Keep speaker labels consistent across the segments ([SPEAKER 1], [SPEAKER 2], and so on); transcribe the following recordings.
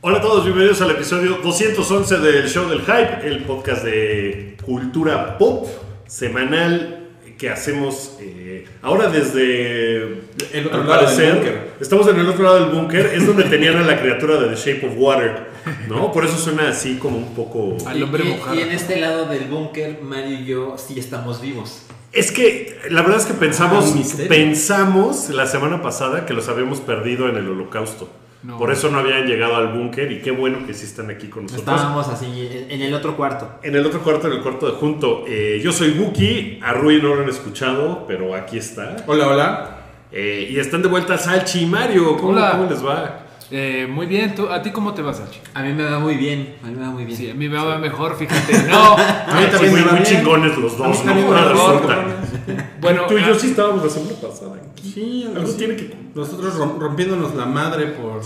[SPEAKER 1] Hola a todos, bienvenidos al episodio 211 del Show del Hype, el podcast de cultura pop semanal que hacemos eh, ahora desde...
[SPEAKER 2] El otro
[SPEAKER 1] al
[SPEAKER 2] lado del
[SPEAKER 1] parecer,
[SPEAKER 2] búnker.
[SPEAKER 1] estamos en el otro lado del búnker, es donde tenían a la criatura de The Shape of Water, ¿no? Por eso suena así como un poco...
[SPEAKER 2] Al
[SPEAKER 3] Y-
[SPEAKER 2] hombre
[SPEAKER 3] y,
[SPEAKER 2] mojado.
[SPEAKER 3] y en este lado del búnker, Mario y yo sí estamos vivos.
[SPEAKER 1] Es que la verdad es que pensamos,
[SPEAKER 3] Ah, un misterio.
[SPEAKER 1] pensamos la semana pasada que los habíamos perdido en el holocausto.
[SPEAKER 2] No.
[SPEAKER 1] Por eso no habían llegado al búnker y qué bueno que sí están aquí con nosotros.
[SPEAKER 3] Estábamos así en, en el otro cuarto.
[SPEAKER 1] En el otro cuarto, en el cuarto de junto, eh, yo soy Wookie, a Rui no lo han escuchado, pero aquí está.
[SPEAKER 2] Hola, hola.
[SPEAKER 1] Eh, y están de vuelta Salchi y Mario, ¿cómo,
[SPEAKER 2] Hola.
[SPEAKER 1] cómo les va?
[SPEAKER 2] Eh, muy bien, ¿tú, ¿a ti cómo te vas, Sachi?
[SPEAKER 3] A mí me va muy bien. A mí me va muy bien.
[SPEAKER 2] Sí, a mí me va mejor, fíjate. No.
[SPEAKER 1] Ah, sí,
[SPEAKER 2] Sí,
[SPEAKER 1] muy,
[SPEAKER 2] me va
[SPEAKER 1] muy
[SPEAKER 2] bien.
[SPEAKER 1] chingones los dos, ¿no?
[SPEAKER 2] también me va
[SPEAKER 1] Ahora
[SPEAKER 2] mejor,
[SPEAKER 1] resulta.
[SPEAKER 2] Bueno,
[SPEAKER 1] Tú y
[SPEAKER 2] ah,
[SPEAKER 1] yo sí estábamos la semana pasada.
[SPEAKER 4] Sí, algo
[SPEAKER 1] Algo
[SPEAKER 4] así.
[SPEAKER 1] tiene que...
[SPEAKER 4] Nosotros rom- rompiéndonos la madre por.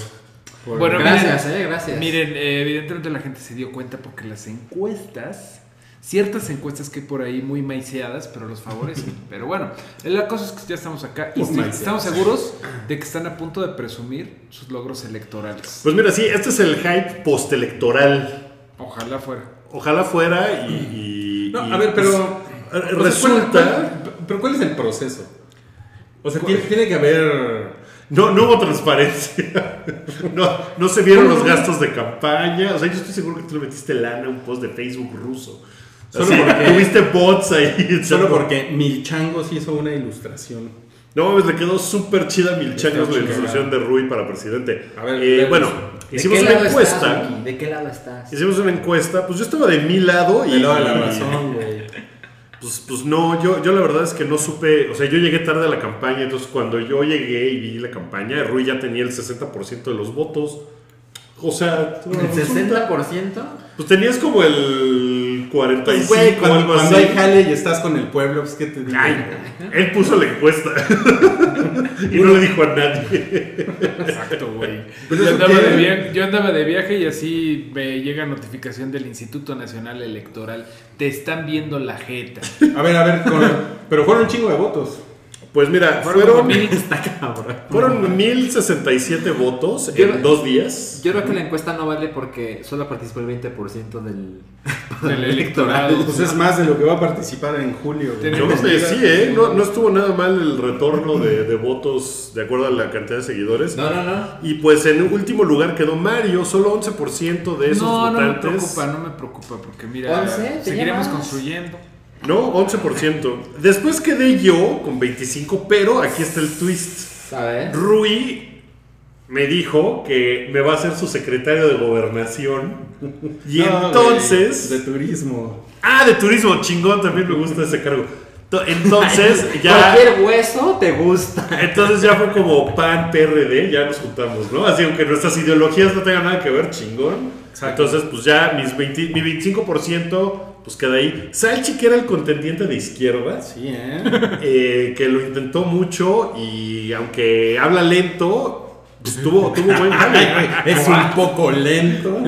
[SPEAKER 4] por-
[SPEAKER 2] Bueno,
[SPEAKER 3] gracias, eh, gracias.
[SPEAKER 2] miren, eh, evidentemente la gente se dio cuenta porque las encuestas, ciertas encuestas que hay por ahí muy maiceadas, pero los favorecen. pero bueno, la cosa es que ya estamos acá y
[SPEAKER 4] Muy
[SPEAKER 2] sí,
[SPEAKER 4] maiceadas.
[SPEAKER 2] estamos seguros de que están a punto de presumir sus logros electorales.
[SPEAKER 1] Pues mira, sí, este es el hype postelectoral.
[SPEAKER 2] Ojalá fuera.
[SPEAKER 1] Ojalá fuera y... y-
[SPEAKER 4] No,
[SPEAKER 1] y,
[SPEAKER 4] a ver,
[SPEAKER 1] pues,
[SPEAKER 4] pero.
[SPEAKER 1] eh,
[SPEAKER 4] o sea,
[SPEAKER 1] resulta...
[SPEAKER 4] ¿cuál- cuál- pero ¿cuál es el proceso? O sea, tiene, tiene que haber.
[SPEAKER 1] No, no hubo transparencia. No, no se vieron
[SPEAKER 4] No, no,
[SPEAKER 1] los
[SPEAKER 4] no.
[SPEAKER 1] gastos de campaña. O sea, yo estoy seguro que tú le metiste lana a un post de Facebook ruso.
[SPEAKER 4] Solo
[SPEAKER 1] Así,
[SPEAKER 4] porque-
[SPEAKER 1] Tuviste bots ahí.
[SPEAKER 4] Solo
[SPEAKER 1] echando-
[SPEAKER 4] porque Milchangos hizo una ilustración.
[SPEAKER 1] No mames, le quedó súper chida a Milchangos
[SPEAKER 4] Está
[SPEAKER 1] la
[SPEAKER 4] chingada.
[SPEAKER 1] ilustración de Rui para presidente.
[SPEAKER 4] A ver,
[SPEAKER 1] Eh,
[SPEAKER 4] leemos.
[SPEAKER 1] bueno,
[SPEAKER 3] ¿De
[SPEAKER 1] hicimos
[SPEAKER 3] qué
[SPEAKER 1] una
[SPEAKER 3] lado
[SPEAKER 1] encuesta.
[SPEAKER 3] estás, Wookie? ¿De qué lado estás?
[SPEAKER 1] Hicimos una encuesta. Pues yo estaba de mi lado y.
[SPEAKER 4] Me doy la
[SPEAKER 1] y-
[SPEAKER 4] razón, güey.
[SPEAKER 1] Pues, pues no, yo, yo la verdad es que no supe, o sea, yo llegué tarde a la campaña, entonces cuando yo llegué y vi la campaña, Rui ya tenía el 60% de los votos. O sea,
[SPEAKER 3] ¿El
[SPEAKER 1] resulta-
[SPEAKER 3] 60%?
[SPEAKER 1] Pues tenías como el 45
[SPEAKER 4] Güey,
[SPEAKER 1] o
[SPEAKER 4] cuando,
[SPEAKER 1] algo
[SPEAKER 4] cuando
[SPEAKER 1] así.
[SPEAKER 4] hay jale y estás con el pueblo, pues que te digo?
[SPEAKER 1] Ay, él puso la encuesta y no le dijo a nadie.
[SPEAKER 2] Exacto, güey.
[SPEAKER 4] Pues
[SPEAKER 2] yo,
[SPEAKER 4] eso
[SPEAKER 2] andaba
[SPEAKER 4] que-
[SPEAKER 2] de via- yo andaba de viaje y así me llega notificación del Instituto Nacional Electoral. Te están viendo la jeta.
[SPEAKER 4] A ver, a ver, con- pero fueron un chingo de votos.
[SPEAKER 1] Pues mira,
[SPEAKER 2] Fueron
[SPEAKER 1] fueron,
[SPEAKER 2] como mil.
[SPEAKER 3] Está cabrón.
[SPEAKER 1] fueron 1067 votos
[SPEAKER 3] Yo-
[SPEAKER 1] en dos días.
[SPEAKER 3] Yo creo que la encuesta no vale porque solo participó el 20% del,
[SPEAKER 2] Del electorado.
[SPEAKER 4] Pues es más de lo que va a participar en julio. güey.
[SPEAKER 1] Yo creo que sí, ¿eh? No, no estuvo nada mal el retorno de, de votos de acuerdo a la cantidad de seguidores.
[SPEAKER 3] No, no, no.
[SPEAKER 1] Y pues en último lugar quedó Mario, solo 11% de esos
[SPEAKER 2] No, no me
[SPEAKER 1] votantes.
[SPEAKER 2] preocupa, no me preocupa porque mira,
[SPEAKER 3] Once, te
[SPEAKER 2] seguiremos
[SPEAKER 3] llevas.
[SPEAKER 2] construyendo.
[SPEAKER 1] no, 11%. Después quedé yo con 25, pero aquí está el twist.
[SPEAKER 3] ¿Sabes?
[SPEAKER 1] Rui me dijo que me va a ser su secretario de gobernación. Y
[SPEAKER 4] No,
[SPEAKER 1] entonces.
[SPEAKER 4] güey, de turismo.
[SPEAKER 1] Ah, de turismo, chingón, también me gusta ese cargo. To- Entonces, ya.
[SPEAKER 3] Cualquier hueso te gusta.
[SPEAKER 1] Entonces ya fue como pan PRD, ya nos juntamos, ¿no? Así aunque nuestras ideologías no tengan nada que ver, chingón.
[SPEAKER 4] Exacto.
[SPEAKER 1] Entonces, pues ya mis 20 mi 25% pues queda ahí. Salchi, que era el contendiente de izquierdas,
[SPEAKER 4] Sí, ¿eh?
[SPEAKER 1] eh, que lo intentó mucho y aunque habla lento, pues tuvo, tuvo buen jale.
[SPEAKER 4] Es un poco lento.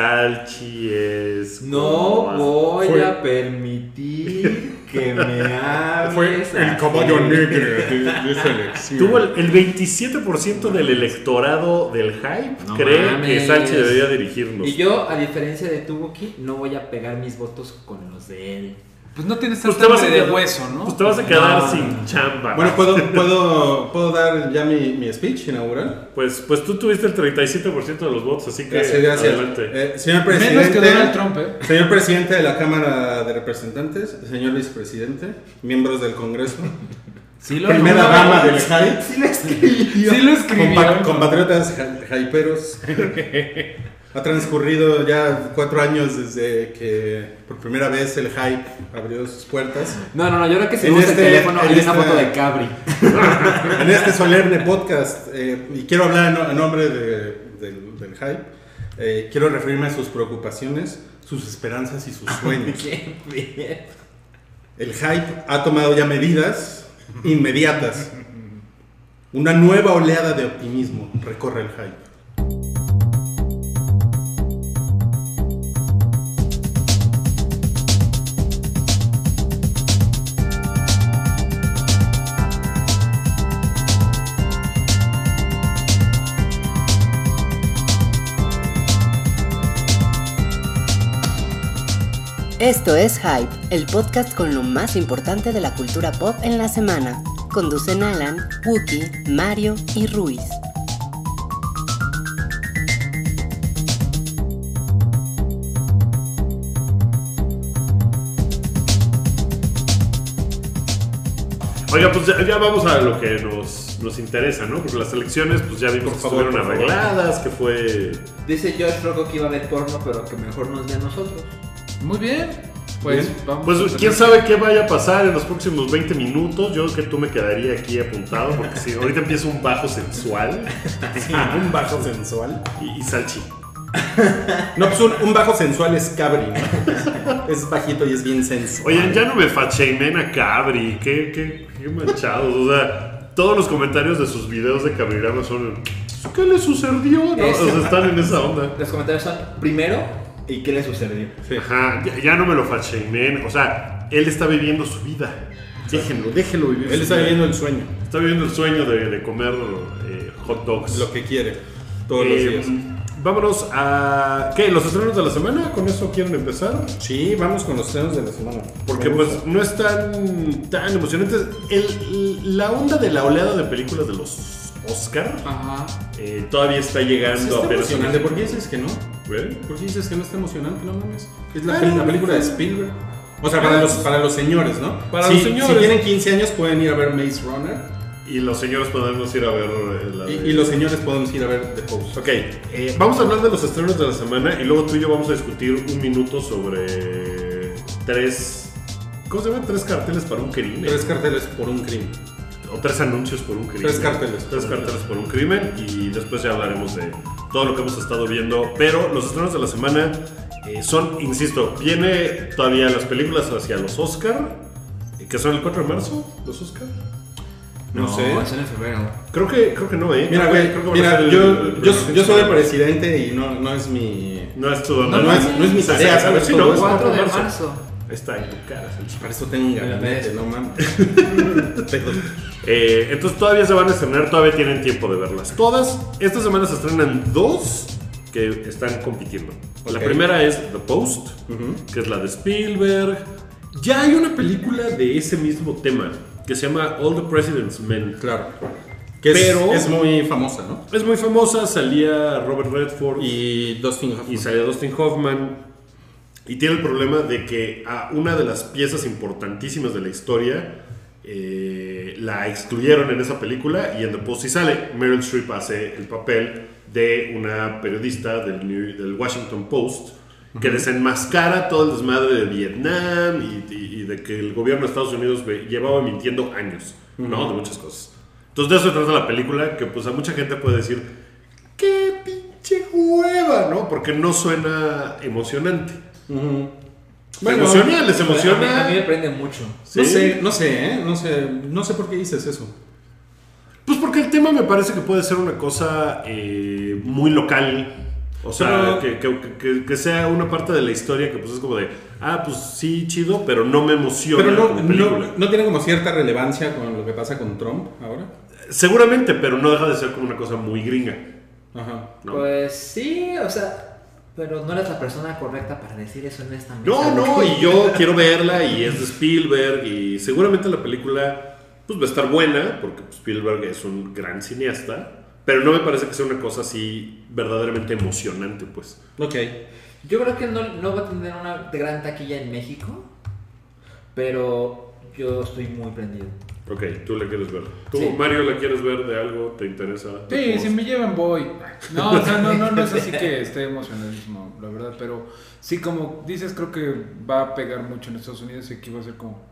[SPEAKER 1] Salchi es.
[SPEAKER 3] No voy
[SPEAKER 4] Fue-
[SPEAKER 3] a permitir que me hables. así.
[SPEAKER 4] de selección.
[SPEAKER 1] Tuvo el, el 27% del electorado del hype.
[SPEAKER 3] No
[SPEAKER 1] cree que
[SPEAKER 3] mames.
[SPEAKER 1] Salchi debería dirigirnos.
[SPEAKER 3] Y yo, a diferencia de tu Wookie, no voy a pegar mis votos con los de él.
[SPEAKER 2] Pues no tienes
[SPEAKER 1] Pues
[SPEAKER 2] tanta
[SPEAKER 1] te vas a
[SPEAKER 2] hambre de
[SPEAKER 1] quedar-
[SPEAKER 2] hueso, ¿no?
[SPEAKER 1] Pues te vas a quedar
[SPEAKER 3] No.
[SPEAKER 1] sin chamba.
[SPEAKER 4] Bueno, pues- ¿puedo, puedo, ¿puedo dar ya mi, mi speech inaugural?
[SPEAKER 1] pues, pues tú tuviste el 37% de los votos, así que
[SPEAKER 4] Gracias, gracias.
[SPEAKER 1] adelante.
[SPEAKER 4] Eh, señor
[SPEAKER 2] Menos que
[SPEAKER 4] presidente.
[SPEAKER 2] Donald Trump, ¿eh?
[SPEAKER 4] Señor presidente de la Cámara de Representantes, señor vicepresidente, miembros del Congreso,
[SPEAKER 2] Sí lo
[SPEAKER 4] primera
[SPEAKER 2] logró.
[SPEAKER 4] dama del hype,
[SPEAKER 3] Sí lo escribió.
[SPEAKER 2] Sí lo escribió.
[SPEAKER 4] compa- compatriotas ja- hyperos. Ha transcurrido ya cuatro años desde que por primera vez el hype abrió sus puertas.
[SPEAKER 3] No, no, no, yo creo que si
[SPEAKER 4] En
[SPEAKER 3] gusta
[SPEAKER 4] este-
[SPEAKER 3] el teléfono
[SPEAKER 4] en
[SPEAKER 3] hay una
[SPEAKER 4] este-
[SPEAKER 3] foto de Cabri.
[SPEAKER 4] En este solemne podcast, eh, y quiero hablar a, no- a nombre de- del, del hype, eh, quiero referirme a sus preocupaciones, sus esperanzas y sus
[SPEAKER 1] Ah,
[SPEAKER 4] sueños.
[SPEAKER 3] Qué bien.
[SPEAKER 4] El hype ha tomado ya medidas inmediatas. Una nueva oleada de optimismo recorre el hype.
[SPEAKER 5] Esto es Hype, el podcast con lo más importante de la cultura pop en la semana. Conducen Alan, Wookie, Mario y Ruiz.
[SPEAKER 1] Oiga, pues ya, ya vamos a lo que nos, nos interesa, ¿no? Porque las elecciones, pues ya vimos
[SPEAKER 4] Por
[SPEAKER 1] que
[SPEAKER 4] favor,
[SPEAKER 1] estuvieron
[SPEAKER 4] por favor.
[SPEAKER 1] arregladas, que fue.
[SPEAKER 3] Dice George Rocco que iba a ver porno, pero que mejor nos vea a nosotros.
[SPEAKER 2] Muy bien. Pues
[SPEAKER 4] Bien.
[SPEAKER 2] vamos.
[SPEAKER 1] Pues
[SPEAKER 2] a tener-
[SPEAKER 1] quién sabe qué vaya a pasar en los próximos 20 minutos. Yo creo que tú me quedaría aquí apuntado, porque si ahorita empieza un bajo sensual
[SPEAKER 4] un bajo sensual.
[SPEAKER 1] y, y salchi.
[SPEAKER 4] No, pues un, un bajo sensual es cabri, ¿no? Es bajito y es bien sensual.
[SPEAKER 1] Oigan, ya no me fatshamen a Cabri, qué, qué, qué manchados. O sea, todos los comentarios de sus videos de Cabrigrama son. ¿Qué le sucedió? ¿No? O sea, están en esa onda.
[SPEAKER 3] Los comentarios son primero y qué le sucedió.
[SPEAKER 1] Ajá, ya, ya no me lo fatshamen. O sea, él está viviendo su vida. Déjenlo, déjenlo vivir.
[SPEAKER 4] Él
[SPEAKER 1] su
[SPEAKER 4] está
[SPEAKER 1] vida.
[SPEAKER 4] viviendo el sueño,
[SPEAKER 1] Está viviendo el sueño de, de comer eh, hot dogs.
[SPEAKER 4] lo que quiere, todos
[SPEAKER 1] Eh,
[SPEAKER 4] los días.
[SPEAKER 1] Vámonos a. ¿Qué? ¿Los estrenos de la semana? ¿Con eso quieren empezar?
[SPEAKER 4] Sí, vamos con los estrenos de la semana.
[SPEAKER 1] Porque
[SPEAKER 4] Me
[SPEAKER 1] pues
[SPEAKER 4] gusta.
[SPEAKER 1] no es tan, tan emocionante. El- la onda de la oleada de películas de los Oscar
[SPEAKER 2] Ajá.
[SPEAKER 1] eh, todavía está
[SPEAKER 4] Sí
[SPEAKER 1] llegando
[SPEAKER 4] está
[SPEAKER 1] apenas.
[SPEAKER 4] emocionante, ¿por qué dices que no?
[SPEAKER 1] ¿Ve?
[SPEAKER 4] ¿Por qué dices que no está emocionante? No mames. Es la,
[SPEAKER 1] Ah,
[SPEAKER 4] peli-
[SPEAKER 1] no.
[SPEAKER 4] la película de Spielberg. O sea, para los, para los señores, ¿no?
[SPEAKER 1] Para
[SPEAKER 4] Si-
[SPEAKER 1] los señores.
[SPEAKER 4] Si tienen 15 años pueden ir a ver Maze Runner.
[SPEAKER 1] Y los señores podemos ir a ver eh, la
[SPEAKER 4] Y,
[SPEAKER 1] de-
[SPEAKER 4] y los señores podemos ir a ver The Post.
[SPEAKER 1] Ok, eh, vamos a hablar de los estrenos de la semana y luego tú y yo vamos a discutir un minuto sobre tres. ¿Cómo se llaman? Tres carteles para un crimen.
[SPEAKER 4] Tres carteles por un crimen.
[SPEAKER 1] o tres anuncios por un crimen.
[SPEAKER 4] Tres carteles.
[SPEAKER 1] Tres carteles por un crimen y después ya hablaremos de todo lo que hemos estado viendo. Pero los estrenos de la semana eh, son, insisto, viene todavía las películas hacia los Oscar, eh, que son el 4 de marzo, los Oscar.
[SPEAKER 4] No, sé.
[SPEAKER 2] Es en febrero.
[SPEAKER 1] Creo que, creo que no, ¿eh?
[SPEAKER 4] Mira,
[SPEAKER 1] Creo que-
[SPEAKER 4] güey,
[SPEAKER 1] creo que van a
[SPEAKER 4] mira,
[SPEAKER 1] ser el-
[SPEAKER 4] yo,
[SPEAKER 1] el-
[SPEAKER 4] yo, yo soy el presidente y no, no es mi...
[SPEAKER 1] No es tu
[SPEAKER 4] No, no es, no es mi tarea saber
[SPEAKER 1] Sí,
[SPEAKER 4] todo
[SPEAKER 3] Pues,
[SPEAKER 1] no,
[SPEAKER 4] esto.
[SPEAKER 1] 4 de marzo.
[SPEAKER 2] marzo.
[SPEAKER 1] Está en tu cara, Sánchez.
[SPEAKER 4] Para eso tengo un gabinete, no mames. Pero-
[SPEAKER 1] Eh, entonces todavía se van a estrenar, todavía tienen tiempo de verlas. Todas, esta semana se estrenan dos que están compitiendo. La
[SPEAKER 4] Ok.
[SPEAKER 1] primera es The Post,
[SPEAKER 4] Ujú.
[SPEAKER 1] que es la de Spielberg. Ya hay una película de ese mismo tema que se llama All the President's Men.
[SPEAKER 4] Claro. Que es,
[SPEAKER 1] Pero-
[SPEAKER 4] es muy famosa, ¿no?
[SPEAKER 1] Es muy famosa, salía Robert Redford y,
[SPEAKER 4] Y Dustin Hoffman.
[SPEAKER 1] y salía Dustin Hoffman. Y tiene el problema de que a una de las piezas importantísimas de la historia eh, la excluyeron en esa película y en The Post sí sale. Meryl Streep hace el papel de una periodista del, New- del Washington Post que desenmascara todo el desmadre de Vietnam y, y- y de que el gobierno de Estados Unidos ve- llevaba mintiendo años, ¿no? De muchas cosas. Entonces de eso se trata la película que pues a mucha gente puede decir, qué pinche hueva, ¿no? Porque no suena emocionante.
[SPEAKER 4] Ujú.
[SPEAKER 1] ¿Les emociona? ¿Les
[SPEAKER 3] A mí,
[SPEAKER 1] emociona?
[SPEAKER 3] a mí me prende mucho.
[SPEAKER 1] Sí.
[SPEAKER 4] No sé, no sé, ¿eh? No sé, no sé por qué dices eso.
[SPEAKER 1] Pues porque el tema me parece que puede ser una cosa eh, muy local. O sea,
[SPEAKER 4] Pero-
[SPEAKER 1] que, que- que- que sea una parte de la historia que pues es como de, ah, pues sí, chido, pero no me emociona
[SPEAKER 4] Pero no,
[SPEAKER 1] como película.
[SPEAKER 4] no, no tiene como cierta relevancia con lo que pasa con Trump ahora.
[SPEAKER 1] Seguramente, pero no deja de ser como una cosa muy gringa.
[SPEAKER 4] Ajá.
[SPEAKER 1] ¿no?
[SPEAKER 3] Pues sí, o sea, pero no eres la persona correcta para decir eso en esta mesa.
[SPEAKER 1] No, no, y yo quiero verla y es de Spielberg y seguramente la película pues va a estar buena porque pues, Spielberg es un gran cineasta, pero no me parece que sea una cosa así verdaderamente emocionante, pues.
[SPEAKER 4] Ok.
[SPEAKER 3] Yo creo que no, no va a tener una gran taquilla en México, pero yo estoy muy prendido.
[SPEAKER 1] Ok, tú la quieres ver. ¿Tú,
[SPEAKER 3] Sí.
[SPEAKER 1] Mario, la quieres ver de algo? ¿Te interesa?
[SPEAKER 2] Sí, si me llevan voy. No, o sea, no, no, no es así que esté emocionalismo, la verdad, pero sí, como dices, creo que va a pegar mucho en Estados Unidos y aquí va a ser como...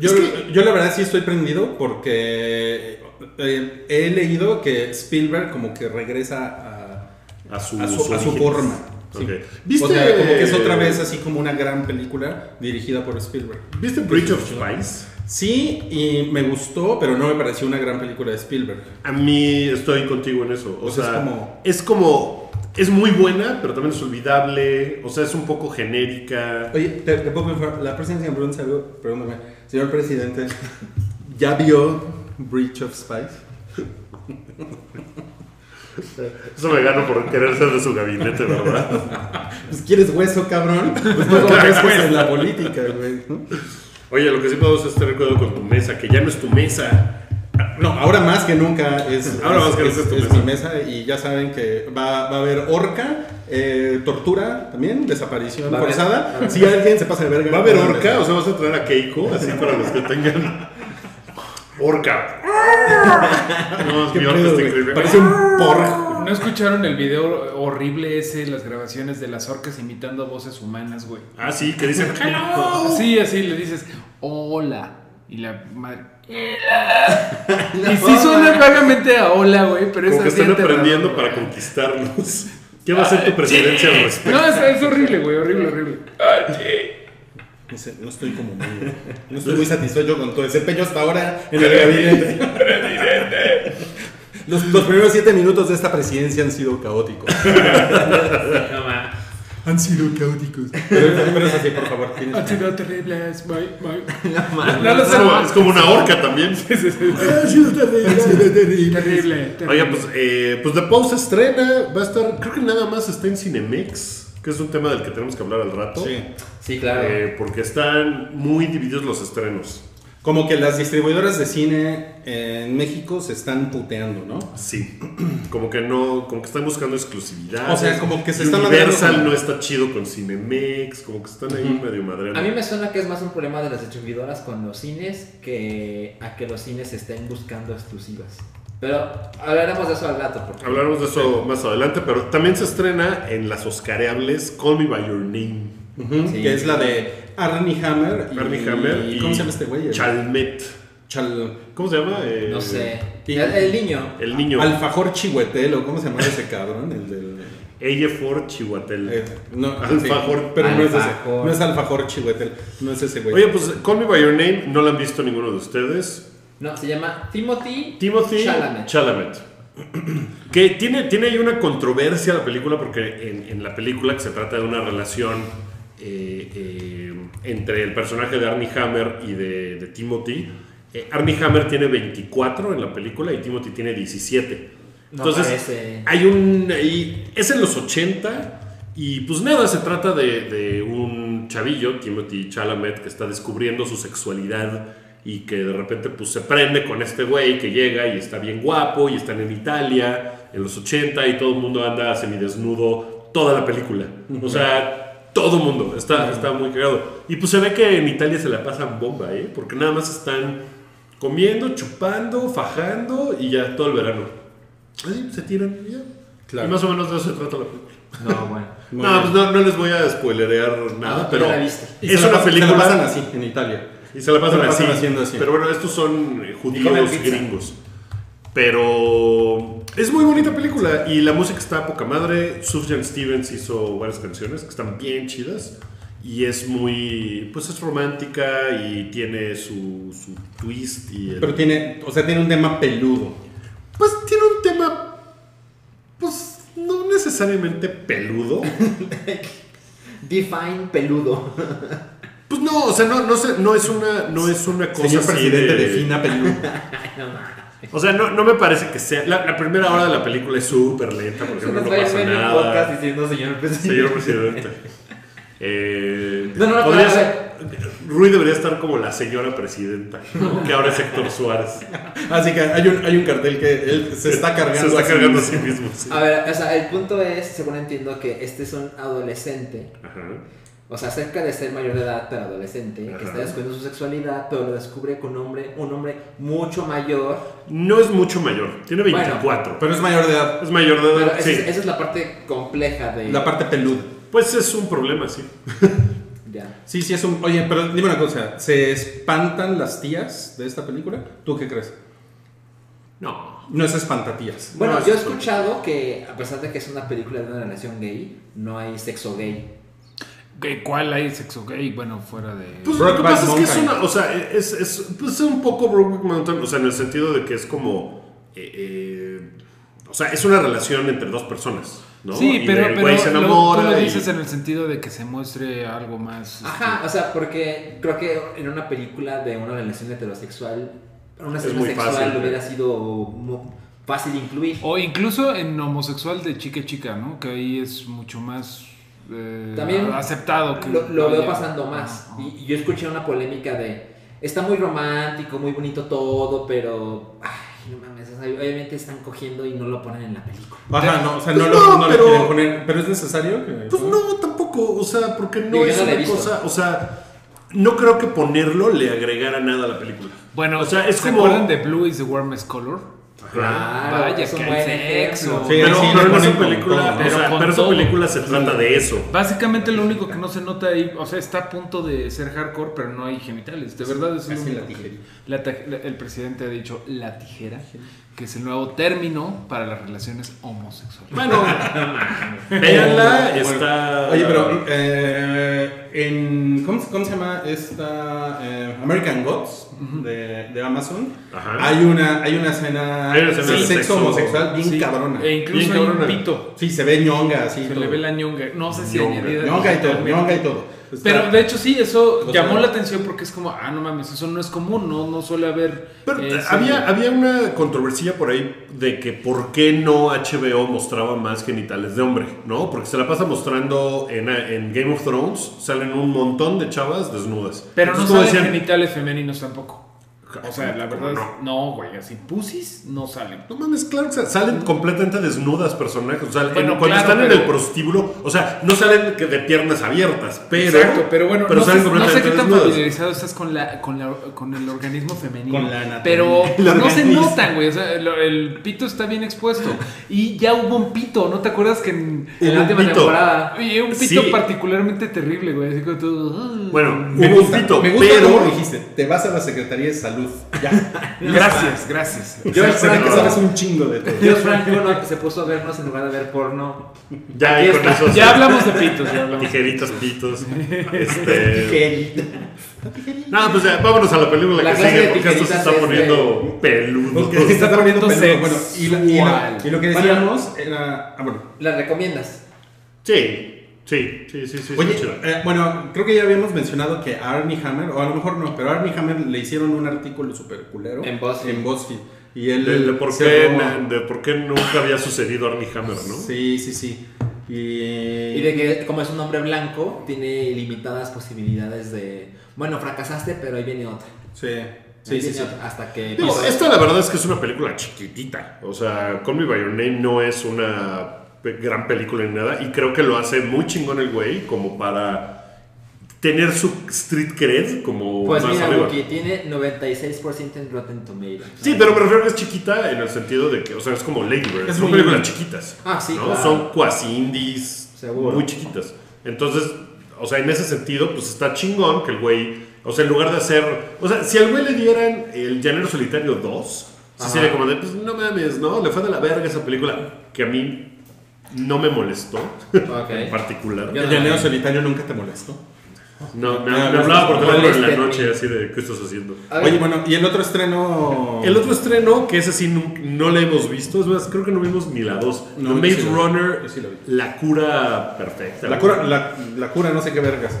[SPEAKER 4] Yo, yo la verdad sí estoy prendido porque eh, he leído que Spielberg como que regresa
[SPEAKER 1] A su,
[SPEAKER 4] a, a su, a su
[SPEAKER 1] orígenes.
[SPEAKER 4] forma. sí.
[SPEAKER 1] Ok. eh, ¿Viste,
[SPEAKER 4] O sea, como que es otra vez así como una gran película dirigida por Spielberg.
[SPEAKER 1] ¿Viste Bridge of Spice?
[SPEAKER 4] Sí, y me gustó, pero no me pareció una gran película de Spielberg.
[SPEAKER 1] A mí estoy contigo en eso. O
[SPEAKER 4] Pues es
[SPEAKER 1] sea, es como...
[SPEAKER 4] como-
[SPEAKER 1] es muy buena, pero también es olvidable. O sea, es un poco genérica.
[SPEAKER 4] Oye, te, te puedo confirmar, la presidencia me pregunta algo, pregúntame, señor presidente, ¿ya vio Breach of Spice?
[SPEAKER 1] Eso me gano por querer ser de su gabinete, ¿verdad?
[SPEAKER 4] pues quieres hueso, cabrón. Pues no lo pesques en la política, güey. ¿no?
[SPEAKER 1] Oye, lo que sí podemos es tener cuidado con tu mesa, que ya no es tu mesa.
[SPEAKER 4] No, ahora más que nunca es,
[SPEAKER 1] Ahora
[SPEAKER 4] es-
[SPEAKER 1] más que
[SPEAKER 4] es-
[SPEAKER 1] nunca es tu
[SPEAKER 4] es
[SPEAKER 1] mesa.
[SPEAKER 4] mi mesa y ya saben que va, va a haber horca, eh, tortura también, desaparición
[SPEAKER 3] Va a haber-
[SPEAKER 4] forzada. si alguien se pasa de verga.
[SPEAKER 1] ¿Va a haber orca? O sea, vas a traer a Keiko, así para los que tengan. Orca. No, es
[SPEAKER 4] Ah. ¿Qué
[SPEAKER 1] mi orca
[SPEAKER 4] pedo,
[SPEAKER 1] está
[SPEAKER 4] güey?
[SPEAKER 1] pues, increíble.
[SPEAKER 4] Parece un porro.
[SPEAKER 2] ¿No escucharon el video horrible ese, las grabaciones de las orcas imitando voces humanas, güey?
[SPEAKER 1] Ah, sí, que dicen. ¡Hello!
[SPEAKER 2] Sí, así le dices, hola. Y la madre. Y sí suena vagamente a hola, güey, pero es
[SPEAKER 1] Como que
[SPEAKER 2] así
[SPEAKER 1] están
[SPEAKER 2] aterrador,
[SPEAKER 1] aprendiendo
[SPEAKER 2] güey.
[SPEAKER 1] para Ah, conquistarnos. ¿Qué va a ser tu presidencia al respecto?
[SPEAKER 2] No, es, es horrible, güey, horrible, horrible.
[SPEAKER 4] No, sé, no estoy como muy, no estoy muy satisfecho con tu desempeño hasta ahora en el gabinete. Los, los primeros siete minutos de esta presidencia han sido caóticos.
[SPEAKER 3] No mames.
[SPEAKER 4] Han sido caóticos. Ah, Pero, pero es así, por favor. tienes-
[SPEAKER 2] Han sido terribles, güey, güey.
[SPEAKER 3] No lo
[SPEAKER 1] Es como- es como una orca también.
[SPEAKER 4] Han sido terribles, han sido terribles.
[SPEAKER 2] Terrible, terrible.
[SPEAKER 1] Oiga, pues, eh, pues The Post se estrena, va a estar, creo que nada más está en Cinemex, que es un tema del que tenemos que hablar al rato.
[SPEAKER 4] Sí.
[SPEAKER 3] Sí, claro.
[SPEAKER 1] Eh, porque están muy divididos los estrenos.
[SPEAKER 4] Como que las distribuidoras de cine eh, en México se están puteando, ¿no?
[SPEAKER 1] Sí. Como que no, como que están buscando exclusividad.
[SPEAKER 4] O sea, como que se están
[SPEAKER 1] Universal
[SPEAKER 4] mandando-
[SPEAKER 1] no está chido con Cinemex, como que están ahí medio madreando.
[SPEAKER 3] A mí me suena que es más un problema de las distribuidoras con los cines que a que los cines estén buscando exclusivas. Pero hablaremos de eso al rato. Porque...
[SPEAKER 1] Hablaremos de eso más adelante, pero también se estrena en las Oscareables Call Me By Your Name.
[SPEAKER 4] Ujú,
[SPEAKER 3] Sí.
[SPEAKER 4] Que es la de Arnie Hammer. y-
[SPEAKER 1] Armie Hammer y
[SPEAKER 4] ¿Cómo se llama este güey? El-
[SPEAKER 1] Chalmet.
[SPEAKER 4] Chal-
[SPEAKER 1] ¿Cómo se llama? Eh,
[SPEAKER 3] No sé.
[SPEAKER 4] y-
[SPEAKER 3] El, el niño.
[SPEAKER 1] El niño.
[SPEAKER 4] Alfajor Chihuetelo. ¿Cómo se llama ese cabrón? El del.
[SPEAKER 1] Ella for Chihuatel.
[SPEAKER 4] eh, no,
[SPEAKER 1] Alfajor.
[SPEAKER 4] sí, pero no es ese.
[SPEAKER 3] Alfajor.
[SPEAKER 4] No es Alfajor Chihuetel. No es ese güey.
[SPEAKER 1] Oye, pues Call Me By Your Name no la han visto ninguno de ustedes.
[SPEAKER 3] No, se llama Timothy,
[SPEAKER 1] Timothy Chalamet.
[SPEAKER 3] Chalamet.
[SPEAKER 1] Que tiene, tiene ahí una controversia la película porque en, en la película que se trata de una relación eh, eh, entre el personaje de Arnie Hammer y de, de Timothy. Eh, Arnie Hammer tiene 24 en la película y Timothy tiene 17.
[SPEAKER 3] No
[SPEAKER 1] Entonces,
[SPEAKER 3] parece.
[SPEAKER 1] hay un... ahí- es en los 80 y pues nada, se trata de, de un chavillo, Timothy Chalamet, que está descubriendo su sexualidad y que de repente pues se prende con este güey que llega y está bien guapo y están en Italia en los 80 y todo el mundo anda semidesnudo toda la película. O sea, todo el mundo está, está muy cagado. Y pues se ve que en Italia se la pasan bomba, ¿eh? Porque nada más están comiendo, chupando, fajando y ya todo el verano. Así se tiran y ya.
[SPEAKER 4] Claro.
[SPEAKER 1] Y más o menos de eso se trata la película.
[SPEAKER 3] No, bueno.
[SPEAKER 4] Muy
[SPEAKER 1] No,
[SPEAKER 4] bien.
[SPEAKER 1] pues no, no les voy a spoilerear nada,
[SPEAKER 3] No,
[SPEAKER 1] pero
[SPEAKER 3] ya la viste.
[SPEAKER 4] Y
[SPEAKER 1] es
[SPEAKER 4] se Ah, la
[SPEAKER 1] una
[SPEAKER 4] pas- Se la pasan
[SPEAKER 1] película
[SPEAKER 4] así, en Italia.
[SPEAKER 1] y se la pasan,
[SPEAKER 4] se la pasan
[SPEAKER 1] así.
[SPEAKER 4] haciendo así.
[SPEAKER 1] Pero bueno, estos son eh,
[SPEAKER 3] comen
[SPEAKER 1] judíos
[SPEAKER 3] pizza.
[SPEAKER 1] gringos. Pero es muy bonita película y la música está a poca madre. Sufjan Stevens hizo varias canciones que están bien chidas y es muy, pues es romántica y tiene su, su twist y el-
[SPEAKER 4] Pero tiene, o sea, tiene un tema peludo.
[SPEAKER 1] pues tiene un tema, pues no necesariamente peludo.
[SPEAKER 3] Define peludo.
[SPEAKER 1] Pues no, o sea, no, no, sé, no es una, no es una cosa
[SPEAKER 4] Señor
[SPEAKER 1] así
[SPEAKER 4] presidente,
[SPEAKER 1] de-
[SPEAKER 4] defina peludo.
[SPEAKER 1] O sea, no, no me parece que sea. La, la primera hora de la película es súper lenta porque
[SPEAKER 3] Se
[SPEAKER 1] no,
[SPEAKER 3] nos
[SPEAKER 1] no
[SPEAKER 3] va a ir
[SPEAKER 1] pasa
[SPEAKER 3] bien el podcast
[SPEAKER 1] nada.
[SPEAKER 3] diciendo señor presidente.
[SPEAKER 1] Señor presidente. Eh,
[SPEAKER 3] No, no, no,
[SPEAKER 1] podría
[SPEAKER 3] pero a
[SPEAKER 1] ser- Rui debería estar como la señora presidenta, ¿no? que ahora es Héctor Suárez.
[SPEAKER 4] Así Ah, que hay un, hay un cartel que él se está cargando.
[SPEAKER 1] Se está
[SPEAKER 4] a sí
[SPEAKER 1] cargando a
[SPEAKER 4] mismo.
[SPEAKER 1] sí mismo. sí.
[SPEAKER 3] A ver, o sea, el punto es, según entiendo, que este es un adolescente
[SPEAKER 1] Ajá.
[SPEAKER 3] O sea, acerca de ser mayor de edad, pero adolescente,
[SPEAKER 1] Ajá.
[SPEAKER 3] que está descubriendo su sexualidad, pero lo descubre con un hombre, un hombre mucho mayor.
[SPEAKER 1] No es mucho mayor, tiene 24.
[SPEAKER 4] Pero es mayor de edad.
[SPEAKER 1] es mayor de
[SPEAKER 3] Pero
[SPEAKER 1] edad.
[SPEAKER 3] esa,
[SPEAKER 1] Sí.
[SPEAKER 3] es, esa es la parte compleja de...
[SPEAKER 4] La parte peluda.
[SPEAKER 1] Pues es un problema, sí.
[SPEAKER 3] Ya.
[SPEAKER 4] Sí, sí, es un. Oye, pero dime una cosa. ¿Se espantan las tías de esta película? ¿Tú qué crees?
[SPEAKER 1] No.
[SPEAKER 4] No es espantatías.
[SPEAKER 3] Bueno,
[SPEAKER 1] No,
[SPEAKER 3] yo he
[SPEAKER 1] es-
[SPEAKER 3] escuchado que, a pesar de que es una película de una relación gay, no hay sexo gay.
[SPEAKER 2] ¿Qué- ¿Cuál hay sexo gay? Bueno, fuera de.
[SPEAKER 1] Pues lo que
[SPEAKER 4] Brokeback
[SPEAKER 1] pasa es que es
[SPEAKER 4] Mountain.
[SPEAKER 1] una. O sea, es, es- pues, un poco Brokeback Mountain. O sea, en el sentido de que es como. eh, eh, o sea, es una relación entre dos personas. ¿no?
[SPEAKER 2] sí,
[SPEAKER 1] Y
[SPEAKER 2] pero,
[SPEAKER 1] el
[SPEAKER 2] pero
[SPEAKER 1] güey se
[SPEAKER 2] lo-
[SPEAKER 1] enamora.
[SPEAKER 2] tú lo
[SPEAKER 1] y-
[SPEAKER 2] dices en el sentido de que se muestre algo más.
[SPEAKER 3] Ajá, o sea, porque creo que en una película de una relación heterosexual, una
[SPEAKER 1] Es
[SPEAKER 3] escena
[SPEAKER 1] muy
[SPEAKER 3] sexual
[SPEAKER 1] fácil.
[SPEAKER 3] hubiera sido mu- fácil de incluir.
[SPEAKER 2] este, O incluso en homosexual de chica a chica, ¿no? Que ahí es mucho más. eh,
[SPEAKER 3] También
[SPEAKER 2] aceptado que
[SPEAKER 3] Lo, lo veo
[SPEAKER 2] haya-
[SPEAKER 3] pasando más.
[SPEAKER 2] Ajá.
[SPEAKER 3] Y, y yo escuché una polémica de. Está muy romántico, muy bonito todo, pero. Ay, no mames. o sea, obviamente están cogiendo y no lo ponen en la película.
[SPEAKER 4] Ajá, no, o sea, no,
[SPEAKER 1] Pues
[SPEAKER 4] lo,
[SPEAKER 1] no,
[SPEAKER 4] no lo
[SPEAKER 1] pero-
[SPEAKER 4] quieren poner. Pero es necesario que.
[SPEAKER 1] Pues no, tampoco, o sea, porque no
[SPEAKER 3] Digo, yo
[SPEAKER 1] es
[SPEAKER 3] no la he
[SPEAKER 1] una
[SPEAKER 3] visto.
[SPEAKER 1] cosa, o sea, no creo que ponerlo le agregara nada a la película.
[SPEAKER 2] Bueno,
[SPEAKER 1] o sea, es
[SPEAKER 2] ¿se
[SPEAKER 1] como...
[SPEAKER 2] acuerdan de Ah, Blue is the warmest color?
[SPEAKER 3] Claro,
[SPEAKER 2] Vaya,
[SPEAKER 3] es un
[SPEAKER 2] que
[SPEAKER 3] buen
[SPEAKER 2] hay sexo.
[SPEAKER 3] ejemplo.
[SPEAKER 4] Sí,
[SPEAKER 1] pero
[SPEAKER 4] sí,
[SPEAKER 1] pero
[SPEAKER 4] le
[SPEAKER 1] en esa
[SPEAKER 4] ponen con todo,
[SPEAKER 1] película,
[SPEAKER 2] ¿no?
[SPEAKER 1] o sea,
[SPEAKER 2] Pero con
[SPEAKER 1] pero esa
[SPEAKER 2] todo.
[SPEAKER 1] película se trata de eso.
[SPEAKER 2] Básicamente lo único que no se nota ahí, o sea, está a punto de ser hardcore, pero no hay genitales. De verdad es lo
[SPEAKER 4] Casi
[SPEAKER 2] único
[SPEAKER 4] la
[SPEAKER 2] que-
[SPEAKER 4] tijera.
[SPEAKER 2] la taj- la- el presidente ha dicho la tijera, que es el nuevo término para las relaciones homosexuales.
[SPEAKER 1] Bueno, véanla, está...
[SPEAKER 4] Oye, pero eh, en, ¿cómo, se- cómo se llama esta eh, American Gods de, de Amazon?
[SPEAKER 1] Ajá.
[SPEAKER 4] Hay una hay una escena,
[SPEAKER 1] Hay una escena
[SPEAKER 4] de
[SPEAKER 1] de
[SPEAKER 4] sexo
[SPEAKER 1] sexo.
[SPEAKER 4] homosexual bien
[SPEAKER 2] Sí,
[SPEAKER 4] cabrona.
[SPEAKER 2] E incluso
[SPEAKER 1] Bien
[SPEAKER 2] hay un
[SPEAKER 1] cabrona.
[SPEAKER 2] pito.
[SPEAKER 4] Sí, se ve ñonga así.
[SPEAKER 2] Se
[SPEAKER 4] todo.
[SPEAKER 2] le ve la ñonga. No sé si
[SPEAKER 1] Ñonga.
[SPEAKER 2] añadida.
[SPEAKER 4] ñonga y todo,
[SPEAKER 2] digitalmente.
[SPEAKER 4] ñonga y todo.
[SPEAKER 2] Pero de hecho sí, eso
[SPEAKER 4] O sea,
[SPEAKER 2] llamó la atención porque es como, ah, no mames, eso no es común, no, no suele haber...
[SPEAKER 1] Pero
[SPEAKER 2] eh,
[SPEAKER 1] había,
[SPEAKER 2] ese-
[SPEAKER 1] había una controversia por ahí de que por qué no HBO mostraba más genitales de hombre, ¿no? Porque se la pasa mostrando en, en Game of Thrones, salen un montón de chavas desnudas.
[SPEAKER 2] Pero no
[SPEAKER 1] Entonces, como
[SPEAKER 2] salen
[SPEAKER 1] decían,
[SPEAKER 2] genitales femeninos tampoco. O sea, la
[SPEAKER 1] ¿cómo
[SPEAKER 2] verdad
[SPEAKER 1] no?
[SPEAKER 2] es... No, güey, así pusis no salen.
[SPEAKER 1] No mames, claro que sa- salen completamente desnudas personajes. O sea, en-
[SPEAKER 2] Bueno,
[SPEAKER 1] cuando
[SPEAKER 2] claro,
[SPEAKER 1] están en
[SPEAKER 2] pero-
[SPEAKER 1] el prostíbulo, o sea, no salen que de piernas abiertas, pero.
[SPEAKER 2] Exacto, pero bueno, no,
[SPEAKER 1] salen
[SPEAKER 2] sé, no sé
[SPEAKER 1] completamente
[SPEAKER 2] qué tan
[SPEAKER 1] desnudas.
[SPEAKER 2] familiarizado estás con, la, con, la, con el organismo femenino.
[SPEAKER 4] Con la anatomía.
[SPEAKER 2] pero
[SPEAKER 4] El
[SPEAKER 2] no se
[SPEAKER 4] organismo.
[SPEAKER 2] nota, güey. O sea, lo- el pito está bien expuesto. Y ya hubo un pito, ¿no te acuerdas que en
[SPEAKER 1] Hubo
[SPEAKER 2] la
[SPEAKER 1] un
[SPEAKER 2] última
[SPEAKER 1] pito.
[SPEAKER 2] temporada? Y un pito
[SPEAKER 1] Sí.
[SPEAKER 2] particularmente terrible, güey. Así como todo.
[SPEAKER 1] Bueno,
[SPEAKER 4] me
[SPEAKER 1] hubo un
[SPEAKER 4] gusta,
[SPEAKER 1] pito,
[SPEAKER 4] me gusta cómo lo
[SPEAKER 1] pero.
[SPEAKER 4] dijiste. Te vas a la Secretaría de Salud. Ya.
[SPEAKER 2] Gracias, gracias.
[SPEAKER 4] Yo sé que
[SPEAKER 1] Franco-
[SPEAKER 4] sabes un chingo de todo.
[SPEAKER 3] Dios Franco no, que se puso a vernos en lugar de ver porno.
[SPEAKER 1] Ya,
[SPEAKER 3] Aquí
[SPEAKER 1] y con
[SPEAKER 3] está.
[SPEAKER 1] esos
[SPEAKER 2] Ya hablamos de pitos, ya hablamos.
[SPEAKER 1] Tijeritas, pitos. este.
[SPEAKER 3] Tijerita.
[SPEAKER 1] No, pues ya, vámonos a la película
[SPEAKER 3] La
[SPEAKER 1] que
[SPEAKER 3] clase
[SPEAKER 1] sigue,
[SPEAKER 3] de
[SPEAKER 1] porque esto se
[SPEAKER 3] tijeritas
[SPEAKER 1] está
[SPEAKER 3] es de-
[SPEAKER 1] poniendo peludo.
[SPEAKER 4] Porque se está poniendo
[SPEAKER 2] Punto
[SPEAKER 4] peludo. Bueno, y, la- y la- y lo que
[SPEAKER 3] sexual.
[SPEAKER 4] decíamos era. Ah, bueno.
[SPEAKER 3] ¿La recomiendas?
[SPEAKER 1] Sí, sí, sí, sí, sí.
[SPEAKER 4] Oye,
[SPEAKER 1] está chido.
[SPEAKER 4] eh, bueno, creo que ya habíamos mencionado que a Arnie Hammer, o a lo mejor no, pero a Arnie Hammer le hicieron un artículo super culero.
[SPEAKER 3] En BuzzFeed.
[SPEAKER 4] BuzzFeed. Y él.
[SPEAKER 1] de, de por
[SPEAKER 4] se
[SPEAKER 1] qué,
[SPEAKER 4] robó-
[SPEAKER 1] na- de por qué nunca había sucedido Arnie Hammer, ¿no?
[SPEAKER 4] Sí, sí, sí. Y,
[SPEAKER 3] Y de que, como es un hombre blanco, tiene limitadas posibilidades de. Bueno, fracasaste, pero ahí viene otra.
[SPEAKER 4] Sí,
[SPEAKER 3] Ahí
[SPEAKER 4] sí, sí.
[SPEAKER 3] viene
[SPEAKER 4] sí.
[SPEAKER 3] otra, Hasta que.
[SPEAKER 1] Digo,
[SPEAKER 3] pase.
[SPEAKER 1] esta la verdad es que es una película chiquitita. O sea, Call Me By Your Name no es una pe- gran película ni nada. Y creo que lo hace muy chingón el güey como para tener su street cred
[SPEAKER 2] Uh,
[SPEAKER 1] como
[SPEAKER 3] Pues
[SPEAKER 1] más
[SPEAKER 3] mira,
[SPEAKER 1] arriba.
[SPEAKER 3] Wookie, tiene 96% en Rotten Tomatoes.
[SPEAKER 1] Sí, pero me refiero a que es chiquita en el sentido de que, o sea, es como Lady Bird.
[SPEAKER 4] Es
[SPEAKER 1] son
[SPEAKER 4] muy
[SPEAKER 1] películas
[SPEAKER 4] indie.
[SPEAKER 1] chiquitas.
[SPEAKER 3] Ah, sí,
[SPEAKER 1] ¿no?
[SPEAKER 3] claro.
[SPEAKER 1] Son cuasi indies,
[SPEAKER 3] Seguro.
[SPEAKER 1] muy chiquitas. Entonces, o sea, en ese sentido, pues está chingón que el güey, o sea, en lugar de hacer, o sea, si al güey le dieran el Llanero Solitario 2, sí
[SPEAKER 3] Ajá.
[SPEAKER 1] sería como de, pues no mames, ¿no? Le fue de la verga esa película, que a mí no me molestó
[SPEAKER 3] Ok.
[SPEAKER 1] en particular.
[SPEAKER 3] Yo
[SPEAKER 4] El llanero solitario nunca te molestó.
[SPEAKER 1] No, me,
[SPEAKER 4] Ah,
[SPEAKER 1] me hablaba por teléfono en la
[SPEAKER 3] moléstenme.
[SPEAKER 1] noche, así de, ¿qué estás haciendo?
[SPEAKER 3] A ver,
[SPEAKER 4] Oye, bueno, y el otro estreno.
[SPEAKER 1] El otro estreno, que ese sí nu- no, le hemos visto, es más, creo que no vimos ni la 2. The
[SPEAKER 4] No, yo
[SPEAKER 1] Maze
[SPEAKER 4] sí la vi,
[SPEAKER 1] Runner,
[SPEAKER 4] yo sí la vi.
[SPEAKER 1] la cura perfecta.
[SPEAKER 4] La cura, la, la cura, no sé qué vergas.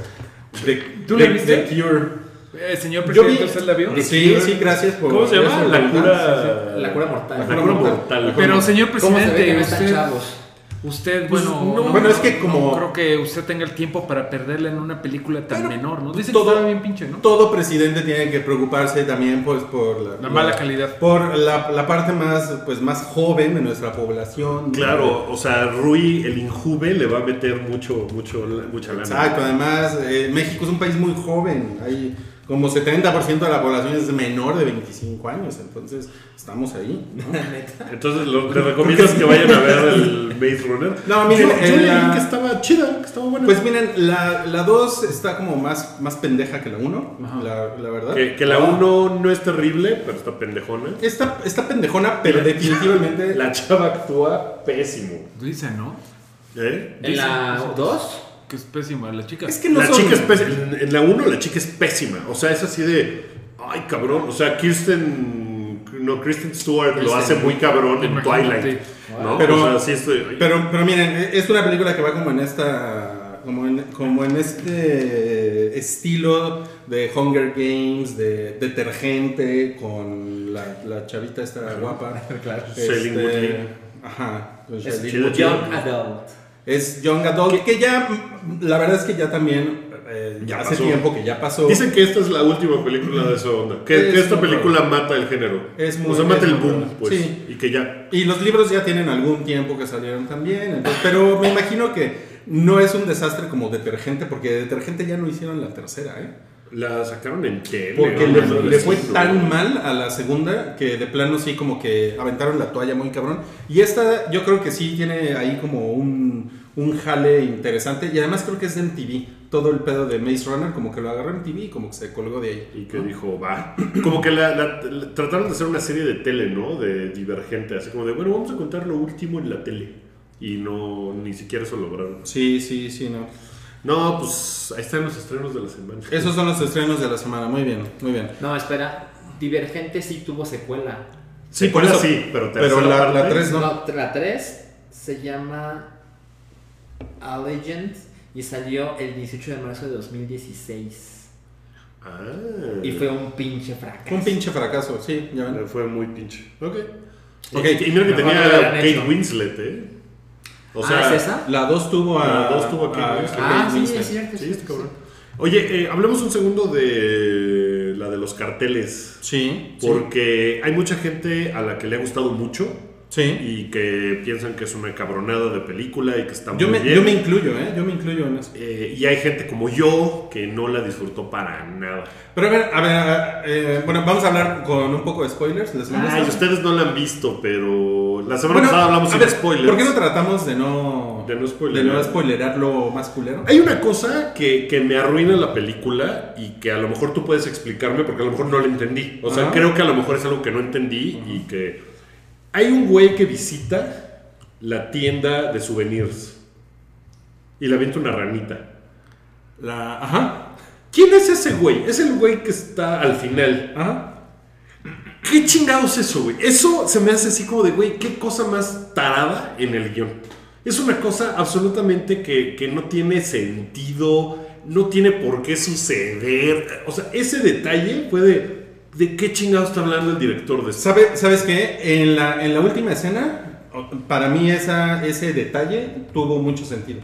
[SPEAKER 4] De-
[SPEAKER 2] ¿Tú la
[SPEAKER 4] de-
[SPEAKER 2] viste?
[SPEAKER 4] de Cure.
[SPEAKER 2] Eh, señor
[SPEAKER 4] Yo vi-
[SPEAKER 2] presidente, ¿usted la vio?
[SPEAKER 4] Sí, sí, gracias por.
[SPEAKER 1] ¿Cómo se llama?
[SPEAKER 4] gracias por
[SPEAKER 1] La
[SPEAKER 4] recordar.
[SPEAKER 1] cura...
[SPEAKER 3] sí. La cura mortal.
[SPEAKER 1] La cura mortal.
[SPEAKER 2] Pero, señor
[SPEAKER 3] ¿Cómo se ve que
[SPEAKER 2] presidente,
[SPEAKER 3] no están
[SPEAKER 2] usted...
[SPEAKER 3] chavos?
[SPEAKER 2] Usted,
[SPEAKER 4] Pues,
[SPEAKER 2] bueno,
[SPEAKER 4] no, bueno, es que como-
[SPEAKER 2] no creo que usted tenga el tiempo para perderla en una película tan
[SPEAKER 4] Pero,
[SPEAKER 2] menor, ¿no?
[SPEAKER 4] pues,
[SPEAKER 2] Dice
[SPEAKER 4] todo-
[SPEAKER 2] que estaba bien pinche, ¿no?
[SPEAKER 4] Todo presidente tiene que preocuparse también pues, por la,
[SPEAKER 2] La mala calidad.
[SPEAKER 4] Por la, la parte más, pues, más joven de nuestra población.
[SPEAKER 1] Claro, o sea, Rui, el injuve, le va a meter mucho, mucho, la- mucha lana.
[SPEAKER 4] Exacto, además eh, México es un país muy joven. Hay como 70% de la población es menor de 25 años, entonces estamos ahí. ¿no?
[SPEAKER 1] Entonces, lo, ¿te recomiendas que vayan a ver el Maze Runner?
[SPEAKER 4] No, miren,
[SPEAKER 1] yo, yo
[SPEAKER 4] en
[SPEAKER 1] leí
[SPEAKER 4] la-
[SPEAKER 1] que estaba chida, que estaba buena.
[SPEAKER 4] Pues miren, la 2 está como más, más pendeja que la 1, la, la verdad.
[SPEAKER 1] que, que la 1 no es terrible, pero está pendejona.
[SPEAKER 4] Está, está pendejona, pero definitivamente...
[SPEAKER 1] La chava actúa pésimo.
[SPEAKER 2] Dice, ¿no?
[SPEAKER 1] ¿Eh?
[SPEAKER 3] ¿En la 2?
[SPEAKER 2] Que es pésima la chica.
[SPEAKER 4] Es que no
[SPEAKER 1] la
[SPEAKER 4] son-
[SPEAKER 1] chica es pésima. En en la 1 la chica es pésima. O sea, es así de. Ay, cabrón. O sea, Kirsten. No, Kristen Stewart lo
[SPEAKER 3] Kristen.
[SPEAKER 1] hace muy cabrón en
[SPEAKER 2] Imagínate.
[SPEAKER 1] Twilight. ¿no?
[SPEAKER 4] Pero-
[SPEAKER 1] o sea, sí estoy.
[SPEAKER 4] Pero, pero miren, e- es una película que va como en esta. Como en, como en este estilo de Hunger Games, de detergente, con la, la chavita esta guapa. Este,
[SPEAKER 3] Claro.
[SPEAKER 1] Shailene Woodley.
[SPEAKER 4] Ajá, con
[SPEAKER 3] Es
[SPEAKER 4] Shailene
[SPEAKER 1] chido,
[SPEAKER 4] Woodley.
[SPEAKER 1] chido.
[SPEAKER 3] Young Adult.
[SPEAKER 4] Es Young Adult, que ya, mm, la verdad es que ya también, eh,
[SPEAKER 1] Ya
[SPEAKER 4] hace
[SPEAKER 1] pasó.
[SPEAKER 4] tiempo que ya pasó.
[SPEAKER 1] Dicen que esta es la última película de esa onda. Que,
[SPEAKER 4] Es
[SPEAKER 1] que esta
[SPEAKER 4] muy
[SPEAKER 1] película mata el género.
[SPEAKER 4] Es muy-
[SPEAKER 1] o sea, mata
[SPEAKER 4] es
[SPEAKER 1] el
[SPEAKER 4] muy
[SPEAKER 1] boom,
[SPEAKER 4] probable.
[SPEAKER 1] pues.
[SPEAKER 4] Sí.
[SPEAKER 1] Y que ya.
[SPEAKER 4] Y los libros ya tienen algún tiempo que salieron también. entonces- pero me imagino que no es un desastre como Detergente, porque Detergente ya no hicieron la tercera, ¿eh?
[SPEAKER 1] La sacaron en tele.
[SPEAKER 4] Porque
[SPEAKER 1] ¿no?
[SPEAKER 4] le,
[SPEAKER 1] No,
[SPEAKER 4] le
[SPEAKER 1] no,
[SPEAKER 4] fue
[SPEAKER 1] no.
[SPEAKER 4] tan mal a la segunda que de plano sí como que aventaron la toalla muy cabrón. Y esta yo creo que sí tiene ahí como un, un jale interesante. Y además creo que es de MTV. Todo el pedo de Maze Runner como que lo agarró MTV y como que se colgó de ahí.
[SPEAKER 1] Y que dijo, va. Como que la, la- la- trataron de hacer una serie de tele, ¿no? De divergente. Así como de, bueno, vamos a contar lo último en la tele. Y no, ni siquiera eso lograron.
[SPEAKER 4] Sí, sí, sí, no.
[SPEAKER 1] No, pues ahí están los estrenos de la semana.
[SPEAKER 4] Esos son los estrenos de la semana. Muy bien, muy bien.
[SPEAKER 3] No, espera. Divergente sí tuvo secuela.
[SPEAKER 1] Sí, por eso sí, pero
[SPEAKER 4] Pero
[SPEAKER 1] tercera
[SPEAKER 4] la, la
[SPEAKER 1] parte-
[SPEAKER 4] 3 no.
[SPEAKER 3] No, la 3 se llama A Legend y salió el 18 de marzo de 2016.
[SPEAKER 1] Ah.
[SPEAKER 3] Y fue un pinche fracaso.
[SPEAKER 4] Un pinche fracaso, sí, ya ven.
[SPEAKER 1] Fue muy pinche. Ok.
[SPEAKER 4] Ok,
[SPEAKER 1] y mira que
[SPEAKER 3] mejor no lo
[SPEAKER 1] tenía
[SPEAKER 3] hubieran
[SPEAKER 1] Kate
[SPEAKER 3] hecho.
[SPEAKER 1] Winslet, ¿eh. O
[SPEAKER 3] Ah,
[SPEAKER 1] sea,
[SPEAKER 3] ¿es esa?
[SPEAKER 4] La 2 tuvo a.
[SPEAKER 1] La dos tuvo a Kate Winslet.
[SPEAKER 3] Ah,
[SPEAKER 4] Kate
[SPEAKER 3] sí,
[SPEAKER 4] Winslet.
[SPEAKER 3] es cierto.
[SPEAKER 1] Sí, este cabrón. Oye, eh, hablemos un segundo de la de los carteles.
[SPEAKER 4] Sí, sí,
[SPEAKER 1] Porque hay mucha gente a la que le ha gustado mucho
[SPEAKER 4] sí.
[SPEAKER 1] y que piensan que es una cabronada de película y que está
[SPEAKER 4] Yo
[SPEAKER 1] muy
[SPEAKER 4] me,
[SPEAKER 1] bien.
[SPEAKER 4] yo me incluyo, ¿eh? Yo me incluyo en eso.
[SPEAKER 1] Eh, y hay gente como yo que no la disfrutó para nada.
[SPEAKER 4] Pero a ver, a ver, a- eh, bueno, vamos a hablar con un poco de spoilers. ¿Les molesta?
[SPEAKER 1] Ay, ustedes no la han visto, pero la semana
[SPEAKER 4] Bueno,
[SPEAKER 1] pasada hablamos
[SPEAKER 4] a
[SPEAKER 1] sin
[SPEAKER 4] ver,
[SPEAKER 1] spoilers.
[SPEAKER 4] ¿Por qué no tratamos de no,
[SPEAKER 1] De no Eh. spoilear.
[SPEAKER 4] de no spoilerar lo más culero?
[SPEAKER 1] Hay una cosa que, que me arruina la película y que a lo mejor tú puedes explicarme porque a lo mejor no la entendí. O sea,
[SPEAKER 4] Ajá.
[SPEAKER 1] creo que a lo mejor es algo que no entendí y que... Hay un güey que visita la tienda de souvenirs y le avienta una ranita.
[SPEAKER 4] La, ajá,
[SPEAKER 1] ¿Quién es ese güey? Es el güey que está al final.
[SPEAKER 4] ajá.
[SPEAKER 1] ¿Qué chingados es eso, güey? Eso se me hace así como de, güey, qué cosa más tarada en el guión. Es una cosa absolutamente que, que no tiene sentido, no tiene por qué suceder. O sea, ese detalle puede... ¿De qué chingados está hablando el director de esa?
[SPEAKER 4] ¿Sabe- ¿Sabes qué? En la, en la última escena, o- para mí esa, ese detalle tuvo mucho sentido.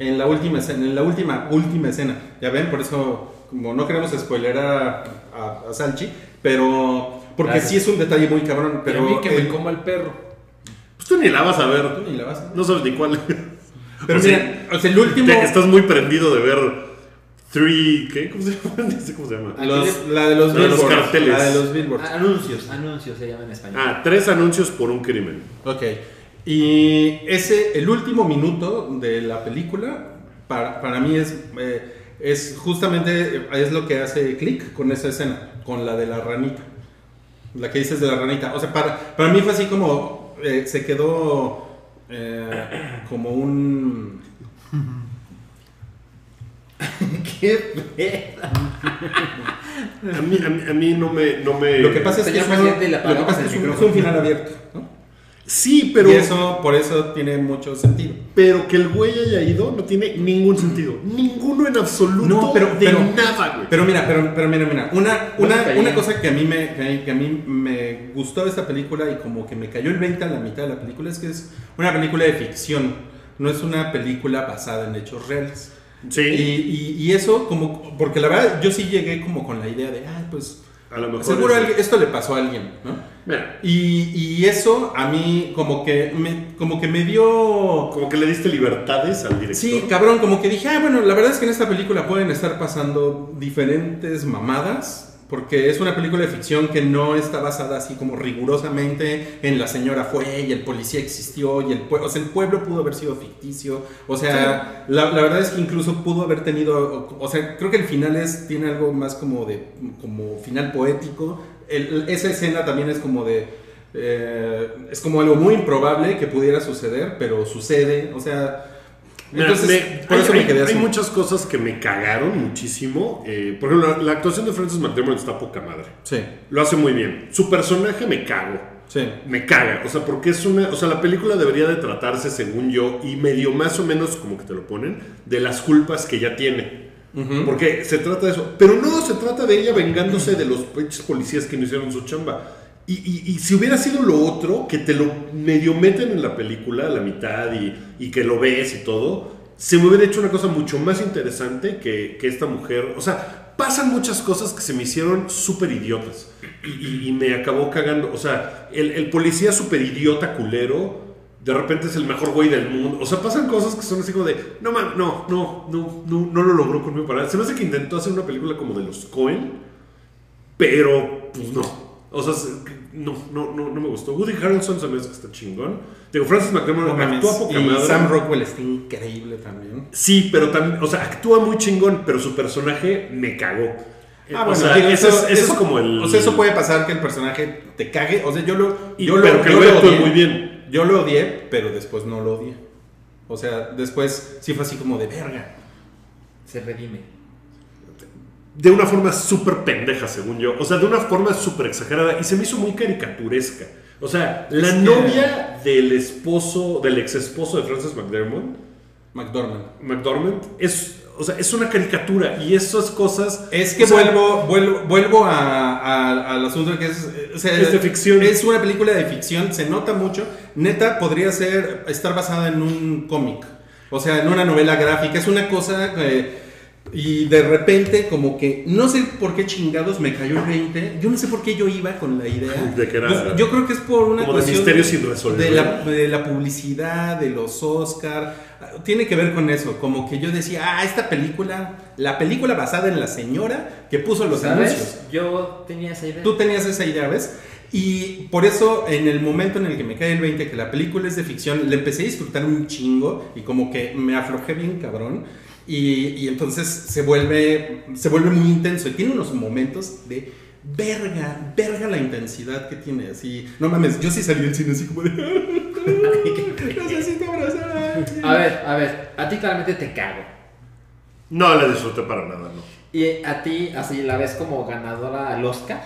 [SPEAKER 4] En la última escena, en la última, última escena. Ya ven, por eso, como no queremos spoilerar a, a, a Salchi, pero. Porque
[SPEAKER 3] Claro.
[SPEAKER 4] sí es un detalle muy cabrón,
[SPEAKER 2] Pero
[SPEAKER 4] pero.
[SPEAKER 2] a mí que
[SPEAKER 4] eh,
[SPEAKER 2] me coma el perro.
[SPEAKER 1] Pues tú ni la vas a ver.
[SPEAKER 4] ni la vas a-
[SPEAKER 1] No sabes ni cuál.
[SPEAKER 4] Pero
[SPEAKER 1] O sea,
[SPEAKER 4] mira, o sea, el último.
[SPEAKER 1] te- estás muy prendido de ver... Three... ¿Qué? ¿Cómo se llama? No sé cómo se llama.
[SPEAKER 4] Los- la de los
[SPEAKER 1] La de los
[SPEAKER 4] billboards,
[SPEAKER 1] carteles.
[SPEAKER 4] La de los billboards.
[SPEAKER 3] Ah, Anuncios, anuncios se llama en español.
[SPEAKER 1] Ah, tres anuncios por un crimen.
[SPEAKER 4] Ok. Y ese, el último minuto de la película, para, para mí es, eh, es justamente, eh, es lo que hace clic con esa escena, con la de la ranita. La que dices de la ranita. O sea, para, para mí fue así como, eh, se quedó eh, como un...
[SPEAKER 3] Ah. ¿Qué pedo?
[SPEAKER 1] A mí, a mí- a mí no me... No me...
[SPEAKER 4] Lo que pasa es que
[SPEAKER 3] Señor
[SPEAKER 4] es un-
[SPEAKER 3] presidente, le
[SPEAKER 4] lo que
[SPEAKER 3] apagamos
[SPEAKER 4] pasa
[SPEAKER 3] el
[SPEAKER 4] es que es un- es
[SPEAKER 3] micrófono.
[SPEAKER 4] un final abierto, ¿no?
[SPEAKER 1] Sí, pero...
[SPEAKER 4] Y eso, por eso tiene mucho sentido.
[SPEAKER 1] Pero que el güey haya ido no tiene ningún sentido. Ninguno en absoluto
[SPEAKER 4] No, pero-
[SPEAKER 1] de
[SPEAKER 4] pero-
[SPEAKER 1] nada, güey.
[SPEAKER 4] Pero mira, pero, pero mira, mira, una,
[SPEAKER 3] No
[SPEAKER 4] una,
[SPEAKER 3] te cayó.
[SPEAKER 4] una cosa que a, mí me, que, a mí- que a mí me gustó de esta película y como que me cayó el 20 a la mitad de la película es que es una película de ficción, no es una película basada en hechos reales. Y,
[SPEAKER 1] sí,
[SPEAKER 4] y- y eso como, porque la verdad yo sí llegué como con la idea de, ah, pues
[SPEAKER 1] a lo mejor.
[SPEAKER 4] seguro
[SPEAKER 1] es-
[SPEAKER 4] alguien- esto le pasó a alguien, ¿no?
[SPEAKER 1] Mira,
[SPEAKER 4] Y, y eso a mí como que me, como que me dio...
[SPEAKER 1] como que le diste libertades al director.
[SPEAKER 4] Sí, cabrón, como que dije, ah, bueno, la verdad es que en esta película pueden estar pasando diferentes mamadas, porque es una película de ficción que no está basada así como rigurosamente en la señora fue y el policía existió y el pueblo, o sea, el pueblo pudo haber sido ficticio, o sea, la, la verdad es que incluso pudo haber tenido, o, o sea, creo que el final es, tiene algo más como de, como final poético, El- esa escena también es como de... eh, es como algo muy improbable que pudiera suceder, pero sucede, o sea,
[SPEAKER 1] Mira,
[SPEAKER 4] entonces,
[SPEAKER 1] me-
[SPEAKER 4] por
[SPEAKER 1] hay,
[SPEAKER 4] eso
[SPEAKER 1] hay-
[SPEAKER 4] me quedé así.
[SPEAKER 1] hay muchas cosas que me cagaron muchísimo. Eh, por ejemplo, la, la actuación de Frances McDermott está poca madre.
[SPEAKER 4] Sí,
[SPEAKER 1] Lo hace muy bien. Su personaje me cago.
[SPEAKER 4] sí.
[SPEAKER 1] me caga, o sea, porque es una, o sea, la película debería de tratarse, según yo, y medio más o menos como que te lo ponen, de las culpas que ya tiene. Porque se trata de eso, pero no se trata de ella vengándose de los pinches policías que no hicieron su chamba. Y, y- y si hubiera sido lo otro, que te lo medio meten en la película, a la mitad, y, y que lo ves y todo, se me hubiera hecho una cosa mucho más interesante que, que esta mujer. O sea, pasan muchas cosas que se me hicieron súper idiotas. Y, y- y me acabó cagando. O sea, el, el policía súper idiota culero, de repente es el mejor güey del mundo. O sea, pasan cosas que son así como de, no, man, no, no, no, no, no lo logró conmigo para nada". Se me hace que intentó hacer una película como de los Cohen. Pero, pues no. O sea, se- no, no, no, no me gustó. Woody Harrelson se me hace que está chingón. Digo, Francis McDormand actúa poca
[SPEAKER 4] y
[SPEAKER 1] madre.
[SPEAKER 4] Sam Rockwell está increíble también.
[SPEAKER 1] Sí, pero también, o sea, actúa muy chingón, pero su personaje me cagó. Eh, o sea,
[SPEAKER 4] Ah, digo,
[SPEAKER 1] ese,
[SPEAKER 4] eso-
[SPEAKER 1] es, ese
[SPEAKER 4] eso-
[SPEAKER 1] es como el...
[SPEAKER 4] O sea, eso puede pasar que el personaje te cague. O sea, yo lo.
[SPEAKER 1] Y-
[SPEAKER 4] yo
[SPEAKER 1] pero que
[SPEAKER 4] yo
[SPEAKER 1] luego actúe muy bien.
[SPEAKER 4] Yo lo odié, pero después no lo odié. O sea, después sí fue así como de verga.
[SPEAKER 3] Se redime.
[SPEAKER 1] De una forma súper pendeja, según yo. O sea, de una forma súper exagerada. Y se me hizo muy caricaturesca. O sea, la
[SPEAKER 4] Es que-
[SPEAKER 1] novia del esposo, del ex esposo de Francis McDormand,
[SPEAKER 4] McDormand.
[SPEAKER 1] McDormand es, o sea, es una caricatura. Y esas cosas...
[SPEAKER 4] Es que
[SPEAKER 1] o sea,
[SPEAKER 4] vuelvo, vuelvo, vuelvo a, a- al asunto que es. eh, o sea,
[SPEAKER 1] Es de ficción.
[SPEAKER 4] Es una película de ficción, se nota mucho. Neta, podría ser estar basada en un cómic. O sea, en una novela gráfica. Es una cosa. eh, y de repente, como que. No sé por qué chingados me cayó el 20. Yo no sé por qué yo iba con la idea.
[SPEAKER 1] De que era-
[SPEAKER 4] Yo creo que es por una.
[SPEAKER 1] Como de
[SPEAKER 4] cuestión
[SPEAKER 1] misterio sin resolver.
[SPEAKER 4] De la, de la publicidad, de los Oscar. Tiene que ver con eso, como que yo decía, ah, esta película, la película basada en la señora que puso los anuncios.
[SPEAKER 3] ¿Sabes? Yo tenía esa idea.
[SPEAKER 4] Tú tenías esa idea, ¿ves? Y por eso, en el momento en el que me cae el 20, que la película es de ficción, le empecé a disfrutar un chingo y como que me aflojé bien cabrón. Y, y entonces se vuelve, se vuelve muy intenso y tiene unos momentos de verga, verga la intensidad que tiene. Así, no mames, yo sí salí del cine así como de. Necesito abrazar a alguien.
[SPEAKER 3] A ver, a ver, a ti claramente te cago.
[SPEAKER 1] No la disfruté para nada, no.
[SPEAKER 3] Y a ti, así la ves como ganadora al Oscar.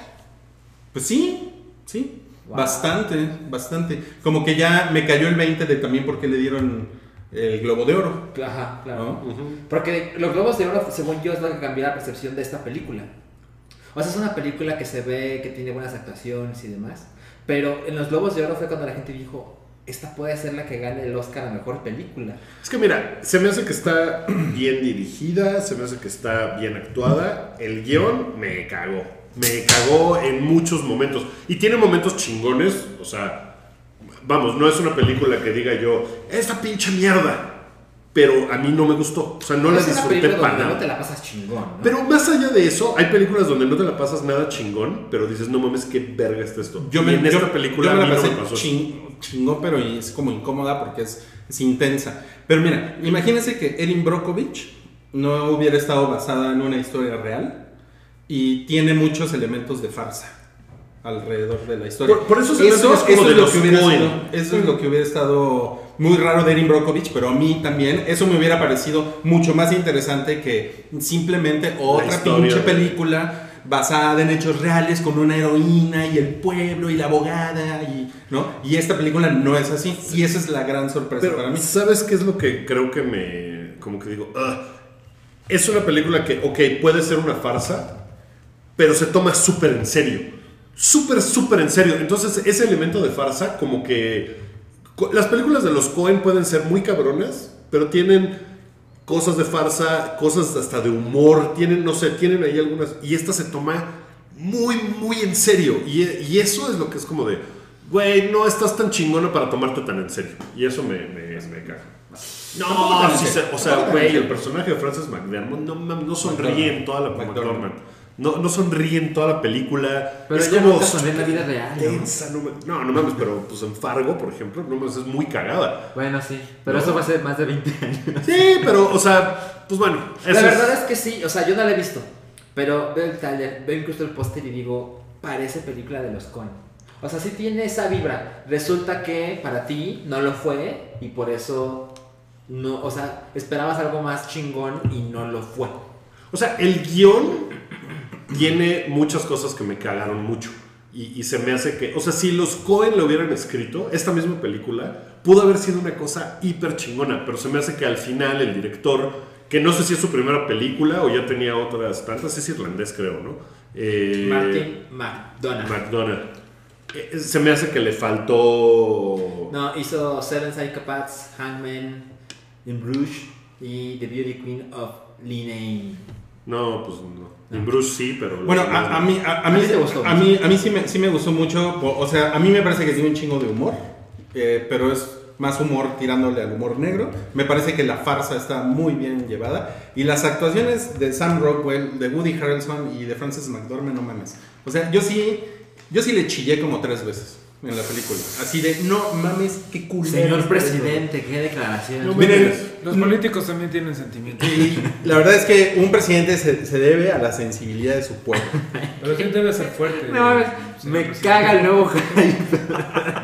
[SPEAKER 4] Pues sí, sí.
[SPEAKER 3] Wow.
[SPEAKER 4] Bastante, bastante. Como que ya me cayó el 20 de también porque le dieron el Globo de Oro.
[SPEAKER 3] Ajá, claro.
[SPEAKER 4] ¿no?
[SPEAKER 3] Porque los globos de oro, según yo, es lo que cambió la percepción de esta película. O sea, es una película que se ve, que tiene buenas actuaciones y demás. Pero en los globos de oro fue cuando la gente dijo, esta puede ser la que gane el Oscar a mejor película.
[SPEAKER 1] Es que mira, se me hace que está bien dirigida, se me hace que está bien actuada. El guión me cagó. Me cagó en muchos momentos. Y tiene momentos chingones. O sea, vamos, no es una película que diga yo, esta pinche mierda. Pero a mí no me gustó. O sea, no la
[SPEAKER 3] es una
[SPEAKER 1] disfruté
[SPEAKER 3] película
[SPEAKER 1] para
[SPEAKER 3] donde
[SPEAKER 1] nada.
[SPEAKER 3] no te la pasas chingón, ¿no?
[SPEAKER 1] Pero más allá de eso, hay películas donde no te la pasas nada chingón, pero dices, no mames, qué verga está esto.
[SPEAKER 4] Yo
[SPEAKER 1] Y
[SPEAKER 4] me,
[SPEAKER 1] en
[SPEAKER 4] yo-
[SPEAKER 1] esta película
[SPEAKER 4] yo me
[SPEAKER 1] a mí
[SPEAKER 4] la pasé
[SPEAKER 1] no me pasó.
[SPEAKER 4] chin- chingón, pero es como incómoda porque es, es intensa. Pero mira, imagínense que Erin Brockovich no hubiera estado basada en una historia real y tiene muchos elementos de farsa alrededor de la historia.
[SPEAKER 1] Por- por eso se me hace que es como de
[SPEAKER 4] es lo
[SPEAKER 1] los
[SPEAKER 4] que hubiera
[SPEAKER 1] Coen.
[SPEAKER 4] sido- eso es lo que hubiera estado muy raro de Erin Brockovich, pero a mí también eso me hubiera parecido mucho más interesante que simplemente otra
[SPEAKER 1] historia
[SPEAKER 4] pinche
[SPEAKER 1] de-
[SPEAKER 4] película basada en hechos reales con una heroína y el pueblo y la abogada y no y esta película no es así y esa es la gran sorpresa
[SPEAKER 1] Pero,
[SPEAKER 4] para mí.
[SPEAKER 1] ¿sabes qué es lo que creo que me. como que digo. "Ugh"? es una película que, ok, puede ser una farsa, pero se toma súper en serio. Súper, súper en serio. Entonces, ese elemento de farsa, como que. co- Las películas de los Cohen pueden ser muy cabronas, pero tienen cosas de farsa, cosas hasta de humor, tienen, no sé, tienen ahí algunas. Y esta se toma muy, muy en serio. Y, y eso es lo que es como de, güey, no estás tan chingona para tomarte tan en serio. Y eso me, me, me caga. No, sí se- o sea, güey, el personaje de Frances McDermott no, mames, no sonríe en toda la
[SPEAKER 4] McDormand.
[SPEAKER 1] McDormand. No, no sonríe en toda la película.
[SPEAKER 3] Pero
[SPEAKER 1] es
[SPEAKER 3] ella
[SPEAKER 1] como
[SPEAKER 3] nunca sonríe en la vida real, ¿no?
[SPEAKER 1] tensa, no, me- no, no mames, pero pues en Fargo, por ejemplo, no mames, es muy cagada.
[SPEAKER 3] Bueno, sí.
[SPEAKER 1] ¿No?
[SPEAKER 3] va a ser más de 20 años.
[SPEAKER 1] Sí, pero, o sea, pues bueno.
[SPEAKER 3] la
[SPEAKER 1] eso es-
[SPEAKER 3] verdad es... que sí, o sea, yo no la he visto. Pero veo el taller, veo incluso el póster y digo, parece película de los Coen. O sea, sí tiene esa vibra. Resulta que para ti no lo fue y por eso no, o sea, esperabas algo más chingón y no lo fue.
[SPEAKER 1] O sea, el guión tiene muchas cosas que me cagaron mucho. Y, y se me hace que, o sea, si los Cohen lo hubieran escrito, esta misma película pudo haber sido una cosa hiper chingona, pero se me hace que al final el director, que no sé si es su primera película o ya tenía otras tantas, es irlandés creo, ¿no? Eh,
[SPEAKER 3] Martin McDonagh.
[SPEAKER 1] McDonald. Eh, Se me hace que le faltó.
[SPEAKER 3] No, hizo Seven Psychopaths, Hangman, In Bruges y The Beauty Queen of Linane.
[SPEAKER 1] No, pues no. En Bruce sí, pero.
[SPEAKER 4] Bueno, a, a mí, a, a mí,
[SPEAKER 3] A ti te gustó
[SPEAKER 4] a mí, a mí sí, me, sí me gustó mucho. po- O sea, a mí me parece que tiene un chingo de humor, eh, pero es más humor tirándole al humor negro. Me parece que la farsa está muy bien llevada. Y las actuaciones de Sam Rockwell, de Woody Harrelson y de Frances McDormand, no mames. O sea, yo sí, yo sí le chillé como tres veces en la película. Así de, no mames, qué culero.
[SPEAKER 3] Señor
[SPEAKER 4] está
[SPEAKER 3] presidente, qué declaración.
[SPEAKER 1] No,
[SPEAKER 4] Miren,
[SPEAKER 2] Los políticos también tienen sentimientos.
[SPEAKER 4] Y la verdad es que un presidente se, se debe a la sensibilidad de su pueblo.
[SPEAKER 2] Pero sí debe ser fuerte. eh,
[SPEAKER 3] No mames,
[SPEAKER 2] Sí,
[SPEAKER 3] me
[SPEAKER 2] sí.
[SPEAKER 3] caga el nuevo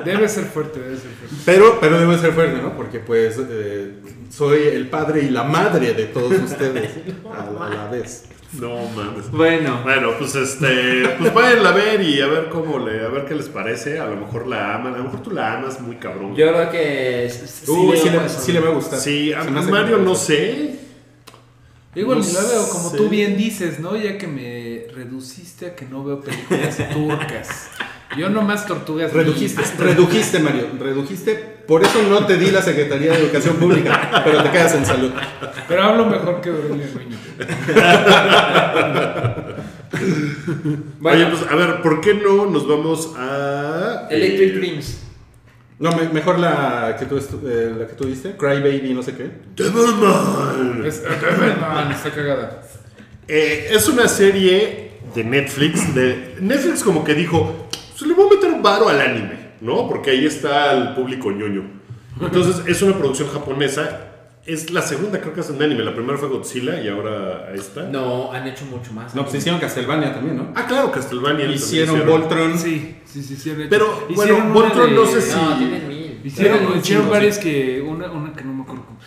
[SPEAKER 2] Debe ser fuerte, debe ser fuerte.
[SPEAKER 4] Pero, pero debo ser fuerte, ¿no? Porque pues eh, soy el padre y la madre de todos ustedes a, la- a la vez.
[SPEAKER 1] No mames.
[SPEAKER 3] Bueno,
[SPEAKER 1] Bueno, pues este, pues vayan a ver y a ver cómo le, a ver qué les parece. A lo mejor la aman, a lo mejor tú la amas muy cabrón.
[SPEAKER 3] yo creo que. s- s-
[SPEAKER 4] Uy, Uh, sí,
[SPEAKER 3] veo
[SPEAKER 4] le,
[SPEAKER 3] eso.
[SPEAKER 4] sí le va a gustar.
[SPEAKER 1] sí, a
[SPEAKER 4] Se me hace
[SPEAKER 1] Mario
[SPEAKER 4] que-
[SPEAKER 1] no sé.
[SPEAKER 2] Igual
[SPEAKER 1] No
[SPEAKER 2] ni la veo, como tú
[SPEAKER 1] sé.
[SPEAKER 2] bien dices, ¿no? Ya que me reduciste a que no veo películas turcas. Yo nomás tortugas.
[SPEAKER 4] Redujiste,
[SPEAKER 2] ninjas.
[SPEAKER 4] redujiste, Mario, redujiste. Por eso no te di la Secretaría de Educación Pública, pero te quedas en salud.
[SPEAKER 2] Pero hablo mejor que Aurelio Nuño.
[SPEAKER 3] Bueno,
[SPEAKER 1] Oye, pues a ver, ¿por qué no nos vamos a
[SPEAKER 4] pues,
[SPEAKER 3] Electric
[SPEAKER 1] eh,
[SPEAKER 3] Dreams.
[SPEAKER 4] No, me- mejor la que tú, estu- eh, la que tú viste, Cry Baby, no sé qué.
[SPEAKER 1] Devilman?
[SPEAKER 2] Es, no, está cagada.
[SPEAKER 1] Eh, es una serie de Netflix. De, Netflix como que dijo, se le voy a meter un varo al anime, ¿no? Porque ahí está el público ñoño. Entonces es una producción japonesa. Es la segunda creo que hacen de anime. La primera fue Godzilla y ahora esta.
[SPEAKER 3] No, han hecho mucho más.
[SPEAKER 4] No, pues hicieron Castlevania también, ¿no?
[SPEAKER 1] Ah, claro, Castlevania. también
[SPEAKER 4] Hicieron Voltron.
[SPEAKER 2] Sí, sí, sí, sí. han hecho.
[SPEAKER 1] Pero, bueno,
[SPEAKER 2] Hicieron una
[SPEAKER 1] Voltron
[SPEAKER 2] de-
[SPEAKER 1] no sé si-
[SPEAKER 3] No, tienen mil.
[SPEAKER 2] Hicieron,
[SPEAKER 4] Pero-
[SPEAKER 2] hicieron
[SPEAKER 4] sí,
[SPEAKER 2] varias que. Una, una que no me acuerdo. cómo.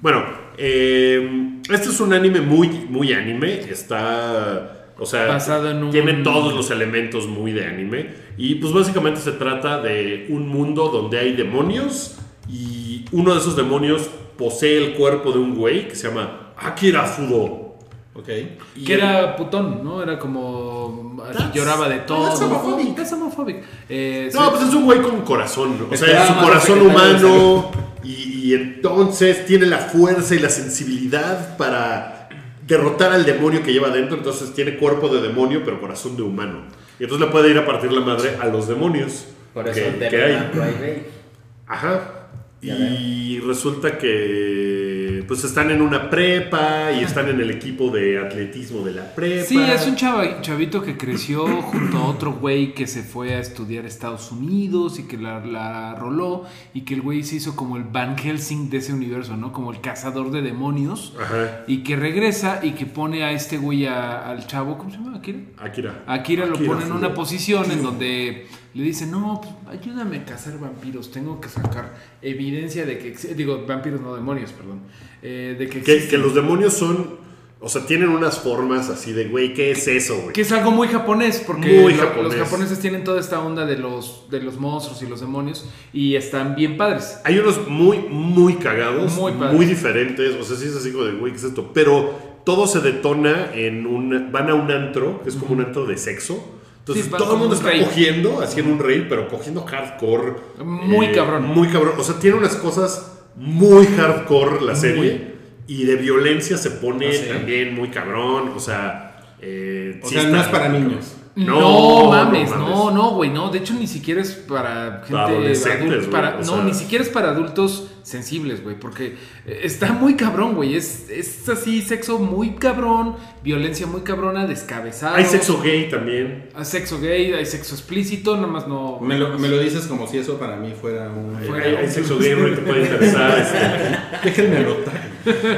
[SPEAKER 1] Bueno, eh, este es un anime muy, muy anime. Está. O sea,
[SPEAKER 2] Basado en un-
[SPEAKER 1] tiene todos los elementos muy de anime. Y pues básicamente se trata de un mundo donde hay demonios. Y uno de esos demonios posee el cuerpo de un güey que se llama Akira Fudo.
[SPEAKER 4] Ok.
[SPEAKER 1] Y
[SPEAKER 2] Que
[SPEAKER 1] él-
[SPEAKER 2] era putón, ¿no? Era como. así,
[SPEAKER 1] That's-
[SPEAKER 2] lloraba de todo.
[SPEAKER 1] that's homophobic.
[SPEAKER 2] Es homofóbico. Eh,
[SPEAKER 1] No,
[SPEAKER 2] sí.
[SPEAKER 1] pues es un güey con corazón. ¿no? O sea,
[SPEAKER 3] Esperaba
[SPEAKER 1] su
[SPEAKER 3] más
[SPEAKER 1] corazón
[SPEAKER 3] secretario de
[SPEAKER 1] humano. Y, y entonces tiene la fuerza y la sensibilidad para derrotar al demonio que lleva adentro. Entonces tiene cuerpo de demonio, pero corazón de humano. Y entonces le puede ir a partir la madre a los demonios.
[SPEAKER 3] Por eso
[SPEAKER 1] que- que hay.
[SPEAKER 3] Devilman Crybaby.
[SPEAKER 1] Ajá.
[SPEAKER 3] Ya
[SPEAKER 1] Y resulta que pues están en una prepa y están en el equipo de atletismo de la prepa.
[SPEAKER 2] Sí, es un chava- chavito que creció junto a otro güey que se fue a estudiar a Estados Unidos y que la, la roló y que el güey se hizo como el Van Helsing de ese universo, ¿no? Como el cazador de demonios
[SPEAKER 1] Ajá.
[SPEAKER 2] y que regresa y que pone a este güey a- al chavo, ¿cómo se llama? Akira.
[SPEAKER 1] Akira.
[SPEAKER 2] Akira lo pone en
[SPEAKER 1] Fudo.
[SPEAKER 2] una posición en donde le dice, no, pues, ayúdame a cazar vampiros, tengo que sacar evidencia de que, ex- digo, vampiros no demonios, perdón, eh, de que
[SPEAKER 1] Que,
[SPEAKER 2] existen".
[SPEAKER 1] que los demonios son. O sea, tienen unas formas así de, güey, ¿qué es eso, güey?
[SPEAKER 2] Que es algo muy japonés, porque
[SPEAKER 1] Muy
[SPEAKER 2] lo-
[SPEAKER 1] japonés.
[SPEAKER 2] los japoneses tienen toda esta onda de los, de los monstruos y los demonios y están bien padres.
[SPEAKER 1] Hay unos muy, muy cagados,
[SPEAKER 2] Muy
[SPEAKER 1] muy,
[SPEAKER 2] padres.
[SPEAKER 1] diferentes. O sea, sí es así como de, güey, ¿qué es esto? Pero todo se detona en un. Van a un antro, que es como un antro de sexo. Entonces
[SPEAKER 2] Sí, van
[SPEAKER 1] todo el
[SPEAKER 2] como
[SPEAKER 1] mundo
[SPEAKER 2] un
[SPEAKER 1] está
[SPEAKER 2] rave.
[SPEAKER 1] cogiendo, así en un rave, pero cogiendo hardcore. eh,
[SPEAKER 2] Muy cabrón.
[SPEAKER 1] Muy cabrón. O sea, tiene unas cosas muy hardcore la serie. Y de violencia se pone
[SPEAKER 4] Ah, sí.
[SPEAKER 1] también muy cabrón. O sea. eh,
[SPEAKER 4] O
[SPEAKER 1] sí
[SPEAKER 4] sea,
[SPEAKER 1] está-
[SPEAKER 4] no es para niños.
[SPEAKER 2] No, mames, no, no, güey, no. De hecho, ni siquiera es para gente
[SPEAKER 1] adolescentes,
[SPEAKER 2] adulta,
[SPEAKER 1] güey,
[SPEAKER 2] para-
[SPEAKER 1] o
[SPEAKER 2] no,
[SPEAKER 1] sea.
[SPEAKER 2] ni siquiera es para adultos sensibles, güey, porque eh, está muy cabrón, güey. Es, es así, sexo muy cabrón, violencia muy cabrona, descabezada.
[SPEAKER 1] Hay sexo gay también.
[SPEAKER 2] Hay sexo gay, hay sexo explícito, nada más no.
[SPEAKER 4] Me lo, me lo dices como si eso para mí fuera un...
[SPEAKER 2] Fuera-
[SPEAKER 1] Hay, hay sexo gay, güey, te puede interesar. este.
[SPEAKER 4] Déjenme anotar.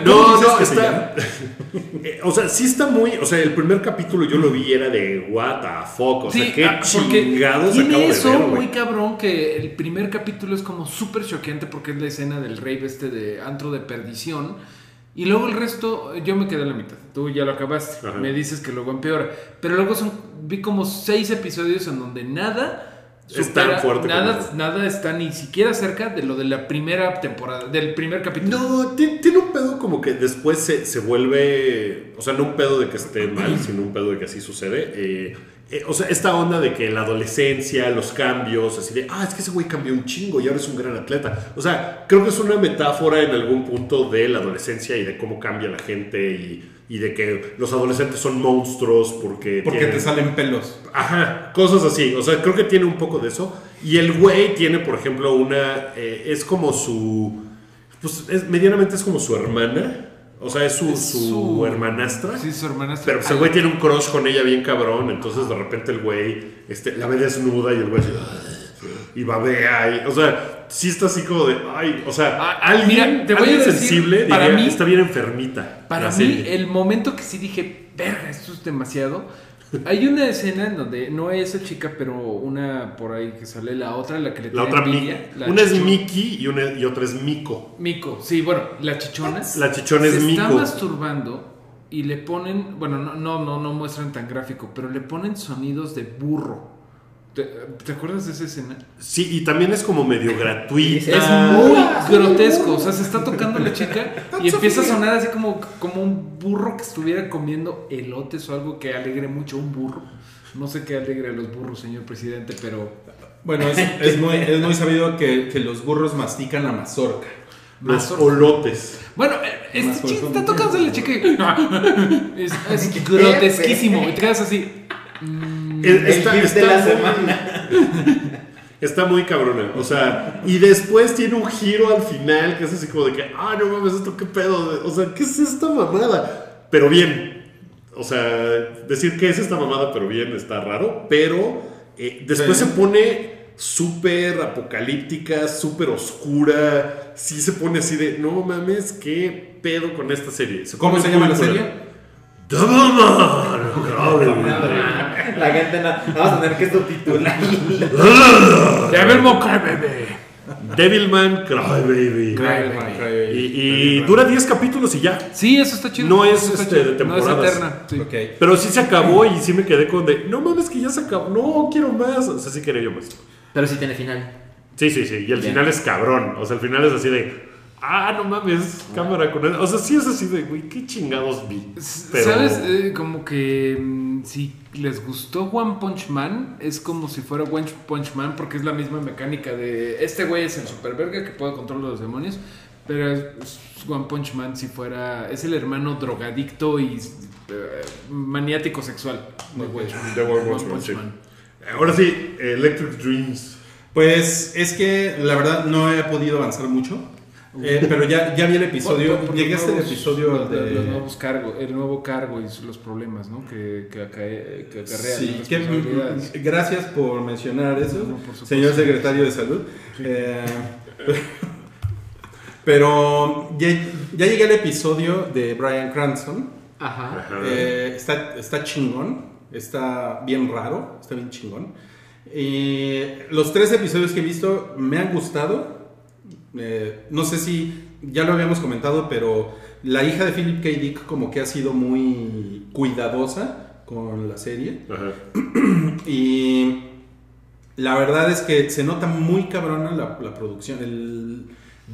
[SPEAKER 1] No,
[SPEAKER 4] dices
[SPEAKER 1] no,
[SPEAKER 4] que se
[SPEAKER 1] está. Eh, O sea, sí está muy. O sea, el primer capítulo yo lo vi era de what the fuck. O sea, qué
[SPEAKER 2] ah, porque
[SPEAKER 1] chingados
[SPEAKER 2] tiene
[SPEAKER 1] acabo de
[SPEAKER 2] eso
[SPEAKER 1] ver,
[SPEAKER 2] muy
[SPEAKER 1] güey.
[SPEAKER 2] cabrón que el primer capítulo es como súper choqueante porque es la escena del rave este de antro de perdición. Y luego el resto, yo me quedé en la mitad. Tú ya lo acabaste.
[SPEAKER 1] Ajá.
[SPEAKER 2] Me dices que luego empeora. Pero luego son, vi como seis episodios en donde nada
[SPEAKER 1] Es tan fuerte
[SPEAKER 2] Nada,
[SPEAKER 1] como-
[SPEAKER 2] nada está ni siquiera cerca de lo de la primera temporada, del primer capítulo.
[SPEAKER 1] No, ti- tiene un pedo como que después se, se vuelve. O sea, no un pedo de que esté mal, sino un pedo de que así sucede. eh, eh, o sea, esta onda de que la adolescencia, los cambios, así de, ah, es que ese güey cambió un chingo y ahora es un gran atleta. O sea, creo que es una metáfora en algún punto de la adolescencia y de cómo cambia la gente y, y de que los adolescentes son monstruos porque...
[SPEAKER 4] Porque
[SPEAKER 1] tienen-
[SPEAKER 4] te salen pelos.
[SPEAKER 1] Ajá, cosas así. O sea, creo que tiene un poco de eso. Y el güey tiene, por ejemplo, una... eh, es como su... Pues es- medianamente es como su hermana. O sea, es su,
[SPEAKER 2] Es
[SPEAKER 1] su
[SPEAKER 2] su-
[SPEAKER 1] hermanastra.
[SPEAKER 2] Sí, su hermanastra.
[SPEAKER 1] Pero pues, el güey tiene un crush con ella bien cabrón, entonces de repente el güey este, la ve desnuda y el güey así, y babea. Y, o sea, sí está así como de, ay, o sea,
[SPEAKER 2] Ah,
[SPEAKER 1] alguien,
[SPEAKER 2] mira, te voy a
[SPEAKER 1] alguien
[SPEAKER 2] decir,
[SPEAKER 1] sensible
[SPEAKER 2] para
[SPEAKER 1] diría,
[SPEAKER 2] mí-
[SPEAKER 1] está bien enfermita.
[SPEAKER 2] Para
[SPEAKER 1] la
[SPEAKER 2] mí,
[SPEAKER 1] serie".
[SPEAKER 2] el momento que sí dije, verga, esto es demasiado. Hay una escena en donde no es esa chica, pero una por ahí que sale la otra, la que le
[SPEAKER 1] la
[SPEAKER 2] tiene
[SPEAKER 1] otra
[SPEAKER 2] envidia,
[SPEAKER 1] Mi-
[SPEAKER 2] la
[SPEAKER 1] una es
[SPEAKER 2] chichona.
[SPEAKER 1] Mickey y, una, y otra es Mico.
[SPEAKER 2] Mico, sí, bueno, la chichona.
[SPEAKER 1] La chichona es
[SPEAKER 2] se está
[SPEAKER 1] Mico.
[SPEAKER 2] masturbando y le ponen, bueno, no, no, no, no muestran tan gráfico, pero le ponen sonidos de burro. ¿Te, te acuerdas de esa escena?
[SPEAKER 1] Sí, y también es como medio gratuita.
[SPEAKER 2] Es muy grotesco, o sea, se está tocando la chica y empieza a sonar así como, como un burro que estuviera comiendo elotes o algo que alegre mucho a un burro. No sé qué alegre a los burros, señor presidente, pero
[SPEAKER 4] Bueno, es, es muy, es muy sabido que, que los burros mastican la mazorca.
[SPEAKER 1] Los
[SPEAKER 2] más-
[SPEAKER 1] olotes.
[SPEAKER 2] Bueno, eh,
[SPEAKER 4] Más
[SPEAKER 2] este chico
[SPEAKER 4] corazón.
[SPEAKER 2] está tocando a la chica y... es, es grotesquísimo y te quedas así.
[SPEAKER 1] Es-
[SPEAKER 3] El
[SPEAKER 1] está-
[SPEAKER 3] gif de
[SPEAKER 1] está
[SPEAKER 3] la
[SPEAKER 1] muy-
[SPEAKER 3] semana.
[SPEAKER 1] Está muy cabrona, o sea, y después tiene un giro al final que es así como de que, ah, no mames, esto qué pedo, o sea, ¿qué es esta mamada? Pero bien, o sea, decir que es esta mamada, pero bien, está raro, pero eh, después
[SPEAKER 4] Sí.
[SPEAKER 1] se pone súper apocalíptica, súper oscura, sí se pone así de, no mames, qué pedo con esta serie.
[SPEAKER 4] ¿Cómo
[SPEAKER 1] pone
[SPEAKER 4] se
[SPEAKER 1] muy
[SPEAKER 4] llama la
[SPEAKER 1] culera.
[SPEAKER 4] serie?
[SPEAKER 1] Doberman.
[SPEAKER 3] La gente no. Vamos a tener que subtitular.
[SPEAKER 2] Ya ver moca, bebé.
[SPEAKER 1] Devilman Crybaby.
[SPEAKER 2] Crybaby.
[SPEAKER 1] Y, y dura 10 capítulos y ya.
[SPEAKER 2] Sí, eso está chido.
[SPEAKER 1] No es,
[SPEAKER 2] Eso está
[SPEAKER 1] este,
[SPEAKER 2] chido.
[SPEAKER 1] de temporadas.
[SPEAKER 2] No es eterna. sí.
[SPEAKER 4] Ok.
[SPEAKER 1] Pero sí se acabó y sí me quedé con de, no mames que ya se acabó, no quiero más. O sea, sí quería yo más.
[SPEAKER 3] Pero sí tiene final.
[SPEAKER 1] Sí, sí, sí. Y el
[SPEAKER 3] Bien.
[SPEAKER 1] final es cabrón. O sea, el final es así de, ah, no mames, cámara con él. O sea, sí es así de, güey, qué chingados vi.
[SPEAKER 2] S-
[SPEAKER 1] Pero,
[SPEAKER 2] ¿Sabes? Eh, como que mm, si les gustó One Punch Man, es como si fuera One Punch Man porque es la misma mecánica de este güey es el superverga que puede controlar los demonios, pero es- es One Punch Man si fuera es el hermano drogadicto y eh, maniático sexual de
[SPEAKER 4] Ok.
[SPEAKER 2] One Man.
[SPEAKER 1] de World War
[SPEAKER 2] One
[SPEAKER 1] War,
[SPEAKER 2] Punch
[SPEAKER 1] sí.
[SPEAKER 2] Man.
[SPEAKER 1] Ahora sí, Electric Dreams.
[SPEAKER 4] Pues es que la verdad no he podido avanzar mucho. eh, pero ya, ya vi el episodio.
[SPEAKER 2] Por- por
[SPEAKER 4] Llegué a
[SPEAKER 2] los
[SPEAKER 4] este
[SPEAKER 2] nuevos-
[SPEAKER 4] episodio
[SPEAKER 2] los,
[SPEAKER 4] de.
[SPEAKER 2] los nuevos cargo- el nuevo cargo y los problemas, ¿no? Que, que, acae- que acarrean
[SPEAKER 4] Sí,
[SPEAKER 2] las
[SPEAKER 4] que-
[SPEAKER 2] responsabilidades.
[SPEAKER 4] gracias por mencionar eso,
[SPEAKER 2] No, por supuesto.
[SPEAKER 4] señor secretario de salud. Eh, pero ya, ya llegué al episodio de Brian Cranston.
[SPEAKER 3] Ajá.
[SPEAKER 4] Eh, está, está chingón, está bien raro, está bien chingón. Eh, los tres episodios que he visto me han gustado. Eh, no sé si ya lo habíamos comentado, pero la hija de Philip K. Dick como que ha sido muy cuidadosa con la serie.
[SPEAKER 1] Ajá.
[SPEAKER 4] Y la verdad es que se nota muy cabrona la, la producción. El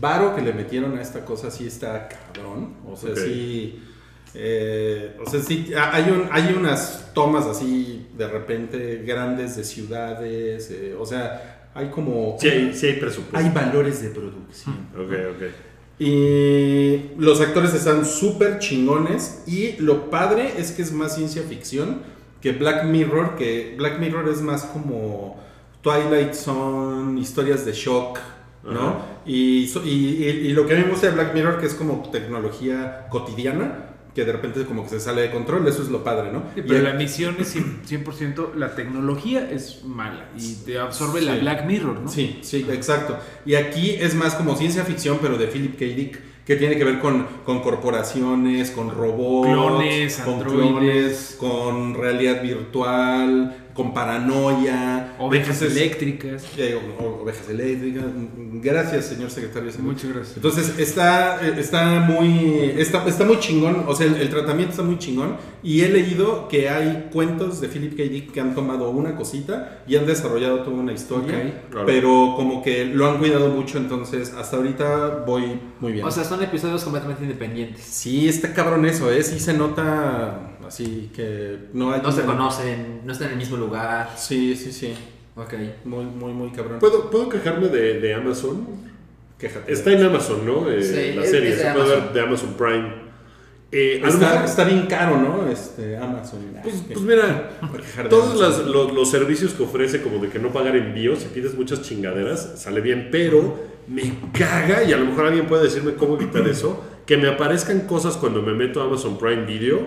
[SPEAKER 4] varo que le metieron a esta cosa sí está cabrón. O sea,
[SPEAKER 1] Ok.
[SPEAKER 4] sí. eh, o sea, sí, ha- hay, un- hay unas tomas así de repente grandes de ciudades. eh, o sea, hay como.
[SPEAKER 1] Sí, hay, sí hay pues. presupuesto.
[SPEAKER 4] hay valores de producción.
[SPEAKER 1] Ok, ok.
[SPEAKER 4] Y los actores están súper chingones. Y lo padre es que es más ciencia ficción que Black Mirror, que Black Mirror es más como Twilight Zone, historias de shock,
[SPEAKER 1] Ajá.
[SPEAKER 4] ¿no? Y, so- y- y- y lo que a mí me gusta de Black Mirror, que es como tecnología cotidiana, que de repente como que se sale de control, eso es lo padre, ¿no?
[SPEAKER 2] Sí,
[SPEAKER 4] Y
[SPEAKER 2] pero
[SPEAKER 4] el-
[SPEAKER 2] la misión es 100%, 100%, la tecnología es mala y te absorbe la
[SPEAKER 4] Sí.
[SPEAKER 2] Black Mirror, ¿no?
[SPEAKER 4] Sí, sí, exacto. Y aquí es más como ciencia ficción, pero de Philip K. Dick, que tiene que ver con, con corporaciones, con robots,
[SPEAKER 2] Clones,
[SPEAKER 4] con
[SPEAKER 2] androides.
[SPEAKER 4] clones, con realidad virtual, con paranoia.
[SPEAKER 2] Ovejas
[SPEAKER 4] Entonces,
[SPEAKER 2] eléctricas.
[SPEAKER 4] eh, o- o- ovejas eléctricas. Gracias, señor secretario. de Salud.
[SPEAKER 2] Muchas gracias.
[SPEAKER 4] Entonces está, está muy está, está muy chingón, o sea, el, el tratamiento está muy chingón y he leído que hay cuentos de Philip K. Dick que han tomado una cosita y han desarrollado toda una historia,
[SPEAKER 2] Ok,
[SPEAKER 1] claro.
[SPEAKER 4] pero como que lo han cuidado mucho, entonces hasta ahorita voy muy bien.
[SPEAKER 3] O sea, son episodios completamente independientes.
[SPEAKER 4] sí, está cabrón eso, ¿eh? Sí se nota así que no hay...
[SPEAKER 3] No se conocen, no están en el mismo lugar.
[SPEAKER 4] Sí, sí, sí.
[SPEAKER 3] Ok.
[SPEAKER 4] Muy, muy, muy cabrón.
[SPEAKER 1] ¿Puedo, ¿Puedo quejarme de, de Amazon?
[SPEAKER 4] Quéjate.
[SPEAKER 1] Está en Amazon, ¿no? Eh,
[SPEAKER 3] Sí,
[SPEAKER 1] la
[SPEAKER 3] es-
[SPEAKER 1] serie,
[SPEAKER 3] es de
[SPEAKER 1] se puede ver
[SPEAKER 3] Amazon.
[SPEAKER 1] de Amazon Prime. Eh, a lo
[SPEAKER 4] Está,
[SPEAKER 1] mejor-
[SPEAKER 4] está bien caro, ¿no? Este, Amazon.
[SPEAKER 1] pues, pues mira,
[SPEAKER 4] Para quejar de
[SPEAKER 1] todos
[SPEAKER 4] Amazon.
[SPEAKER 1] las- los, los servicios que ofrece, como de que no pagar envíos, si pides muchas chingaderas, sale bien, pero me caga, y a lo mejor alguien puede decirme cómo evitar eso, que me aparezcan cosas cuando me meto a Amazon Prime Video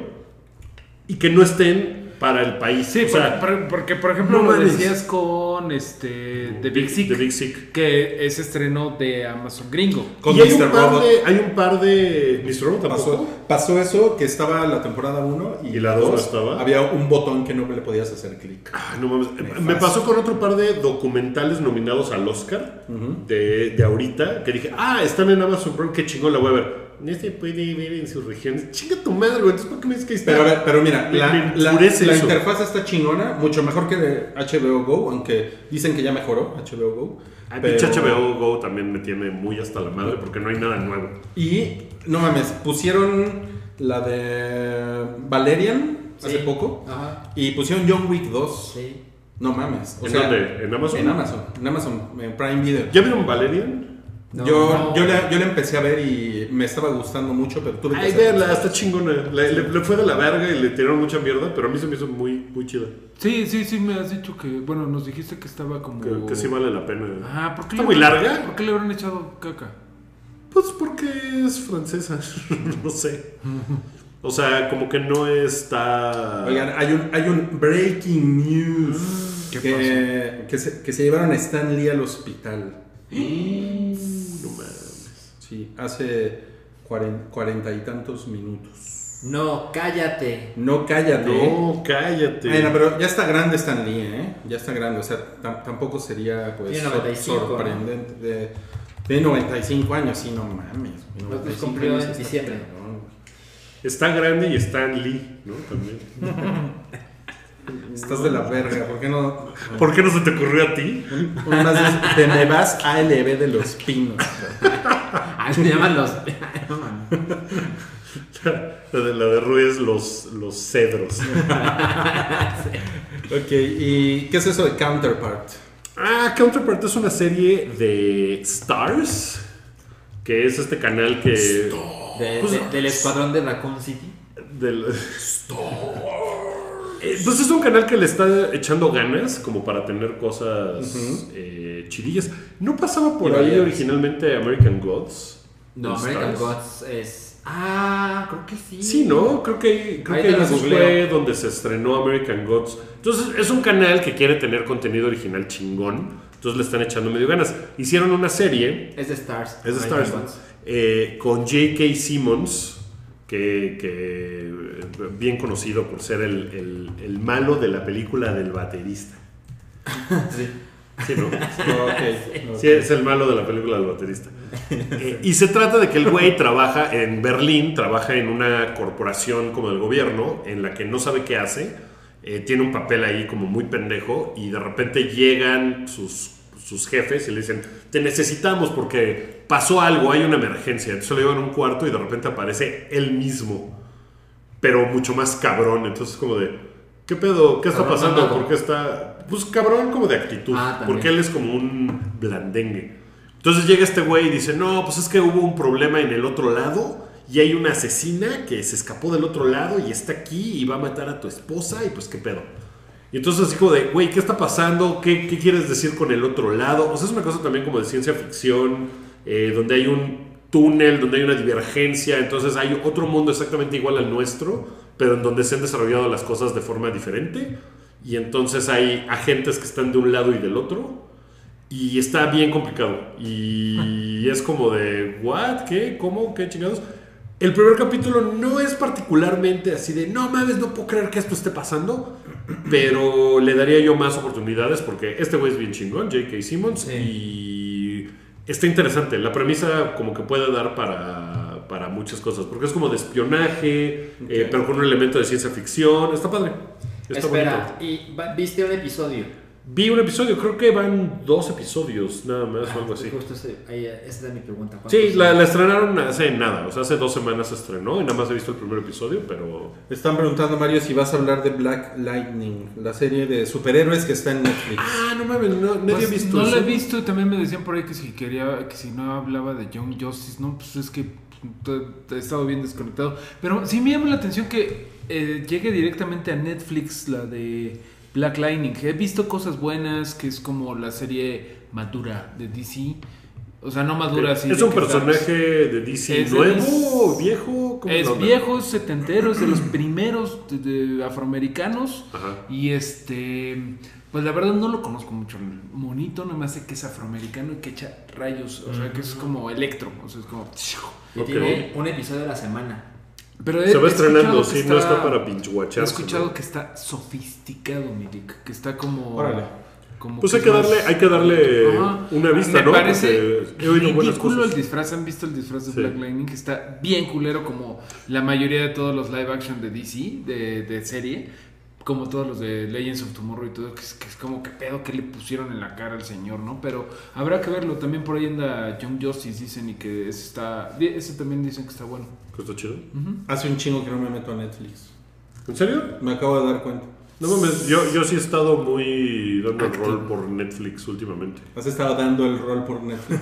[SPEAKER 1] y que no estén para el país.
[SPEAKER 2] Sí,
[SPEAKER 1] O sea,
[SPEAKER 2] por- por- porque por ejemplo
[SPEAKER 1] no
[SPEAKER 2] lo
[SPEAKER 1] mames.
[SPEAKER 2] decías con este The Big Sick,
[SPEAKER 1] The Big Sick.
[SPEAKER 2] que es estreno de Amazon Gringo.
[SPEAKER 4] Con
[SPEAKER 1] y hay
[SPEAKER 4] Mr.
[SPEAKER 1] un, par
[SPEAKER 4] Robot.
[SPEAKER 1] de, hay un par de... ¿Mr. Robot
[SPEAKER 4] Pasó,
[SPEAKER 1] tampoco?
[SPEAKER 4] pasó eso que estaba la temporada 1 y,
[SPEAKER 1] ¿Y la dos no
[SPEAKER 4] dos,
[SPEAKER 1] estaba?
[SPEAKER 4] Había un botón que no le podías hacer clic.
[SPEAKER 1] Ah, no mames. Eh,
[SPEAKER 4] Nefasto.
[SPEAKER 1] Me pasó con otro par de documentales nominados al Oscar de, de ahorita que dije, ah, están en Amazon Prime, qué chingón la voy a ver. No se puede ver en sus regiones. Chinga tu madre, güey. Entonces, ¿por qué me dices que ahí está?
[SPEAKER 4] Pero, a ver, pero mira,
[SPEAKER 1] Me-
[SPEAKER 4] la,
[SPEAKER 1] me
[SPEAKER 4] la-
[SPEAKER 1] enfurece
[SPEAKER 4] la
[SPEAKER 1] eso.
[SPEAKER 4] interfaz está chingona, mucho mejor que de HBO Go, aunque dicen que ya mejoró HBO Go.
[SPEAKER 1] A mí
[SPEAKER 4] pero-
[SPEAKER 1] Ah, pinche HBO Go también me tiene muy hasta la madre porque no hay nada nuevo.
[SPEAKER 4] Y no mames, pusieron la de Valerian hace
[SPEAKER 3] Sí.
[SPEAKER 4] poco
[SPEAKER 3] Ajá.
[SPEAKER 4] y pusieron John Wick 2.
[SPEAKER 3] Sí.
[SPEAKER 4] No mames. o
[SPEAKER 1] ¿En
[SPEAKER 4] sea,
[SPEAKER 1] dónde? ¿En Amazon?
[SPEAKER 4] En Amazon, en Amazon, en Prime Video.
[SPEAKER 1] ¿Ya vieron Valerian?
[SPEAKER 3] No,
[SPEAKER 4] yo,
[SPEAKER 3] no.
[SPEAKER 4] Yo, la, yo la empecé a ver y me estaba gustando mucho, pero tuve que
[SPEAKER 1] Ay,
[SPEAKER 4] hacer-
[SPEAKER 1] verla, está chingona. Le, le- le fue de la verga y le tiraron mucha mierda, pero a mí se me hizo muy, muy chida.
[SPEAKER 2] Sí, sí, sí, me has dicho que, bueno, nos dijiste que estaba como...
[SPEAKER 1] Que, que sí vale la pena.
[SPEAKER 2] Ah, ¿por qué
[SPEAKER 1] ¿Está
[SPEAKER 2] le-
[SPEAKER 1] muy larga?
[SPEAKER 2] ¿Por qué le habrán echado caca?
[SPEAKER 1] Pues porque es francesa, no sé. O sea, como que no está...
[SPEAKER 4] Oigan, hay un, hay un breaking news
[SPEAKER 2] ¿Qué
[SPEAKER 4] que, que, se, que se llevaron a Stan Lee al hospital.
[SPEAKER 1] No mames.
[SPEAKER 4] Sí, hace cuaren- cuarenta y tantos minutos.
[SPEAKER 3] No, cállate.
[SPEAKER 4] No, cállate.
[SPEAKER 1] No, cállate.
[SPEAKER 4] Bueno, pero ya está grande Stan Lee, ¿eh? Ya está grande, o sea, tam- tampoco sería pues
[SPEAKER 3] Tiene
[SPEAKER 4] sor-
[SPEAKER 3] 95, ¿no?
[SPEAKER 4] sorprendente. De, de 95 años, sí, no mames. güey,
[SPEAKER 3] Pues
[SPEAKER 4] 95
[SPEAKER 3] cumplió
[SPEAKER 4] años
[SPEAKER 3] en
[SPEAKER 4] está
[SPEAKER 3] diciembre.
[SPEAKER 4] cabrón, güey.
[SPEAKER 1] Está grande y está en Lee, ¿no? También.
[SPEAKER 4] Estás de la verga, ¿por qué no?
[SPEAKER 1] ¿Por qué no se te ocurrió a ti?
[SPEAKER 4] Una más es, te me vas ALB de los pinos.
[SPEAKER 3] Ah, se llaman los.
[SPEAKER 1] La de, la de Rui es los, los cedros.
[SPEAKER 4] ok, ¿y qué es eso de Counterpart?
[SPEAKER 1] Ah, Counterpart es una serie de Stars, que es este canal que...
[SPEAKER 3] de- de- del escuadrón de Raccoon City.
[SPEAKER 1] del- Eh, Pues es un canal que le está echando ganas como para tener cosas eh, chidillas. ¿No pasaba por
[SPEAKER 4] Y
[SPEAKER 1] ahí
[SPEAKER 4] variadas.
[SPEAKER 1] originalmente American Gods?
[SPEAKER 3] No,
[SPEAKER 1] ¿Los
[SPEAKER 3] American
[SPEAKER 1] Stars?
[SPEAKER 3] Gods es. Ah, creo que sí.
[SPEAKER 1] Sí, ¿no? Creo que, creo
[SPEAKER 3] Ahí
[SPEAKER 1] que
[SPEAKER 3] te lo
[SPEAKER 1] eso
[SPEAKER 3] googleo.
[SPEAKER 1] fue donde se estrenó American Gods. Entonces es un canal que quiere tener contenido original chingón. Entonces le están echando medio ganas. Hicieron una serie
[SPEAKER 3] Es de Stars.
[SPEAKER 1] Es de
[SPEAKER 3] American
[SPEAKER 1] Stars.
[SPEAKER 3] Gods.
[SPEAKER 1] Eh, con J.K. Simmons, que, que, eh, bien conocido por ser el, el- el malo de la película del baterista. Sí, ¿no?
[SPEAKER 4] Ok,
[SPEAKER 1] Sí, es el malo de la película del baterista. Eh, y se trata de que el güey trabaja en Berlín, trabaja en una corporación como del gobierno, en la que no sabe qué hace, eh, tiene un papel ahí como muy pendejo, y de repente llegan sus, sus jefes y le dicen, te necesitamos porque pasó algo, hay una emergencia. Entonces lo llevan a un cuarto y de repente aparece él mismo, pero mucho más cabrón. Entonces como de... ¿Qué pedo? ¿Qué está
[SPEAKER 3] Cabrón
[SPEAKER 1] pasando?
[SPEAKER 3] mamado.
[SPEAKER 1] ¿Por qué está...? Pues cabrón como de actitud.
[SPEAKER 3] Ah, también.
[SPEAKER 1] porque él es como un blandengue. Entonces llega este güey y dice, no, pues es que hubo un problema en el otro lado y hay una asesina que se escapó del otro lado y está aquí y va a matar a tu esposa y pues qué pedo. Y entonces así como de, güey, ¿qué está pasando? ¿Qué, qué quieres decir con el otro lado? O sea, es una cosa también como de ciencia ficción, eh, donde hay un túnel, donde hay una divergencia, entonces hay otro mundo exactamente igual al nuestro, pero en donde se han desarrollado las cosas de forma diferente. Y entonces hay agentes que están de un lado y del otro. Y está bien complicado. Y
[SPEAKER 3] Ah.
[SPEAKER 1] es como de, ¿what? ¿Qué? ¿Cómo? ¿Qué chingados? El primer capítulo no es particularmente así de, no mames, no puedo creer que esto esté pasando. Pero le daría yo más oportunidades porque este güey es bien chingón, J.K. Simmons.
[SPEAKER 3] Sí.
[SPEAKER 1] Y está interesante. La premisa como que puede dar para, para muchas cosas. Porque es como de espionaje, eh,
[SPEAKER 4] Ok.
[SPEAKER 1] pero con un elemento de ciencia ficción. Está padre. Está
[SPEAKER 3] Espera,
[SPEAKER 1] bonito.
[SPEAKER 3] ¿y va- viste un episodio?
[SPEAKER 1] Vi un episodio, creo que van dos episodios nada más o algo
[SPEAKER 3] Ah,
[SPEAKER 1] así.
[SPEAKER 3] Justo ese- ahí, esa era mi pregunta. ¿cuántos
[SPEAKER 1] Sí,
[SPEAKER 3] son?
[SPEAKER 1] la, la estrenaron hace nada, o sea, hace dos semanas se estrenó y nada más he visto el primer episodio, pero
[SPEAKER 4] Están preguntando, Mario, si vas a hablar de Black Lightning, la serie de superhéroes que está en Netflix.
[SPEAKER 1] Ah, no mames, no, nadie
[SPEAKER 2] Pues,
[SPEAKER 1] ha visto
[SPEAKER 2] no
[SPEAKER 1] eso.
[SPEAKER 2] lo he visto y también me decían por ahí que si quería, que si no hablaba de Young Justice, no, pues es que he estado bien desconectado. Pero sí me llama la atención que eh, llegue directamente a Netflix la de Black Lightning. He visto cosas buenas, que es como la serie madura de DC. O sea, no madura así.
[SPEAKER 1] es
[SPEAKER 2] de
[SPEAKER 1] un
[SPEAKER 2] que estamos-
[SPEAKER 1] personaje de DC
[SPEAKER 2] Es de
[SPEAKER 1] nuevo,
[SPEAKER 2] DC.
[SPEAKER 1] viejo, ¿cómo
[SPEAKER 2] Es
[SPEAKER 1] la onda?
[SPEAKER 2] viejo, setentero, es de los primeros de- de afroamericanos.
[SPEAKER 1] Ajá.
[SPEAKER 2] Y este, pues la verdad no lo conozco mucho. El monito nada más sé que es afroamericano y que echa rayos, o sea, que es como electro, o sea, es como...
[SPEAKER 3] Y
[SPEAKER 1] Ok.
[SPEAKER 3] tiene un episodio a la semana.
[SPEAKER 2] Pero he-
[SPEAKER 1] Se va
[SPEAKER 2] he
[SPEAKER 1] estrenando,
[SPEAKER 2] escuchado
[SPEAKER 1] sí,
[SPEAKER 2] que
[SPEAKER 1] no está para pinche
[SPEAKER 2] He escuchado que está sofisticado, Milik, que está como...
[SPEAKER 4] Órale.
[SPEAKER 2] como
[SPEAKER 1] Pues
[SPEAKER 2] que
[SPEAKER 1] hay que
[SPEAKER 2] es más-
[SPEAKER 1] darle, hay que darle
[SPEAKER 2] Ajá.
[SPEAKER 1] una vista,
[SPEAKER 2] Me
[SPEAKER 1] ¿no?
[SPEAKER 2] parece
[SPEAKER 1] Porque he oído buenas
[SPEAKER 2] ridículo el
[SPEAKER 1] cosas.
[SPEAKER 2] disfraz. ¿Han visto el disfraz de
[SPEAKER 1] Sí.
[SPEAKER 2] Black Lightning? Que está bien culero como la mayoría de todos los live action de DC, de, de serie. Como todos los de Legends of Tomorrow y todo, que es, que es como que pedo que le pusieron en la cara al señor, ¿no? Pero habrá que verlo. También por ahí anda Young Justice, dicen, y que ese está. di- Ese también dicen que está bueno.
[SPEAKER 1] ¿Que está chido?
[SPEAKER 4] Hace un chingo que no me meto a Netflix.
[SPEAKER 1] ¿En serio?
[SPEAKER 4] Me acabo de dar cuenta.
[SPEAKER 1] No mames, yo, yo sí he estado muy dando el rol por Netflix últimamente.
[SPEAKER 4] Has estado dando el rol por Netflix.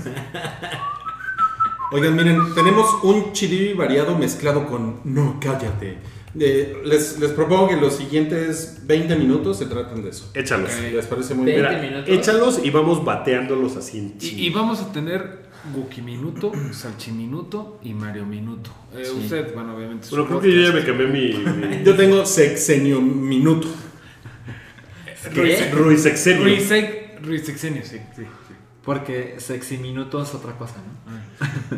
[SPEAKER 4] Oigan, miren, tenemos un chiribi variado mezclado con No, cállate. Eh, les, les propongo que los siguientes 20 minutos se traten de eso.
[SPEAKER 1] Échalos.
[SPEAKER 2] Ok.
[SPEAKER 4] ¿Les parece muy bien?
[SPEAKER 3] Veinte
[SPEAKER 1] Mira,
[SPEAKER 3] minutos.
[SPEAKER 1] échalos y vamos bateándolos así en
[SPEAKER 2] Y, y
[SPEAKER 1] chinga.
[SPEAKER 2] vamos a tener Wookie Minuto, Salchiminuto y Mario Minuto. Eh,
[SPEAKER 3] Sí.
[SPEAKER 2] Usted, bueno, obviamente. su
[SPEAKER 1] Bueno, creo que yo ya
[SPEAKER 2] podcast.
[SPEAKER 1] me cambié mi... mi
[SPEAKER 4] Yo tengo sexenio minuto.
[SPEAKER 3] ¿Qué?
[SPEAKER 1] Ruiz Exenio.
[SPEAKER 2] Ruisex- Ruisexenio, sí, sí, sí.
[SPEAKER 3] Porque sexy minuto es otra cosa, ¿no?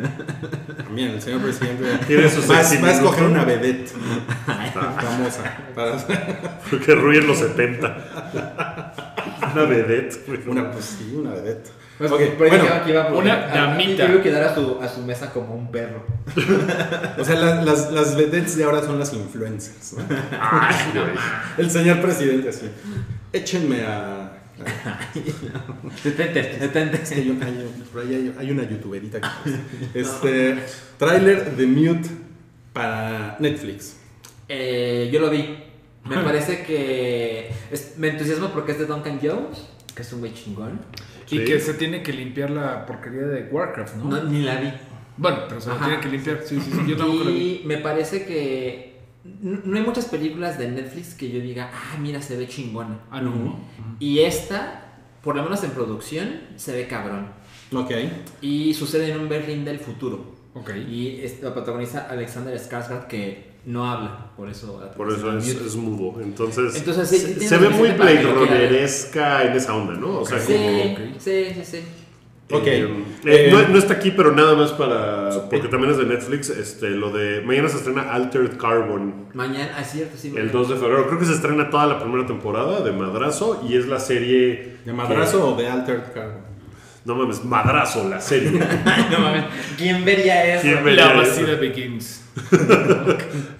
[SPEAKER 4] También, el señor presidente
[SPEAKER 1] Tiene su
[SPEAKER 4] va,
[SPEAKER 1] sexy
[SPEAKER 4] va a escoger
[SPEAKER 1] minuto.
[SPEAKER 4] una vedette famosa. Para,
[SPEAKER 1] Porque Rui en los 70. Una vedette. güey.
[SPEAKER 4] una, pues sí, una vedette.
[SPEAKER 3] Pues,
[SPEAKER 4] Ok,
[SPEAKER 3] por ahí
[SPEAKER 4] bueno,
[SPEAKER 3] dije que iba a poner
[SPEAKER 2] una
[SPEAKER 3] a- a-
[SPEAKER 2] damita.
[SPEAKER 3] Tuve que dar a su, a su mesa como un perro.
[SPEAKER 4] o sea, las, las, las vedettes de ahora son las influencers. ¿no?
[SPEAKER 2] Ah,
[SPEAKER 1] Ay, güey.
[SPEAKER 4] El señor presidente, así. Échenme a.
[SPEAKER 3] Detente,
[SPEAKER 4] Es
[SPEAKER 3] detente.
[SPEAKER 4] que yo- hay, por ahí hay- hay una youtuberita que. Este. Trailer de Mute para Netflix.
[SPEAKER 3] Eh, yo lo vi. Me parece que. es- me entusiasma porque es de Duncan Jones, que es un güey chingón.
[SPEAKER 2] Y
[SPEAKER 1] Sí.
[SPEAKER 2] que se tiene que limpiar la porquería de Warcraft, ¿no?
[SPEAKER 3] No, ni la vi.
[SPEAKER 2] Bueno, pero se la
[SPEAKER 3] Ajá.
[SPEAKER 2] tiene que limpiar. Sí, sí, sí. Yo tampoco la vi.
[SPEAKER 3] Y me parece que. n- No hay muchas películas de Netflix que yo diga, ah, mira, se ve chingona.
[SPEAKER 2] Ah, no.
[SPEAKER 4] Ujú.
[SPEAKER 3] Y esta, por lo menos en producción, se ve cabrón.
[SPEAKER 4] Ok.
[SPEAKER 3] Y sucede en un Berlín del futuro.
[SPEAKER 2] Ok.
[SPEAKER 3] Y es- la protagoniza Alexander Skarsgård que no habla, por eso. la
[SPEAKER 1] Por eso
[SPEAKER 3] persona
[SPEAKER 1] es,
[SPEAKER 3] mute.
[SPEAKER 1] es mudo. Entonces,
[SPEAKER 3] Entonces, sí,
[SPEAKER 1] se,
[SPEAKER 3] tiene
[SPEAKER 1] se ve muy
[SPEAKER 3] suficiente para
[SPEAKER 1] Blade
[SPEAKER 3] que lo quiera ver.
[SPEAKER 1] Runneresca en esa onda, ¿no? O sea, como...
[SPEAKER 3] Sí, sí, sí, sí.
[SPEAKER 4] Ok.
[SPEAKER 1] Eh,
[SPEAKER 4] Eh,
[SPEAKER 1] no, no está aquí, pero nada más para. Porque también es de Netflix. Este, lo de. Mañana se estrena Altered Carbon.
[SPEAKER 3] Mañana, ah, es cierto, sí.
[SPEAKER 1] El
[SPEAKER 3] mañana.
[SPEAKER 1] 2 de febrero. Creo que se estrena toda la primera temporada de Madrazo. Y es la serie.
[SPEAKER 4] ¿De madrazo o de Altered Carbon?
[SPEAKER 1] que- no mames, Madrazo, la serie.
[SPEAKER 3] No mames, ¿Quién vería eso?
[SPEAKER 1] ¿Quién vería
[SPEAKER 2] La
[SPEAKER 1] eso?
[SPEAKER 2] vacía begins.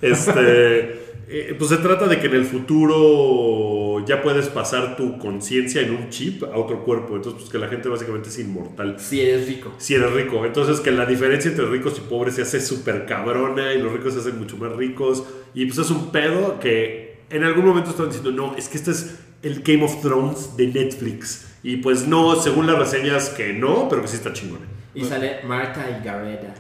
[SPEAKER 1] Este. eh, pues se trata de que en el futuro ya puedes pasar tu conciencia en un chip a otro cuerpo. Entonces, pues que la gente básicamente es inmortal.
[SPEAKER 3] Si eres rico.
[SPEAKER 1] si eres rico. Entonces que la diferencia entre ricos y pobres se hace súper cabrona y los ricos se hacen mucho más ricos. Y pues es un pedo que en algún momento estaban diciendo, no, es que este es el Game of Thrones de Netflix. Y pues no, según las reseñas que no, pero que sí está chingona.
[SPEAKER 3] Y sale Marta y Gareda.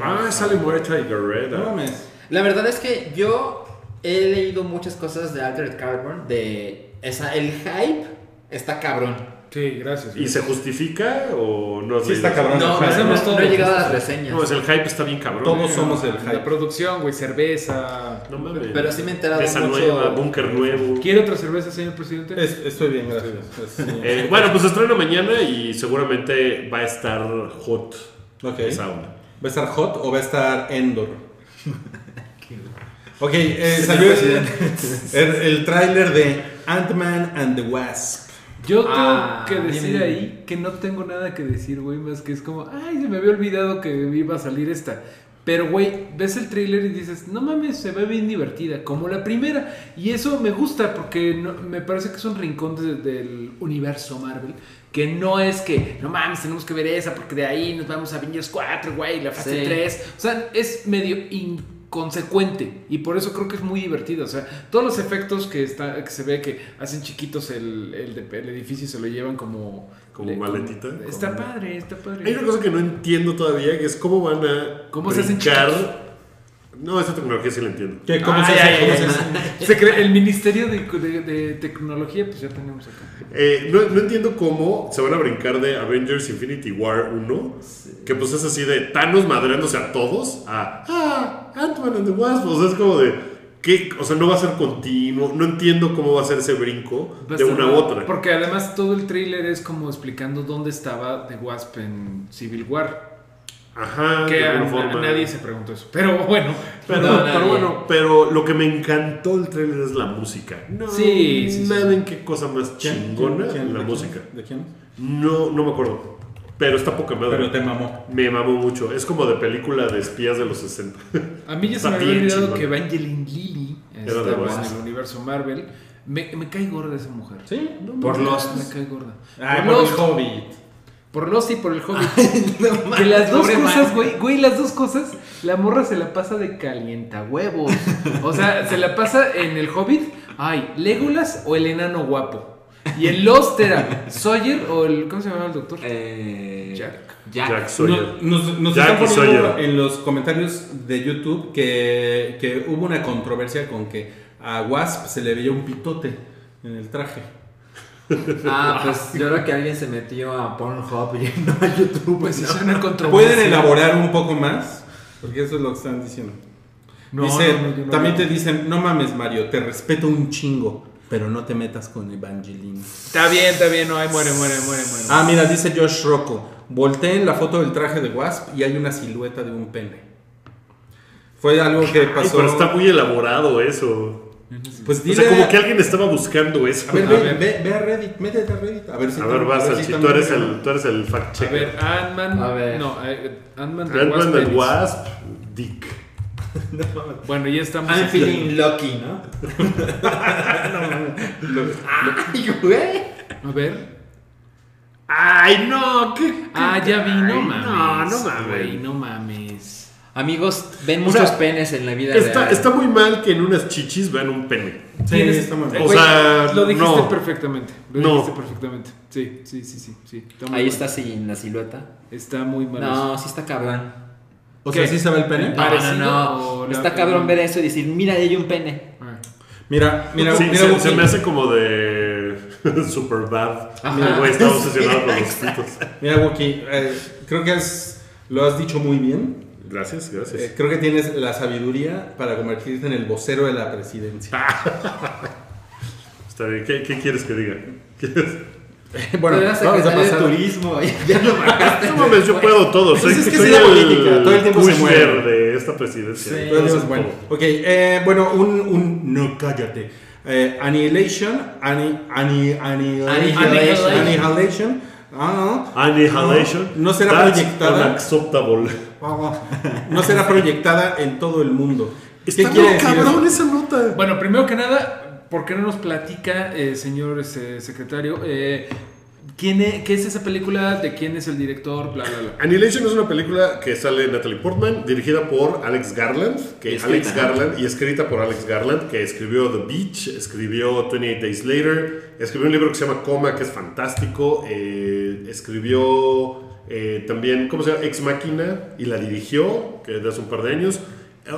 [SPEAKER 1] Ah, sale Muerta y Garreta.
[SPEAKER 4] No mames.
[SPEAKER 3] La verdad es que yo he leído muchas cosas de Altered Carbon, de esa, el hype está cabrón.
[SPEAKER 2] Sí, gracias.
[SPEAKER 1] ¿Y se justifica o no? has
[SPEAKER 4] Sí está
[SPEAKER 1] leído?
[SPEAKER 4] cabrón.
[SPEAKER 3] No,
[SPEAKER 4] Pero
[SPEAKER 3] no,
[SPEAKER 2] hacemos
[SPEAKER 3] no,
[SPEAKER 2] todo.
[SPEAKER 3] he llegado a las reseñas.
[SPEAKER 1] No, es Pues el hype está bien cabrón.
[SPEAKER 4] Todos
[SPEAKER 1] Eh.
[SPEAKER 4] somos el
[SPEAKER 2] La
[SPEAKER 4] hype.
[SPEAKER 2] producción, güey, cerveza.
[SPEAKER 1] No mames.
[SPEAKER 3] Pero sí me he enterado
[SPEAKER 1] Esa
[SPEAKER 3] mucho.
[SPEAKER 1] nueva, búnker nuevo.
[SPEAKER 2] ¿Quiere otra cerveza, señor presidente?
[SPEAKER 4] Es- estoy bien, gracias. Es- sí.
[SPEAKER 1] Eh, bueno, pues estrena mañana y seguramente va a estar hot
[SPEAKER 4] Ok.
[SPEAKER 1] esa onda.
[SPEAKER 4] ¿Va a estar Hot o va a estar Endor? ok, eh, salió el, el, el tráiler de Ant-Man and the Wasp.
[SPEAKER 2] Yo tengo
[SPEAKER 3] Ah,
[SPEAKER 2] que decir
[SPEAKER 3] bien.
[SPEAKER 2] ahí que no tengo nada que decir, güey, más que es como, ay, se me había olvidado que iba a salir esta. Pero, güey, ves el tráiler y dices, no mames, se ve bien divertida, como la primera. Y eso me gusta porque no- me parece que es un rincón de- del universo Marvel. Que no es que, no mames, tenemos que ver esa porque de ahí nos vamos a Avengers 4, güey, la fase
[SPEAKER 3] Sí.
[SPEAKER 2] 3. O sea, es medio inconsecuente y por eso creo que es muy divertido. O sea, todos los efectos que, está, que se ve que hacen chiquitos el, el de- el edificio y se lo llevan como...
[SPEAKER 1] Como maletita.
[SPEAKER 2] está
[SPEAKER 1] Como-
[SPEAKER 2] padre, está padre.
[SPEAKER 1] Hay una cosa que no entiendo todavía, que es cómo van a
[SPEAKER 2] ¿Cómo se hacen
[SPEAKER 1] brincar-
[SPEAKER 2] chiquitos?
[SPEAKER 1] No, esa tecnología sí la entiendo.
[SPEAKER 4] ¿Qué? ¿Cómo se
[SPEAKER 2] Ay,
[SPEAKER 4] hace?
[SPEAKER 2] ay,
[SPEAKER 4] ¿Cómo
[SPEAKER 2] ay,
[SPEAKER 4] se
[SPEAKER 2] ay.
[SPEAKER 4] hace?
[SPEAKER 2] Se crea- el Ministerio de, de- de Tecnología, pues ya tenemos acá.
[SPEAKER 1] Eh, no, no entiendo cómo se van a brincar de Avengers Infinity War 1, que pues es así de Thanos madreándose a todos, a ah, Ant-Man and the Wasp. O sea, es como de. ¿qué? O sea, no va a ser continuo. No entiendo cómo va a ser ese brinco
[SPEAKER 2] Va a
[SPEAKER 1] de
[SPEAKER 2] estar
[SPEAKER 1] una a
[SPEAKER 2] raro,
[SPEAKER 1] otra.
[SPEAKER 2] Porque además todo el tráiler es como explicando dónde estaba The Wasp en Civil War.
[SPEAKER 1] Ajá,
[SPEAKER 2] Que
[SPEAKER 1] Ah, de
[SPEAKER 2] a,
[SPEAKER 1] alguna
[SPEAKER 2] a
[SPEAKER 1] forma.
[SPEAKER 2] nadie se preguntó eso. Pero bueno.
[SPEAKER 1] Pero,
[SPEAKER 3] No,
[SPEAKER 1] pero
[SPEAKER 3] nadie.
[SPEAKER 1] bueno, pero lo que me encantó del trailer es la música. No,
[SPEAKER 2] Sí, sí,
[SPEAKER 1] nada
[SPEAKER 2] sí.
[SPEAKER 1] en qué cosa más chingona
[SPEAKER 4] ¿Quién?
[SPEAKER 1] la
[SPEAKER 4] ¿De quién?
[SPEAKER 1] música.
[SPEAKER 4] ¿De quién?
[SPEAKER 1] No, no me acuerdo. Pero está poca madre.
[SPEAKER 4] Pero te mamó.
[SPEAKER 1] Me mamó mucho. Es como de película de espías de los 60.
[SPEAKER 2] A mí ya se
[SPEAKER 1] Está
[SPEAKER 2] me había
[SPEAKER 1] bien
[SPEAKER 2] olvidado
[SPEAKER 1] chingón.
[SPEAKER 2] que Evangeline Lilly
[SPEAKER 1] Era
[SPEAKER 2] estaba
[SPEAKER 1] de Wasp.
[SPEAKER 2] en el universo Marvel. Me, me cae gorda esa mujer.
[SPEAKER 4] ¿Sí?
[SPEAKER 2] Por
[SPEAKER 4] los
[SPEAKER 2] Lost. Me cae gorda.
[SPEAKER 4] Ay,
[SPEAKER 2] por
[SPEAKER 4] por Ah, el
[SPEAKER 2] Lost.
[SPEAKER 4] Hobbit.
[SPEAKER 2] Por Lost y por el Hobbit. que las dos
[SPEAKER 3] Pobre
[SPEAKER 2] cosas,
[SPEAKER 3] Mark.
[SPEAKER 2] güey, güey, las dos cosas, la morra se la pasa de calienta huevos. O sea, se la pasa en el Hobbit, ay, Legolas o el enano guapo. Y en Lost era Sawyer o el ¿cómo se llamaba el doctor?
[SPEAKER 3] Eh,
[SPEAKER 2] Jack.
[SPEAKER 3] Jack.
[SPEAKER 1] Jack Sawyer.
[SPEAKER 4] No- Nos, nos
[SPEAKER 1] Jack
[SPEAKER 4] están
[SPEAKER 1] y
[SPEAKER 4] poniendo
[SPEAKER 1] Sawyer.
[SPEAKER 4] en los comentarios de YouTube que, que hubo una controversia con que a Wasp se le veía un pitote en el traje.
[SPEAKER 3] Ah, pues yo creo que alguien se metió a Pornhub y no a YouTube.
[SPEAKER 2] Pues
[SPEAKER 3] ¿no?
[SPEAKER 2] es una controversia.
[SPEAKER 4] ¿Pueden elaborar un poco más? Porque eso es lo que están diciendo.
[SPEAKER 2] No,
[SPEAKER 4] Dice,
[SPEAKER 2] no, no, yo no
[SPEAKER 4] también
[SPEAKER 2] lo-
[SPEAKER 4] te dicen, no mames Mario, te respeto un chingo, pero no te metas con Evangeline.
[SPEAKER 2] Está bien, está bien, no, ay, muere, muere, muere, muere.
[SPEAKER 4] Ah, mira, dice Josh Rocco, volteen la foto del traje de Wasp y hay una silueta de un pene. Fue algo que
[SPEAKER 1] Ay,
[SPEAKER 4] pasó.
[SPEAKER 1] pero está muy elaborado eso.
[SPEAKER 4] Pues
[SPEAKER 1] O
[SPEAKER 4] dile
[SPEAKER 1] sea, como que alguien estaba buscando eso.
[SPEAKER 4] A ver,
[SPEAKER 2] A
[SPEAKER 4] ve,
[SPEAKER 2] ver.
[SPEAKER 4] Ve, ve a Reddit, métete a Reddit. A ver si
[SPEAKER 1] A ver, vas,
[SPEAKER 4] si
[SPEAKER 1] si tú
[SPEAKER 4] también-
[SPEAKER 1] eres el, tú eres el fact
[SPEAKER 2] a ver,
[SPEAKER 1] checker.
[SPEAKER 2] Ant-Man.
[SPEAKER 3] A ver.
[SPEAKER 2] No, eh, Ant-Man de
[SPEAKER 1] Ant-Man
[SPEAKER 2] Wasp.
[SPEAKER 1] del
[SPEAKER 2] Ellis.
[SPEAKER 1] Wasp, Dick.
[SPEAKER 2] Bueno, ya estamos.
[SPEAKER 4] Ah,
[SPEAKER 3] I'm
[SPEAKER 2] aquí.
[SPEAKER 3] feeling lucky, ¿no? Ay, güey.
[SPEAKER 2] A ver.
[SPEAKER 1] Ay, no, qué.
[SPEAKER 2] Ah, ya vi, no
[SPEAKER 1] Ay,
[SPEAKER 2] mames.
[SPEAKER 1] No, no mames.
[SPEAKER 2] güey, no mames.
[SPEAKER 3] Amigos, ven
[SPEAKER 1] O sea,
[SPEAKER 3] muchos penes en la vida
[SPEAKER 1] Está,
[SPEAKER 3] real.
[SPEAKER 1] está muy mal que en unas chichis vean un pene.
[SPEAKER 4] Sí,
[SPEAKER 2] Tienes- Eh,
[SPEAKER 4] está mal.
[SPEAKER 1] O
[SPEAKER 2] Güey,
[SPEAKER 1] sea,
[SPEAKER 2] lo dijiste
[SPEAKER 1] no.
[SPEAKER 2] perfectamente. Lo
[SPEAKER 1] No.
[SPEAKER 2] dijiste perfectamente. Sí, sí, sí, sí. sí. muy
[SPEAKER 3] Ahí
[SPEAKER 2] mal.
[SPEAKER 3] está sin la silueta.
[SPEAKER 2] Está muy mal. eso.
[SPEAKER 3] No, sí está cabrón.
[SPEAKER 4] O sea,
[SPEAKER 2] ¿Qué?
[SPEAKER 4] ¿sí se ve el pene?
[SPEAKER 2] Ah.
[SPEAKER 3] No,
[SPEAKER 2] ¿Parecido
[SPEAKER 3] no,
[SPEAKER 2] o
[SPEAKER 3] no.
[SPEAKER 2] la-
[SPEAKER 3] Está cabrón ver eso y decir, mira, ahí hay un pene.
[SPEAKER 2] Ah.
[SPEAKER 4] Mira, mira,
[SPEAKER 1] Sí,
[SPEAKER 4] mira.
[SPEAKER 1] se,
[SPEAKER 4] Buki.
[SPEAKER 1] se me hace como de Superbad.
[SPEAKER 3] Ajá.
[SPEAKER 1] Güey, estaba obsesionado con los pitos.
[SPEAKER 4] Mira, Wookie, eh, creo que has- lo has dicho muy bien.
[SPEAKER 1] Gracias, gracias.
[SPEAKER 4] Eh, creo que tienes la sabiduría para convertirte en el vocero de la presidencia.
[SPEAKER 1] Está bien. ¿Qué, qué quieres que diga? ¿Quieres?
[SPEAKER 4] bueno,
[SPEAKER 3] Pero era
[SPEAKER 4] vamos a
[SPEAKER 3] secretario
[SPEAKER 4] pasar.
[SPEAKER 3] de turismo. Ya lo bajaste.
[SPEAKER 1] No mames, yo puedo todo. Soy,
[SPEAKER 4] Pues es que
[SPEAKER 1] soy
[SPEAKER 4] sí, la
[SPEAKER 1] el
[SPEAKER 4] política, todo el tiempo se
[SPEAKER 1] Kushner
[SPEAKER 4] mueve.
[SPEAKER 1] de esta presidencia.
[SPEAKER 3] Sí.
[SPEAKER 1] Todo
[SPEAKER 4] Entonces,
[SPEAKER 1] se
[SPEAKER 4] bueno,
[SPEAKER 1] mueve.
[SPEAKER 4] ok, eh, bueno, un, un- No, cállate. Eh, Annihilation. Ani, ani, ani-
[SPEAKER 3] Annihilation.
[SPEAKER 4] Annihilation. Ah, no.
[SPEAKER 1] Annihilation.
[SPEAKER 4] No, no será
[SPEAKER 1] That's
[SPEAKER 4] proyectada.
[SPEAKER 1] Unacceptable.
[SPEAKER 4] No será proyectada en todo el mundo. ¿Qué
[SPEAKER 1] Está
[SPEAKER 4] quiere
[SPEAKER 1] muy
[SPEAKER 4] decir
[SPEAKER 1] cabrón
[SPEAKER 4] eso?
[SPEAKER 1] esa nota.
[SPEAKER 2] Bueno, primero que nada, ¿por qué no nos platica, eh, señor este, secretario, eh, quién es, qué es esa película, de quién es el director, bla, bla, bla?
[SPEAKER 1] Annihilation es una película que sale Natalie Portman, dirigida por Alex Garland, que
[SPEAKER 3] Y escrita,
[SPEAKER 1] Alex
[SPEAKER 3] ¿no?
[SPEAKER 1] Garland y escrita por Alex Garland, que escribió The Beach, escribió 28 Days Later, escribió un libro que se llama Coma, que es fantástico, eh, escribió eh, también, ¿cómo se llama? Ex Máquina y la dirigió, que de hace un par de años.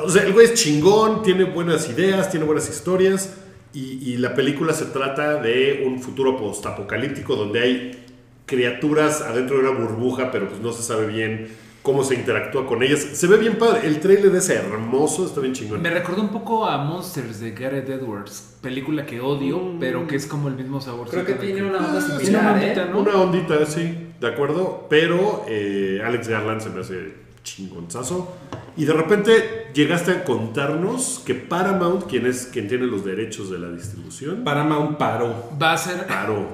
[SPEAKER 1] O sea, el güey es chingón, tiene buenas ideas, tiene buenas historias. Y, y la película se trata de un futuro postapocalíptico donde hay criaturas adentro de una burbuja, pero pues no se sabe bien cómo se interactúa con ellas. Se ve bien padre. El trailer es hermoso, está bien chingón.
[SPEAKER 2] Me recordó un poco a Monsters de Gareth Edwards, película que odio, pero que es como el mismo sabor.
[SPEAKER 3] Mm. Creo que tiene una onda
[SPEAKER 1] Ah,
[SPEAKER 2] Tiene una
[SPEAKER 3] similar,
[SPEAKER 2] ondita,
[SPEAKER 3] ¿eh?
[SPEAKER 2] ¿no?
[SPEAKER 1] Una ondita, sí, de acuerdo. Pero eh, Alex Garland se me hace chingonzazo. Y de repente llegaste a contarnos que Paramount, quien es quien tiene los derechos de la distribución,
[SPEAKER 4] Paramount paró.
[SPEAKER 2] Va a ser
[SPEAKER 1] paró.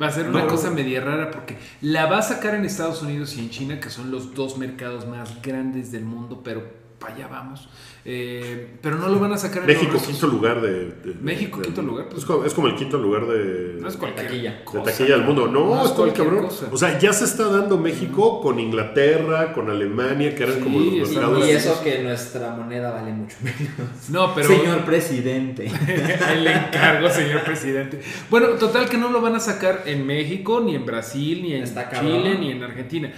[SPEAKER 2] Va a ser una
[SPEAKER 4] No.
[SPEAKER 2] cosa media rara porque la va a sacar en Estados Unidos y en China, que son los dos mercados más grandes del mundo, pero para allá vamos. Eh, pero no lo van a sacar en
[SPEAKER 1] México,
[SPEAKER 2] los
[SPEAKER 1] quinto lugar de. de-
[SPEAKER 2] México,
[SPEAKER 1] del
[SPEAKER 2] quinto
[SPEAKER 1] mundo.
[SPEAKER 2] lugar, pues.
[SPEAKER 1] es, como, es como el quinto lugar de.
[SPEAKER 2] No es cualquier
[SPEAKER 3] Taquilla.
[SPEAKER 1] de
[SPEAKER 2] cosa,
[SPEAKER 1] taquilla del mundo. No,
[SPEAKER 2] no
[SPEAKER 1] está
[SPEAKER 2] es
[SPEAKER 1] muy
[SPEAKER 2] cualquier
[SPEAKER 1] cabrón.
[SPEAKER 2] cosa.
[SPEAKER 1] O sea, ya se está dando México con Inglaterra, con Alemania, que eran
[SPEAKER 2] Sí,
[SPEAKER 1] como los
[SPEAKER 2] está
[SPEAKER 1] mercados.
[SPEAKER 3] Y eso que nuestra moneda vale mucho menos.
[SPEAKER 2] No, pero
[SPEAKER 3] Señor presidente.
[SPEAKER 2] el encargo, señor presidente. Bueno, total que no lo van a sacar en México, ni en Brasil, ni en
[SPEAKER 3] Está cabrón.
[SPEAKER 2] Chile, ni en Argentina.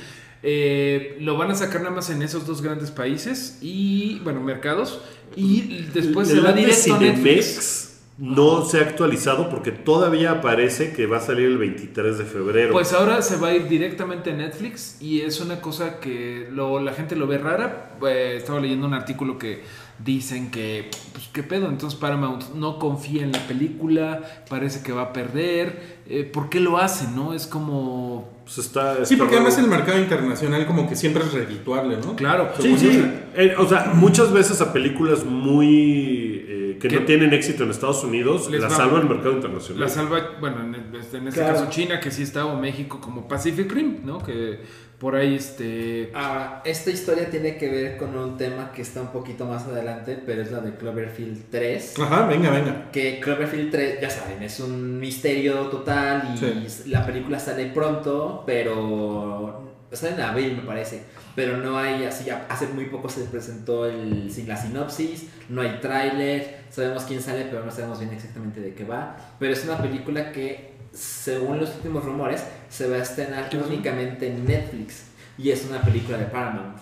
[SPEAKER 2] Eh, lo van a sacar nada más en esos dos grandes países y, bueno, mercados. Y después se
[SPEAKER 1] El
[SPEAKER 2] va
[SPEAKER 1] de
[SPEAKER 2] directo a Netflix.
[SPEAKER 1] Cinemex no se ha actualizado porque todavía aparece que va a salir el 23 de febrero.
[SPEAKER 2] Pues ahora se va a ir directamente a Netflix y es una cosa que lo- la gente lo ve rara. Eh, estaba leyendo un artículo que dicen que, pues, ¿qué pedo? Entonces Paramount no confía en la película, parece que va a perder. Eh, ¿Por qué lo hacen, no? Es como...
[SPEAKER 1] Pues está,
[SPEAKER 4] Sí,
[SPEAKER 1] está
[SPEAKER 4] porque además
[SPEAKER 1] raro.
[SPEAKER 4] el mercado internacional como que siempre es redituable, ¿no?
[SPEAKER 2] Claro.
[SPEAKER 1] Sí,
[SPEAKER 4] Según yo,
[SPEAKER 1] sí. Eh, o sea, muchas veces a películas muy. eh, que
[SPEAKER 2] Que-
[SPEAKER 1] no tienen éxito en Estados Unidos,
[SPEAKER 2] Les
[SPEAKER 1] la
[SPEAKER 2] va-
[SPEAKER 1] salva el mercado internacional.
[SPEAKER 2] La salva, bueno, en, en este
[SPEAKER 3] Claro.
[SPEAKER 2] caso China, que sí está, o México, como Pacific Rim, ¿no? Que por ahí este...
[SPEAKER 3] Ahora, Ah, esta historia tiene que ver con un tema que está un poquito más adelante, pero es la de Cloverfield 3.
[SPEAKER 4] Ajá, venga, venga.
[SPEAKER 3] Que Cloverfield 3, ya saben, es un misterio total y la película sale pronto, pero. Sale en abril, me parece. Pero no hay así. ya Hace muy poco se presentó el, sin la sinopsis, no hay tráiler, sabemos quién sale, pero no sabemos bien exactamente de qué va. Pero es una película que, según los últimos rumores, se va a estrenar únicamente en Netflix. Y es una película de Paramount.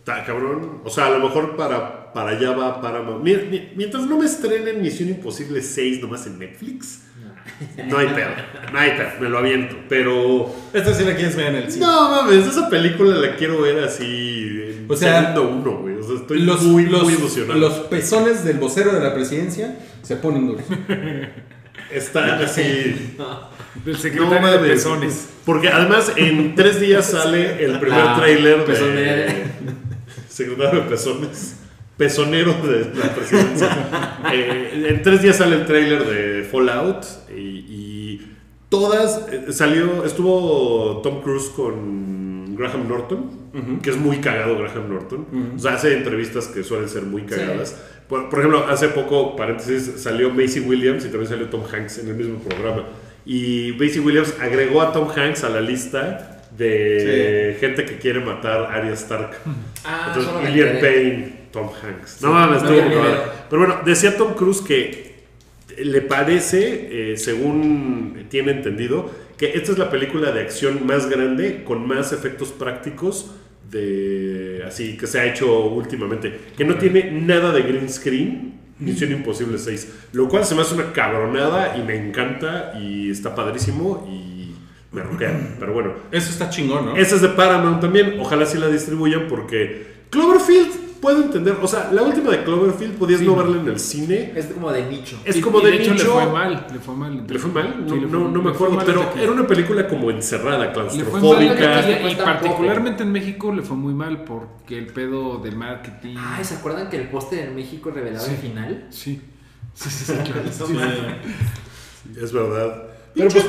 [SPEAKER 1] Está cabrón. O sea, a lo mejor para, para allá va Paramount. Mi- mi- Mientras no me estrenen Misión Imposible 6 nomás en Netflix, no hay pedo. No hay pedo, me lo aviento. Pero.
[SPEAKER 4] Esta Este sí la quieres ver en el cine.
[SPEAKER 1] No mames, esa película la quiero ver así. En
[SPEAKER 4] O sea,
[SPEAKER 1] segundo uno, güey. O sea, estoy
[SPEAKER 4] Los,
[SPEAKER 1] muy,
[SPEAKER 4] los,
[SPEAKER 1] muy emocionado.
[SPEAKER 4] los pezones del vocero de la presidencia se ponen duros.
[SPEAKER 1] Está así.
[SPEAKER 2] Del
[SPEAKER 1] No
[SPEAKER 2] secretario de
[SPEAKER 1] mames.
[SPEAKER 2] pezones.
[SPEAKER 1] Porque además en tres días sale el primer
[SPEAKER 3] Ah,
[SPEAKER 1] tráiler de.
[SPEAKER 3] pezonera.
[SPEAKER 1] Secretario de Pezones. Pezonero de la presidencia. Eh, en tres días sale el tráiler de Fallout y, y todas eh, salió. Estuvo Tom Cruise con Graham Norton, que es muy cagado Graham Norton. O sea, hace entrevistas que suelen ser muy cagadas. Por, por ejemplo, hace poco, paréntesis, salió Macy Williams y también salió Tom Hanks en el mismo programa. Y Macy Williams agregó a Tom Hanks a la lista de gente que quiere matar a Arya Stark.
[SPEAKER 3] Ah,
[SPEAKER 1] Entonces,
[SPEAKER 3] solo me
[SPEAKER 1] William
[SPEAKER 3] enteré.
[SPEAKER 1] Payne, Tom Hanks. No mames,
[SPEAKER 3] no
[SPEAKER 1] estuvo
[SPEAKER 3] vi el
[SPEAKER 1] muy
[SPEAKER 3] video.
[SPEAKER 1] raro. Pero bueno, decía Tom Cruise que le parece, eh, según tiene entendido, que esta es la película de acción más grande con más efectos prácticos de así que se ha hecho últimamente, que no tiene nada de green screen. Misión Imposible 6, lo cual se me hace una cabronada y me encanta y está padrísimo y me roquea. Pero bueno,
[SPEAKER 4] Eso está chingón, ¿no?
[SPEAKER 1] esa es de Paramount también. Ojalá sí la distribuyan porque Cloverfield puedo entender. O sea, la última de Cloverfield podías no verla en el cine.
[SPEAKER 3] Es como de nicho.
[SPEAKER 1] Es
[SPEAKER 2] Y-
[SPEAKER 1] como
[SPEAKER 2] y
[SPEAKER 1] de,
[SPEAKER 2] hecho,
[SPEAKER 1] nicho.
[SPEAKER 2] le fue mal, le fue mal.
[SPEAKER 1] ¿Le fue mal? No,
[SPEAKER 2] Sí, le fue-
[SPEAKER 1] no- no me
[SPEAKER 2] le fue
[SPEAKER 1] acuerdo.
[SPEAKER 2] mal
[SPEAKER 1] Pero
[SPEAKER 2] aquí.
[SPEAKER 1] era una película como encerrada,
[SPEAKER 2] Le fue mal en
[SPEAKER 1] claustrofóbica.
[SPEAKER 2] taquilla y
[SPEAKER 3] Tampoco.
[SPEAKER 2] particularmente en México le fue muy mal porque el pedo del marketing.
[SPEAKER 1] Ah,
[SPEAKER 3] Ay, Ah, ¿se acuerdan que el póster en México revelaba el final?
[SPEAKER 2] Sí. Sí, sí, sí, claro. Sí, sí.
[SPEAKER 1] Es verdad. Pero pues,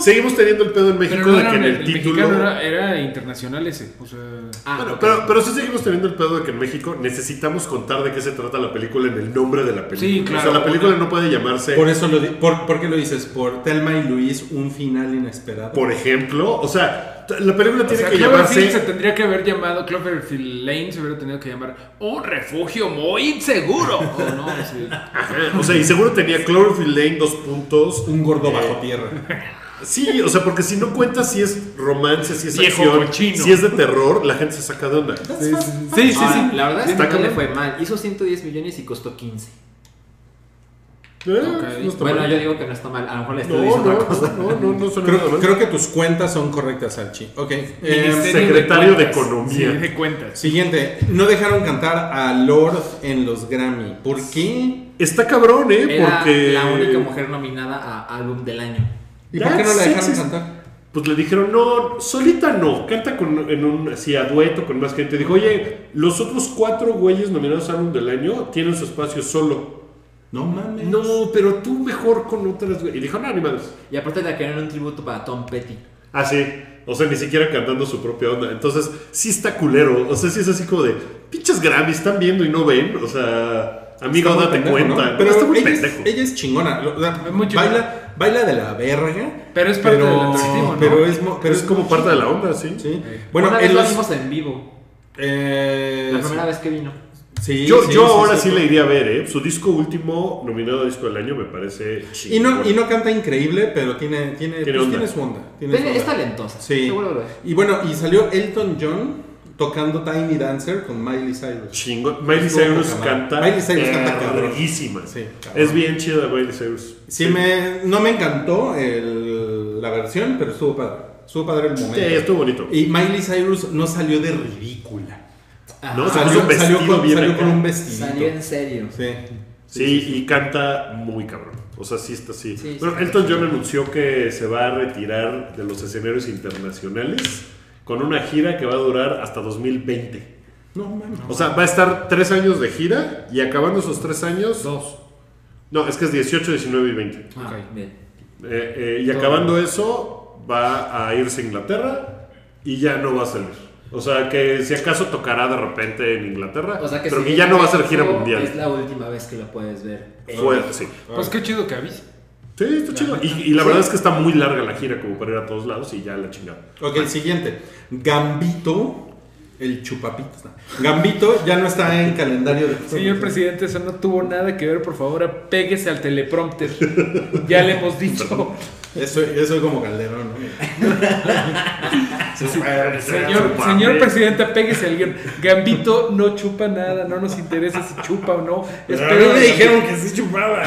[SPEAKER 1] Seguimos teniendo el pedo en México
[SPEAKER 2] Pero no
[SPEAKER 1] de
[SPEAKER 2] era,
[SPEAKER 1] que en el,
[SPEAKER 2] el
[SPEAKER 1] título.
[SPEAKER 2] mexicano era, era internacional ese. O sea,
[SPEAKER 3] Ah,
[SPEAKER 1] Bueno,
[SPEAKER 3] ok.
[SPEAKER 1] pero, pero sí seguimos teniendo el pedo de que en México necesitamos contar de qué se trata la película en el nombre de la película.
[SPEAKER 2] Sí, claro.
[SPEAKER 1] O sea, la película no puede llamarse
[SPEAKER 4] Por eso lo di- por, ¿por qué lo dices? Por Telma y Luis, un final inesperado.
[SPEAKER 1] por ejemplo. O sea, t- la película
[SPEAKER 2] o
[SPEAKER 1] tiene
[SPEAKER 2] sea,
[SPEAKER 1] que
[SPEAKER 2] Cloverfield
[SPEAKER 1] llamarse.
[SPEAKER 2] se tendría que haber llamado Cloverfield Lane, se hubiera tenido que llamar un refugio muy inseguro. O no, sí.
[SPEAKER 1] Ajá, Eh, O sea, y seguro tenía Cloverfield Lane dos puntos.
[SPEAKER 4] un gordo
[SPEAKER 1] Eh,
[SPEAKER 4] bajo tierra.
[SPEAKER 1] Sí, o sea, porque si no cuentas si es romance, si es
[SPEAKER 2] Viejo
[SPEAKER 1] acción,
[SPEAKER 2] cochino.
[SPEAKER 1] si es de terror, la gente se saca de onda. Eh,
[SPEAKER 2] Sí, sí, sí,
[SPEAKER 3] Ahora,
[SPEAKER 4] Ah,
[SPEAKER 2] sí.
[SPEAKER 3] La verdad es
[SPEAKER 1] Está
[SPEAKER 3] que no le
[SPEAKER 1] cabrón.
[SPEAKER 3] fue mal. Hizo 110 millones y costó 15.
[SPEAKER 1] Eh,
[SPEAKER 2] Ok.
[SPEAKER 1] no está
[SPEAKER 3] Bueno,
[SPEAKER 1] mal.
[SPEAKER 3] yo digo que no está mal. A lo mejor le estoy
[SPEAKER 1] no,
[SPEAKER 3] diciendo
[SPEAKER 1] no,
[SPEAKER 3] otra cosa.
[SPEAKER 1] no, no, no suena nada
[SPEAKER 4] Creo,
[SPEAKER 1] mal.
[SPEAKER 4] creo que tus cuentas son correctas, Salchi. Ok. eh,
[SPEAKER 2] Ministerio
[SPEAKER 1] secretario de
[SPEAKER 2] cuentas.
[SPEAKER 1] Economía.
[SPEAKER 2] Sí, de cuentas.
[SPEAKER 4] siguiente. No dejaron cantar a Lord en los Grammy. ¿Por qué?
[SPEAKER 1] Está cabrón, ¿eh?
[SPEAKER 3] Era
[SPEAKER 1] porque.
[SPEAKER 3] la única mujer nominada a álbum del año.
[SPEAKER 4] ¿Y por qué no la
[SPEAKER 1] That's
[SPEAKER 4] dejaron
[SPEAKER 1] sexist.
[SPEAKER 4] cantar?
[SPEAKER 1] Pues le dijeron, no, solita no, canta con, en un, así a dueto con más gente. Dijo, oye, los otros cuatro güeyes nominados a álbum del año tienen su espacio solo.
[SPEAKER 4] No mames.
[SPEAKER 1] No, pero tú mejor con otras, güey. Y dijo, no, ni madres.
[SPEAKER 3] Y aparte la crearon un tributo para Tom Petty.
[SPEAKER 1] Ah, sí. O sea, ni siquiera cantando su propia onda. Entonces, sí está culero. O sea, sí es así como de, pinches Grammy, están viendo y no ven. O sea, amigo,
[SPEAKER 4] Está muy
[SPEAKER 1] date
[SPEAKER 4] pendejo,
[SPEAKER 1] cuenta.
[SPEAKER 4] ¿no?
[SPEAKER 1] Pero está muy
[SPEAKER 4] ella, es-
[SPEAKER 1] pendejo.
[SPEAKER 4] ella es chingona. lo- o sea,
[SPEAKER 2] Muy chingona.
[SPEAKER 4] Baila, baila de la verga.
[SPEAKER 2] Pero es parte
[SPEAKER 4] pero-
[SPEAKER 2] del atractivo, ¿no?
[SPEAKER 4] Pero es, mo-
[SPEAKER 1] pero es como parte de la onda, sí.
[SPEAKER 4] Sí.
[SPEAKER 3] Bueno,
[SPEAKER 4] Bueno,
[SPEAKER 3] Una
[SPEAKER 4] en
[SPEAKER 3] vez lo
[SPEAKER 4] los-
[SPEAKER 3] vimos en vivo.
[SPEAKER 4] eh,
[SPEAKER 3] La
[SPEAKER 4] sí.
[SPEAKER 3] primera vez que vino.
[SPEAKER 4] Sí,
[SPEAKER 1] Yo,
[SPEAKER 4] sí,
[SPEAKER 1] yo
[SPEAKER 4] sí,
[SPEAKER 1] ahora sí,
[SPEAKER 4] sí, sí.
[SPEAKER 1] le iría a ver, ¿eh? Su disco último, nominado a disco del año, me parece
[SPEAKER 4] Y no,
[SPEAKER 1] chingón.
[SPEAKER 4] y no canta increíble, pero tiene, tiene, pues,
[SPEAKER 1] onda.
[SPEAKER 4] tiene su onda. tiene su
[SPEAKER 3] Tiene- Es
[SPEAKER 4] onda.
[SPEAKER 3] talentosa.
[SPEAKER 4] Sí.
[SPEAKER 3] Seguro lo es.
[SPEAKER 4] Y bueno, y salió Elton John tocando Tiny Dancer con Miley Cyrus.
[SPEAKER 1] Chingón. Miley
[SPEAKER 4] Estuvo
[SPEAKER 1] Cyrus
[SPEAKER 4] poca madre.
[SPEAKER 1] canta.
[SPEAKER 4] Miley Cyrus canta cabrón.
[SPEAKER 1] verguísima.
[SPEAKER 4] Sí, cabrón.
[SPEAKER 1] es bien chida Miley Cyrus.
[SPEAKER 4] Sí, me, no me encantó el- la versión, pero estuvo padre. Estuvo padre el momento.
[SPEAKER 1] Sí, estuvo bonito.
[SPEAKER 4] Y Miley Cyrus no salió de ridícula.
[SPEAKER 1] No,
[SPEAKER 3] Ajá.
[SPEAKER 1] se puso un vestido
[SPEAKER 4] salió con,
[SPEAKER 1] bien
[SPEAKER 4] salió
[SPEAKER 1] acá.
[SPEAKER 4] con un vestidito.
[SPEAKER 3] Salió en serio.
[SPEAKER 4] Sí.
[SPEAKER 1] Sí, y canta muy cabrón. O sea, sí está así.
[SPEAKER 3] Sí,
[SPEAKER 1] bueno,
[SPEAKER 3] sí.
[SPEAKER 1] Elton John anunció que se va a retirar de los escenarios internacionales con una gira que va a durar hasta 2020.
[SPEAKER 4] No, mames.
[SPEAKER 1] O sea, va a estar tres años de gira y acabando esos tres años.
[SPEAKER 2] Dos.
[SPEAKER 1] No, es que es 18, 19 y 20.
[SPEAKER 3] Ah,
[SPEAKER 2] Ok.
[SPEAKER 3] bien.
[SPEAKER 1] Eh, eh, y acabando eso, va a irse a Inglaterra y ya no va a salir. O sea, que si acaso tocará de repente en Inglaterra,
[SPEAKER 3] O sea que
[SPEAKER 1] pero
[SPEAKER 3] si
[SPEAKER 1] que ya no va a ser
[SPEAKER 3] viene
[SPEAKER 1] gira
[SPEAKER 3] México,
[SPEAKER 1] mundial.
[SPEAKER 3] Es la última vez que lo puedes ver.
[SPEAKER 1] Fuera, sí.
[SPEAKER 2] Pues qué chido que avise.
[SPEAKER 1] Sí, está chido. Y, y la verdad es que está muy larga la gira, como para ir a todos lados y ya la chingada.
[SPEAKER 4] Ok, siguiente. Gambito, el chupapista. Gambito ya no está en calendario de.
[SPEAKER 2] Señor presidente, eso no tuvo nada que ver, por favor, apéguese al teleprompter. Ya le hemos dicho.
[SPEAKER 4] Eso, eso es como Calderón, ¿no?
[SPEAKER 2] Señor,
[SPEAKER 1] Chúpame.
[SPEAKER 2] señor presidente, apéguese al guión. Gambito no chupa nada, no nos interesa si chupa o no. Espero
[SPEAKER 4] Pero
[SPEAKER 2] de
[SPEAKER 4] me dijeron
[SPEAKER 2] Gambito.
[SPEAKER 4] que sí chupaba.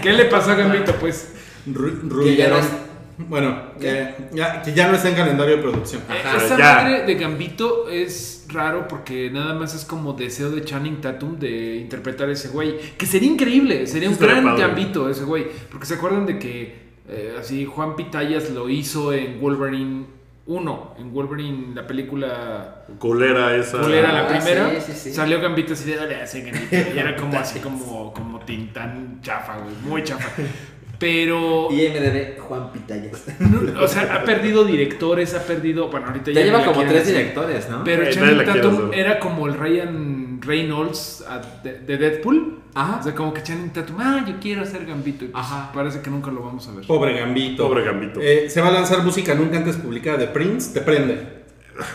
[SPEAKER 2] ¿Qué le pasó a Gambito, pues?
[SPEAKER 4] Ru-
[SPEAKER 3] Que ya no
[SPEAKER 4] Ruggerón.
[SPEAKER 3] es-
[SPEAKER 4] Bueno, que ya, que ya no está en calendario de producción.
[SPEAKER 1] Ajá,
[SPEAKER 2] Esa
[SPEAKER 1] ya.
[SPEAKER 2] madre de Gambito es raro porque nada más es como deseo de Channing Tatum de interpretar a ese güey. Que sería increíble, sería
[SPEAKER 1] Sí,
[SPEAKER 2] un
[SPEAKER 1] estaría
[SPEAKER 2] gran
[SPEAKER 1] padre.
[SPEAKER 2] Gambito ese güey. Porque se acuerdan de que eh, así Juan Pitayas lo hizo en Wolverine 1, en Wolverine la película
[SPEAKER 1] Culera esa.
[SPEAKER 2] culera la
[SPEAKER 3] Ah,
[SPEAKER 2] primera.
[SPEAKER 3] sí, sí, sí.
[SPEAKER 2] Salió Gambito así de "Dale, hace Gambito", Y era como así como, como Tintán chafa, güey, muy chafa. Pero,
[SPEAKER 3] IMDB Juan Pitayas.
[SPEAKER 2] no, o sea, ha perdido directores, ha perdido. Bueno, ahorita
[SPEAKER 3] Ya
[SPEAKER 2] ni
[SPEAKER 3] lleva
[SPEAKER 2] la
[SPEAKER 3] como
[SPEAKER 2] quieren
[SPEAKER 3] tres
[SPEAKER 2] hacer.
[SPEAKER 3] directores, ¿no?
[SPEAKER 2] Pero
[SPEAKER 1] Eh,
[SPEAKER 2] Channing
[SPEAKER 1] nadie la quiere
[SPEAKER 2] Tatum
[SPEAKER 1] hacer.
[SPEAKER 2] era como el Ryan Reynolds ah, de, de Deadpool.
[SPEAKER 3] Ajá.
[SPEAKER 2] O sea, como que Channing Tatum, ah, yo quiero hacer Gambito. Y pues
[SPEAKER 3] Ajá.
[SPEAKER 2] Parece que nunca lo vamos a ver.
[SPEAKER 4] Pobre Gambito.
[SPEAKER 1] Pobre Gambito.
[SPEAKER 4] Eh, se va a lanzar música nunca antes publicada de Prince. Te prende.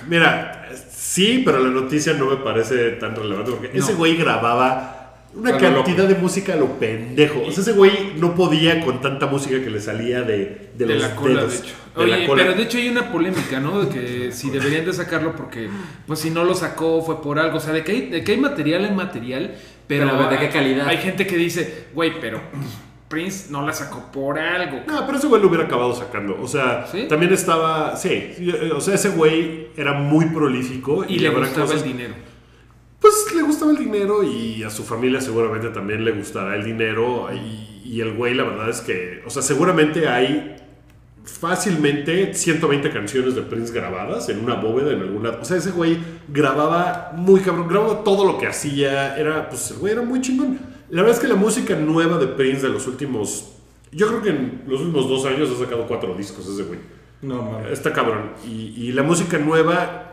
[SPEAKER 1] Mira, sí, pero la noticia no me parece tan relevante porque ese güey grababa una
[SPEAKER 4] A lo
[SPEAKER 1] cantidad de música a lo pendejo. O sea, ese güey no podía con tanta música que le salía de, de
[SPEAKER 2] de
[SPEAKER 1] los
[SPEAKER 2] la cola,
[SPEAKER 1] dedos.
[SPEAKER 2] de hecho.
[SPEAKER 1] De la
[SPEAKER 2] Oye,
[SPEAKER 1] cola.
[SPEAKER 2] pero de hecho hay una polémica, ¿no? De que si deberían de sacarlo porque, pues si no lo sacó fue por algo. O sea, de que hay, de que hay material en material, pero,
[SPEAKER 3] Pero, ¿de qué
[SPEAKER 2] hay-
[SPEAKER 3] calidad?
[SPEAKER 2] Hay gente que dice, güey, pero Prince no la sacó por algo.
[SPEAKER 1] No, pero ese güey lo hubiera acabado sacando. O sea,
[SPEAKER 2] ¿Sí?
[SPEAKER 1] también estaba. Sí, sí, eh, o sea, ese güey era muy prolífico y,
[SPEAKER 2] Y le
[SPEAKER 1] habrá
[SPEAKER 2] gustaba
[SPEAKER 1] cosas-
[SPEAKER 2] el dinero.
[SPEAKER 1] Pues le gustaba el dinero y a su familia seguramente también le gustará el dinero. Y, y el güey, la verdad es que. O sea, seguramente hay fácilmente 120 canciones de Prince grabadas en una bóveda en algún lado. O sea, ese güey grababa muy cabrón, grababa todo lo que hacía. Era, pues el güey era muy chingón. La verdad es que la música nueva de Prince de los últimos. Yo creo que en los últimos dos años ha sacado cuatro discos ese güey.
[SPEAKER 4] No mames.
[SPEAKER 1] Está cabrón. Y, y la música nueva.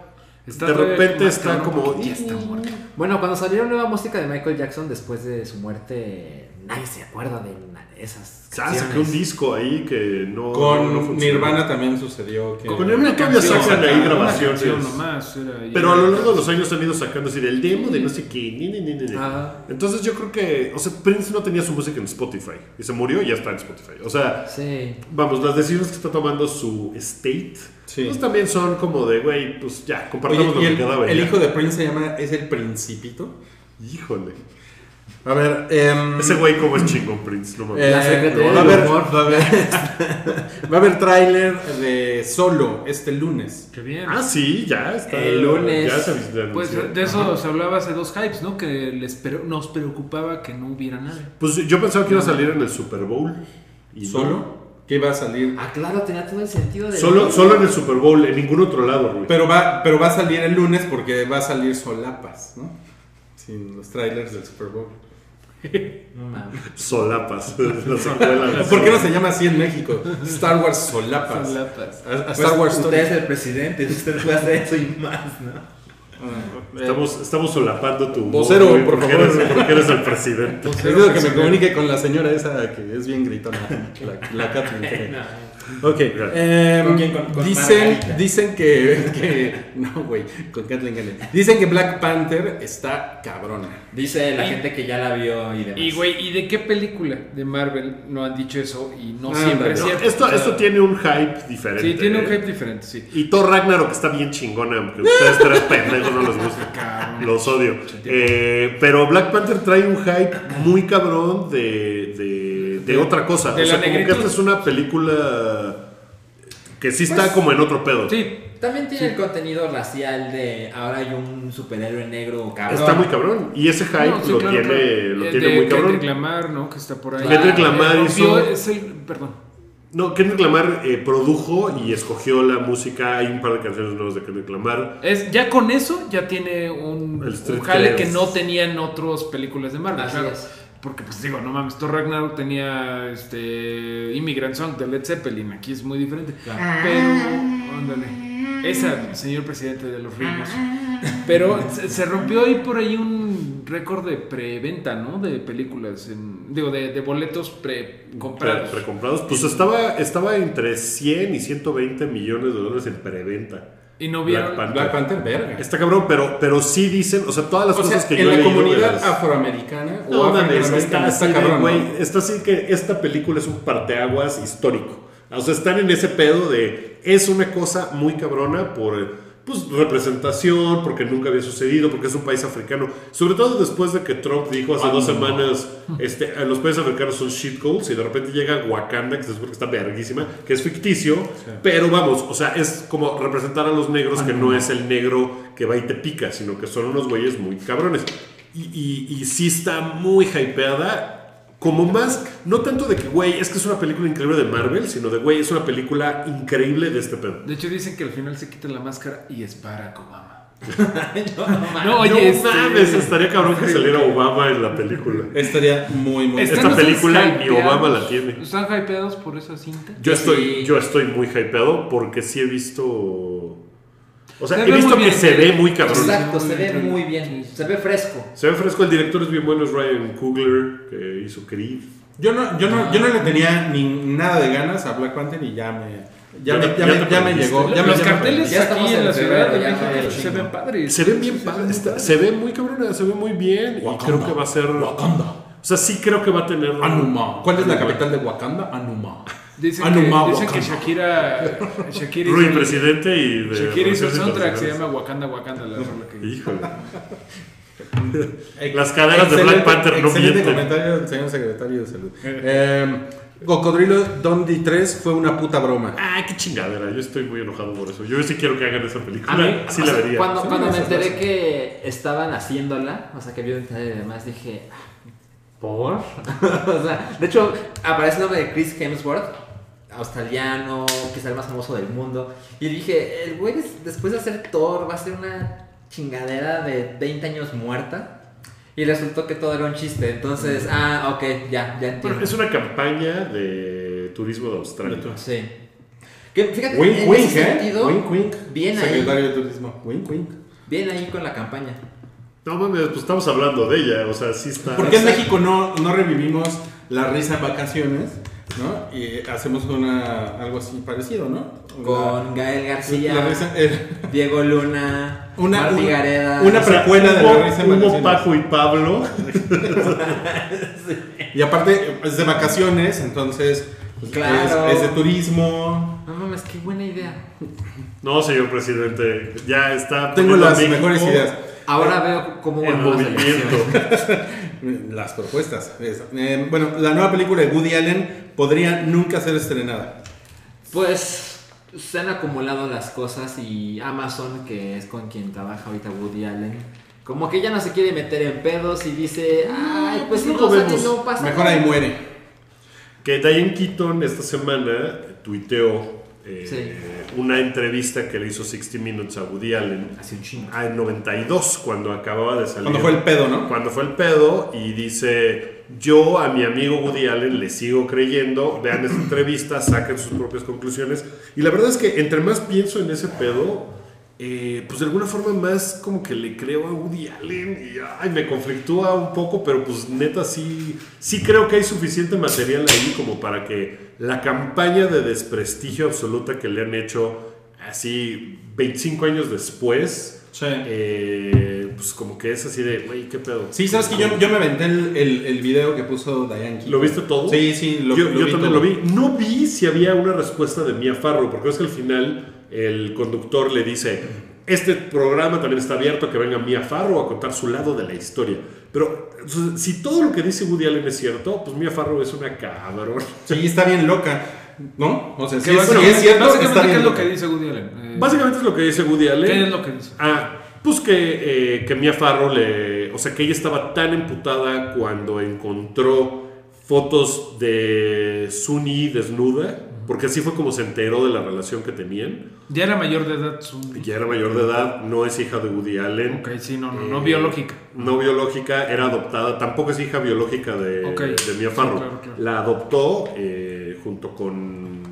[SPEAKER 2] Está
[SPEAKER 1] de
[SPEAKER 2] todavía
[SPEAKER 1] repente
[SPEAKER 2] más
[SPEAKER 1] está
[SPEAKER 2] cabrón
[SPEAKER 1] como.
[SPEAKER 2] porque ya está muerta.
[SPEAKER 3] Bueno, cuando salió nueva música de Michael Jackson después de su muerte, nadie se acuerda de una de esas.
[SPEAKER 1] Ah,
[SPEAKER 3] canciones.
[SPEAKER 1] saqué un disco ahí que no.
[SPEAKER 4] Con
[SPEAKER 1] no funcionó.
[SPEAKER 4] Nirvana también sucedió. Que...
[SPEAKER 1] Con Nirvana todavía
[SPEAKER 2] canción,
[SPEAKER 1] sacan ahí
[SPEAKER 2] una
[SPEAKER 1] grabaciones.
[SPEAKER 2] canción nomás, era-
[SPEAKER 1] Pero a lo largo de los años han ido sacando así del demo de no sé qué. ni, ni, ni, ni, ni.
[SPEAKER 3] Ah.
[SPEAKER 1] Entonces yo creo que. O sea, Prince no tenía su música en Spotify. Y se murió y ya está en Spotify. O sea,
[SPEAKER 3] Sí.
[SPEAKER 1] vamos, las decisiones que está tomando su estate.
[SPEAKER 4] Sí.
[SPEAKER 1] Pues también son como de, güey, pues ya,
[SPEAKER 4] Oye,
[SPEAKER 1] compartamos
[SPEAKER 4] y
[SPEAKER 1] lo que
[SPEAKER 4] el,
[SPEAKER 1] quedaba.
[SPEAKER 4] el
[SPEAKER 1] ya.
[SPEAKER 4] hijo de Prince se llama. Es el Principito.
[SPEAKER 1] Híjole.
[SPEAKER 4] A ver. em,
[SPEAKER 1] Ese güey, como es chingón, Prince. No mames.
[SPEAKER 4] Eh,
[SPEAKER 3] La Secretaría
[SPEAKER 4] va, a
[SPEAKER 3] del
[SPEAKER 4] haber,
[SPEAKER 3] Humor.
[SPEAKER 4] va a haber, va a haber tráiler de Solo este lunes.
[SPEAKER 2] Qué bien.
[SPEAKER 1] Ah, sí, ya está.
[SPEAKER 3] El lunes.
[SPEAKER 1] Ya se anunció.
[SPEAKER 2] Pues de eso se hablaba hace dos hypes, ¿no? Que les pre- nos preocupaba que no hubiera nada.
[SPEAKER 1] Pues yo pensaba que iba a salir en el Super Bowl. Y no.
[SPEAKER 4] Solo que iba a salir,
[SPEAKER 3] Ah, claro, tenía todo el sentido de.
[SPEAKER 1] Solo, solo en el Super Bowl, en ningún otro lado, güey.
[SPEAKER 4] pero va, pero va a salir el lunes porque va a salir solapas, ¿no? Sin los trailers del Super Bowl.
[SPEAKER 3] No mames.
[SPEAKER 1] Solapas. las secuelas.
[SPEAKER 4] ¿Por qué no se llama así en México? Star Wars Solapas.
[SPEAKER 2] Solapas.
[SPEAKER 4] A- a
[SPEAKER 6] Pues,
[SPEAKER 4] Star Wars
[SPEAKER 6] usted es
[SPEAKER 4] Story.
[SPEAKER 6] el presidente, usted puede hacer eso y más, ¿no?
[SPEAKER 1] Estamos, estamos solapando tu.
[SPEAKER 4] Vocero,
[SPEAKER 1] humor, güey,
[SPEAKER 4] por
[SPEAKER 1] porque
[SPEAKER 4] favor.
[SPEAKER 1] Eres, porque eres el presidente.
[SPEAKER 4] Les digo que me comunique con la señora esa que es bien gritona, la, la Kathleen. Ok, em,
[SPEAKER 6] ¿Con quién? Con- con
[SPEAKER 4] dicen,
[SPEAKER 6] Margarita.
[SPEAKER 4] dicen que, que- No, güey, con Kathleen Kennedy. Dicen que Black Panther está cabrona.
[SPEAKER 3] Dice la
[SPEAKER 2] Y-
[SPEAKER 3] gente que ya la vio y demás.
[SPEAKER 2] Y güey, ¿y de qué película de Marvel no han dicho eso? Y no
[SPEAKER 4] Ah,
[SPEAKER 2] siempre
[SPEAKER 4] pero
[SPEAKER 2] es
[SPEAKER 1] No,
[SPEAKER 2] cierto.
[SPEAKER 1] esto,
[SPEAKER 2] O sea,
[SPEAKER 1] esto tiene un hype diferente.
[SPEAKER 2] Sí, tiene un
[SPEAKER 1] ¿eh?
[SPEAKER 2] hype diferente, sí.
[SPEAKER 1] Y Thor Ragnarok está bien chingona, aunque ustedes tres pendejos no les gusta. Los odio. Eh, pero Black Panther trae un hype muy cabrón de, de, de otra cosa. o
[SPEAKER 2] de la
[SPEAKER 1] sea, como que
[SPEAKER 2] negritud.
[SPEAKER 1] esta es una película que sí está
[SPEAKER 3] Pues-
[SPEAKER 1] como en otro pedo.
[SPEAKER 2] Sí,
[SPEAKER 3] También tiene el contenido racial de ahora hay un superhéroe negro cabrón.
[SPEAKER 1] Está muy cabrón. Y ese hype
[SPEAKER 2] No, sí,
[SPEAKER 1] lo,
[SPEAKER 2] claro,
[SPEAKER 1] tiene,
[SPEAKER 2] claro.
[SPEAKER 1] lo
[SPEAKER 2] Eh,
[SPEAKER 1] tiene
[SPEAKER 2] de
[SPEAKER 1] muy cabrón.
[SPEAKER 2] Kendrick Lamar, ¿no? Que está por ahí.
[SPEAKER 1] Kendrick
[SPEAKER 2] Eh,
[SPEAKER 1] Lamar hizo-
[SPEAKER 2] rompió- es el- perdón.
[SPEAKER 1] No, Kendrick Lamar eh, produjo y escogió la música. Hay un par de canciones nuevas de Kendrick Lamar.
[SPEAKER 2] Es, ya con eso ya tiene un,
[SPEAKER 1] El
[SPEAKER 2] un
[SPEAKER 1] street
[SPEAKER 2] jale
[SPEAKER 1] cred.
[SPEAKER 2] que no tenían otras películas de Marvel,
[SPEAKER 3] Así
[SPEAKER 2] claro.
[SPEAKER 3] es.
[SPEAKER 2] Porque pues digo, no mames, Thor Ragnarok tenía este Immigrant Song de Led Zeppelin, aquí es muy diferente. Pero ándale. Esa, señor presidente de los ritmos. Pero se, se rompió ahí por ahí un récord de preventa, ¿no? De películas, en- digo, de, de boletos pre-comprados.
[SPEAKER 1] Pre- Precomprados. Pues estaba, estaba entre 100 y 120 millones de dólares en preventa.
[SPEAKER 2] y no vieron...
[SPEAKER 1] Black
[SPEAKER 4] Black Panther, verga.
[SPEAKER 1] Está cabrón, pero, pero sí dicen, o sea, todas las
[SPEAKER 4] O sea,
[SPEAKER 1] cosas que
[SPEAKER 4] en
[SPEAKER 1] yo he
[SPEAKER 4] la
[SPEAKER 1] leído de
[SPEAKER 4] comunidad
[SPEAKER 1] las-
[SPEAKER 4] afroamericana o
[SPEAKER 1] No, mames, está,
[SPEAKER 4] afroamericana
[SPEAKER 1] así
[SPEAKER 4] está
[SPEAKER 1] de,
[SPEAKER 4] cabrón.
[SPEAKER 1] güey,
[SPEAKER 4] ¿no?
[SPEAKER 1] está así que esta película es un parteaguas histórico. O sea, están en ese pedo de es una cosa muy cabrona por pues representación, porque nunca había sucedido, porque es un país africano. Sobre todo después de que Trump dijo hace dos semanas, este, "A los países africanos son shitholes y de repente llega Wakanda, que se supone que está verguísima, que es ficticio, pero vamos, o sea, es como representar a los negros que no es el negro que va y te pica, sino que son unos güeyes muy cabrones. Y, y, y sí está muy hypeada. Como más, no tanto de que, güey, es que es una película increíble de Marvel, sino de, güey, es una película increíble de este pedo.
[SPEAKER 2] De hecho dicen que al final se quita la máscara y es para Obama.
[SPEAKER 3] no,
[SPEAKER 2] No, oye,
[SPEAKER 1] no
[SPEAKER 2] este-
[SPEAKER 1] mames, estaría cabrón que saliera Obama en la película.
[SPEAKER 4] Estaría muy, muy.
[SPEAKER 2] Están
[SPEAKER 1] Esta
[SPEAKER 2] ustedes
[SPEAKER 1] película ni
[SPEAKER 2] hypeados.
[SPEAKER 1] Obama la tiene.
[SPEAKER 2] ¿Están hypeados por esa cinta?
[SPEAKER 1] Yo estoy,
[SPEAKER 3] Sí.
[SPEAKER 1] yo estoy muy hypeado porque sí he visto. O sea,
[SPEAKER 2] Se
[SPEAKER 1] he
[SPEAKER 2] ve
[SPEAKER 1] visto
[SPEAKER 2] muy
[SPEAKER 1] que
[SPEAKER 2] bien. ¿eh?
[SPEAKER 1] se ve muy cabrón.
[SPEAKER 3] Exacto, se ve muy bien. Se ve fresco.
[SPEAKER 1] Se ve fresco, el director es bien bueno, es Ryan Coogler, que hizo Creed.
[SPEAKER 4] Yo no, yo no, yo no le tenía ni nada de ganas a Black Panther y ya me.
[SPEAKER 1] Ya
[SPEAKER 4] Ya, me,
[SPEAKER 1] te- ya
[SPEAKER 4] ya, me,
[SPEAKER 1] te
[SPEAKER 4] ya me
[SPEAKER 1] perdiste.
[SPEAKER 4] llegó. Ya me-
[SPEAKER 2] los
[SPEAKER 4] ya me
[SPEAKER 2] carteles
[SPEAKER 4] perdí.
[SPEAKER 3] ya
[SPEAKER 2] aquí
[SPEAKER 3] estamos
[SPEAKER 2] en
[SPEAKER 3] en
[SPEAKER 2] la ciudad
[SPEAKER 3] febrero,
[SPEAKER 2] de
[SPEAKER 3] ya
[SPEAKER 2] México
[SPEAKER 3] está el
[SPEAKER 2] se
[SPEAKER 3] chingo.
[SPEAKER 2] ven padres.
[SPEAKER 1] Se ven bien padre, está- se ve muy cabrona, se ve muy bien. Y creo que va a ser. O sea, sí creo que va a tener.
[SPEAKER 4] Anuma. ¿Cuál es la capital de Wakanda? Anuma.
[SPEAKER 2] Dicen,
[SPEAKER 4] Anuma,
[SPEAKER 2] que, dicen
[SPEAKER 4] Wakanda.
[SPEAKER 2] que Shakira, Shakira
[SPEAKER 1] Rui
[SPEAKER 2] hizo,
[SPEAKER 1] presidente y de.
[SPEAKER 2] Shakira hizo el
[SPEAKER 1] relaciones
[SPEAKER 2] soundtrack, se llama
[SPEAKER 1] internacionales.
[SPEAKER 2] Wakanda Wakanda la rola que
[SPEAKER 1] Híjole. Las caderas de Black Panther no
[SPEAKER 4] excelente
[SPEAKER 1] mienten.
[SPEAKER 4] comentario del señor secretario de salud. Eh, Cocodrilo Dondi 3 fue una puta broma.
[SPEAKER 1] Ah, qué chingadera, yo estoy muy enojado por eso. Yo sí quiero que hagan esa película.
[SPEAKER 3] A mí,
[SPEAKER 1] sí
[SPEAKER 3] o
[SPEAKER 1] la
[SPEAKER 3] sea,
[SPEAKER 1] vería.
[SPEAKER 3] Cuando,
[SPEAKER 4] Sí,
[SPEAKER 3] cuando me
[SPEAKER 4] esas
[SPEAKER 3] enteré
[SPEAKER 4] cosas.
[SPEAKER 3] que estaban haciéndola, o sea, que vi un trailer y demás, dije, "Ah, ¿por? o sea, de hecho, aparece el nombre de Chris Hemsworth, australiano, quizá el más famoso del mundo, y dije, el güey des- después de hacer Thor va a ser una chingadera de 20 años muerta. Y resultó que todo era un chiste, entonces,
[SPEAKER 4] Mm.
[SPEAKER 3] ah, ok, ya, ya
[SPEAKER 1] Pero
[SPEAKER 3] entiendo.
[SPEAKER 1] es una campaña de turismo de Australia.
[SPEAKER 3] Sí. Que, fíjate,
[SPEAKER 4] Wink,
[SPEAKER 3] en
[SPEAKER 4] wink,
[SPEAKER 3] ese
[SPEAKER 4] ¿eh?
[SPEAKER 3] sentido,
[SPEAKER 4] wink, wink.
[SPEAKER 3] bien ahí.
[SPEAKER 4] Secretario de Turismo. Wink, wink.
[SPEAKER 3] bien ahí con la campaña.
[SPEAKER 1] No mames, pues estamos hablando de ella, o sea, sí está.
[SPEAKER 4] ¿Por qué en México no, no revivimos la risa en vacaciones? ¿No? Y hacemos una, algo así parecido, ¿no?
[SPEAKER 3] Con Gael
[SPEAKER 4] la,
[SPEAKER 3] García.
[SPEAKER 4] la risa. eh,
[SPEAKER 3] Diego Luna,
[SPEAKER 4] Una-
[SPEAKER 3] Martí
[SPEAKER 4] una-
[SPEAKER 3] Gareda.
[SPEAKER 4] una-
[SPEAKER 1] O sea,
[SPEAKER 4] precuela de
[SPEAKER 1] hubo-
[SPEAKER 4] la risa en
[SPEAKER 1] Hubo
[SPEAKER 4] vacaciones.
[SPEAKER 1] Paco y Pablo.
[SPEAKER 4] y aparte es de vacaciones, entonces pues,
[SPEAKER 3] Claro.
[SPEAKER 4] es, es de turismo.
[SPEAKER 3] No mames, qué buena idea.
[SPEAKER 1] No, señor presidente, ya está.
[SPEAKER 4] Tengo
[SPEAKER 1] poniendo a
[SPEAKER 4] las
[SPEAKER 1] México
[SPEAKER 4] mejores ideas.
[SPEAKER 3] Ahora veo cómo
[SPEAKER 1] En
[SPEAKER 3] ganó la
[SPEAKER 1] movimiento.
[SPEAKER 3] selección.
[SPEAKER 4] Las propuestas. eso. Eh, bueno, la nueva película de Woody Allen podría nunca ser estrenada.
[SPEAKER 3] Pues se han acumulado las cosas y Amazon, que es con quien trabaja ahorita Woody Allen, como que ya no se quiere meter en pedos y dice, ay, pues si
[SPEAKER 1] no
[SPEAKER 3] no sale,
[SPEAKER 1] vemos.
[SPEAKER 3] no pasa
[SPEAKER 4] Mejor
[SPEAKER 3] nada".
[SPEAKER 4] ahí muere.
[SPEAKER 1] Que Diane Keaton esta semana tuiteó eh,
[SPEAKER 3] Sí.
[SPEAKER 1] una entrevista que le hizo 60 Minutes a Woody Allen
[SPEAKER 3] Hace un chingo.
[SPEAKER 1] Ah, en 92, cuando acababa de salir.
[SPEAKER 4] Cuando fue el pedo, ¿no?
[SPEAKER 1] Cuando fue el pedo y dice, yo a mi amigo Woody Allen le sigo creyendo, vean esta entrevista, saquen sus propias conclusiones. Y la verdad es que entre más pienso en ese pedo, eh, pues de alguna forma más como que le creo a Woody Allen y ay, me conflictúa un poco, pero pues neta sí, sí creo que hay suficiente material ahí como para que la campaña de desprestigio absoluta que le han hecho así 25 años después,
[SPEAKER 4] Sí.
[SPEAKER 1] eh, pues como que es así de, güey, qué pedo.
[SPEAKER 4] Sí, sabes que yo, yo me aventé el, el, el video que puso Diane Keaton.
[SPEAKER 1] ¿Lo viste todo?
[SPEAKER 4] Sí, sí, lo,
[SPEAKER 1] yo
[SPEAKER 4] lo
[SPEAKER 1] yo
[SPEAKER 4] vi
[SPEAKER 1] también
[SPEAKER 4] todo.
[SPEAKER 1] lo vi. No vi si había una respuesta de Mia Farrow, porque es que al final el conductor le dice, este programa también está abierto a que venga Mia Farrow a contar su lado de la historia. Pero o sea, si todo lo que dice Woody Allen es cierto, pues Mia Farrow es una cabrón.
[SPEAKER 4] Sí, está bien loca, ¿no? O sea, sí,
[SPEAKER 2] Que
[SPEAKER 4] es, sí
[SPEAKER 2] básicamente-
[SPEAKER 4] es cierto,
[SPEAKER 2] básicamente,
[SPEAKER 4] está
[SPEAKER 2] ¿qué
[SPEAKER 4] bien
[SPEAKER 2] es lo que
[SPEAKER 4] loca.
[SPEAKER 2] dice Woody Allen? Eh,
[SPEAKER 1] Básicamente es lo que dice Woody Allen.
[SPEAKER 2] ¿Qué es lo que dice?
[SPEAKER 1] Ah, pues que, eh, que Mia Farrow le. O sea, que ella estaba tan emputada cuando encontró fotos de Suni desnuda, porque así fue como se enteró de la relación que tenían.
[SPEAKER 2] Ya era mayor de edad. Su...
[SPEAKER 1] Ya era mayor de edad, no es hija de Woody Allen.
[SPEAKER 2] Ok, sí, no, no, no
[SPEAKER 1] Eh,
[SPEAKER 2] biológica.
[SPEAKER 1] No biológica, era adoptada, tampoco es hija biológica de,
[SPEAKER 2] Ok.
[SPEAKER 1] de Mia
[SPEAKER 2] Sí,
[SPEAKER 1] Farrow.
[SPEAKER 2] claro, claro.
[SPEAKER 1] La adoptó eh, junto con,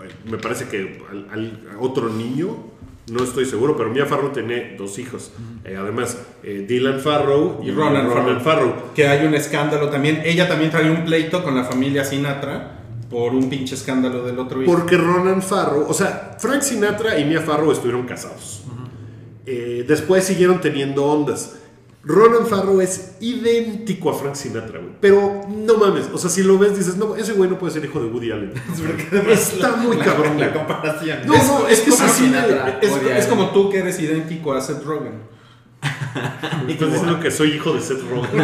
[SPEAKER 1] ay, me parece que al, al- otro niño, no estoy seguro, pero Mia Farrow tiene dos hijos. Eh, además, eh, Dylan Farrow
[SPEAKER 4] Y Ronan
[SPEAKER 1] Ronan Farrow.
[SPEAKER 4] Que hay un escándalo también. Ella también trae un pleito con la familia Sinatra por un pinche escándalo del otro hijo.
[SPEAKER 1] Porque Ronan Farrow, o sea, Frank Sinatra y Mia Farrow estuvieron casados. Eh, después siguieron teniendo ondas. Ronan Farrow es idéntico a Frank Sinatra, güey. Pero no mames, o sea, si lo ves dices, no, ese güey no puede ser hijo de Woody Allen. Está muy cabrón.
[SPEAKER 6] La
[SPEAKER 1] güey.
[SPEAKER 6] comparación.
[SPEAKER 1] No, no, es que es
[SPEAKER 4] como
[SPEAKER 1] así. de-
[SPEAKER 3] Sinatra.
[SPEAKER 1] es-
[SPEAKER 4] Es, es como tú que eres idéntico a Seth Rogen.
[SPEAKER 1] Estás diciendo que soy hijo de Seth Rogen.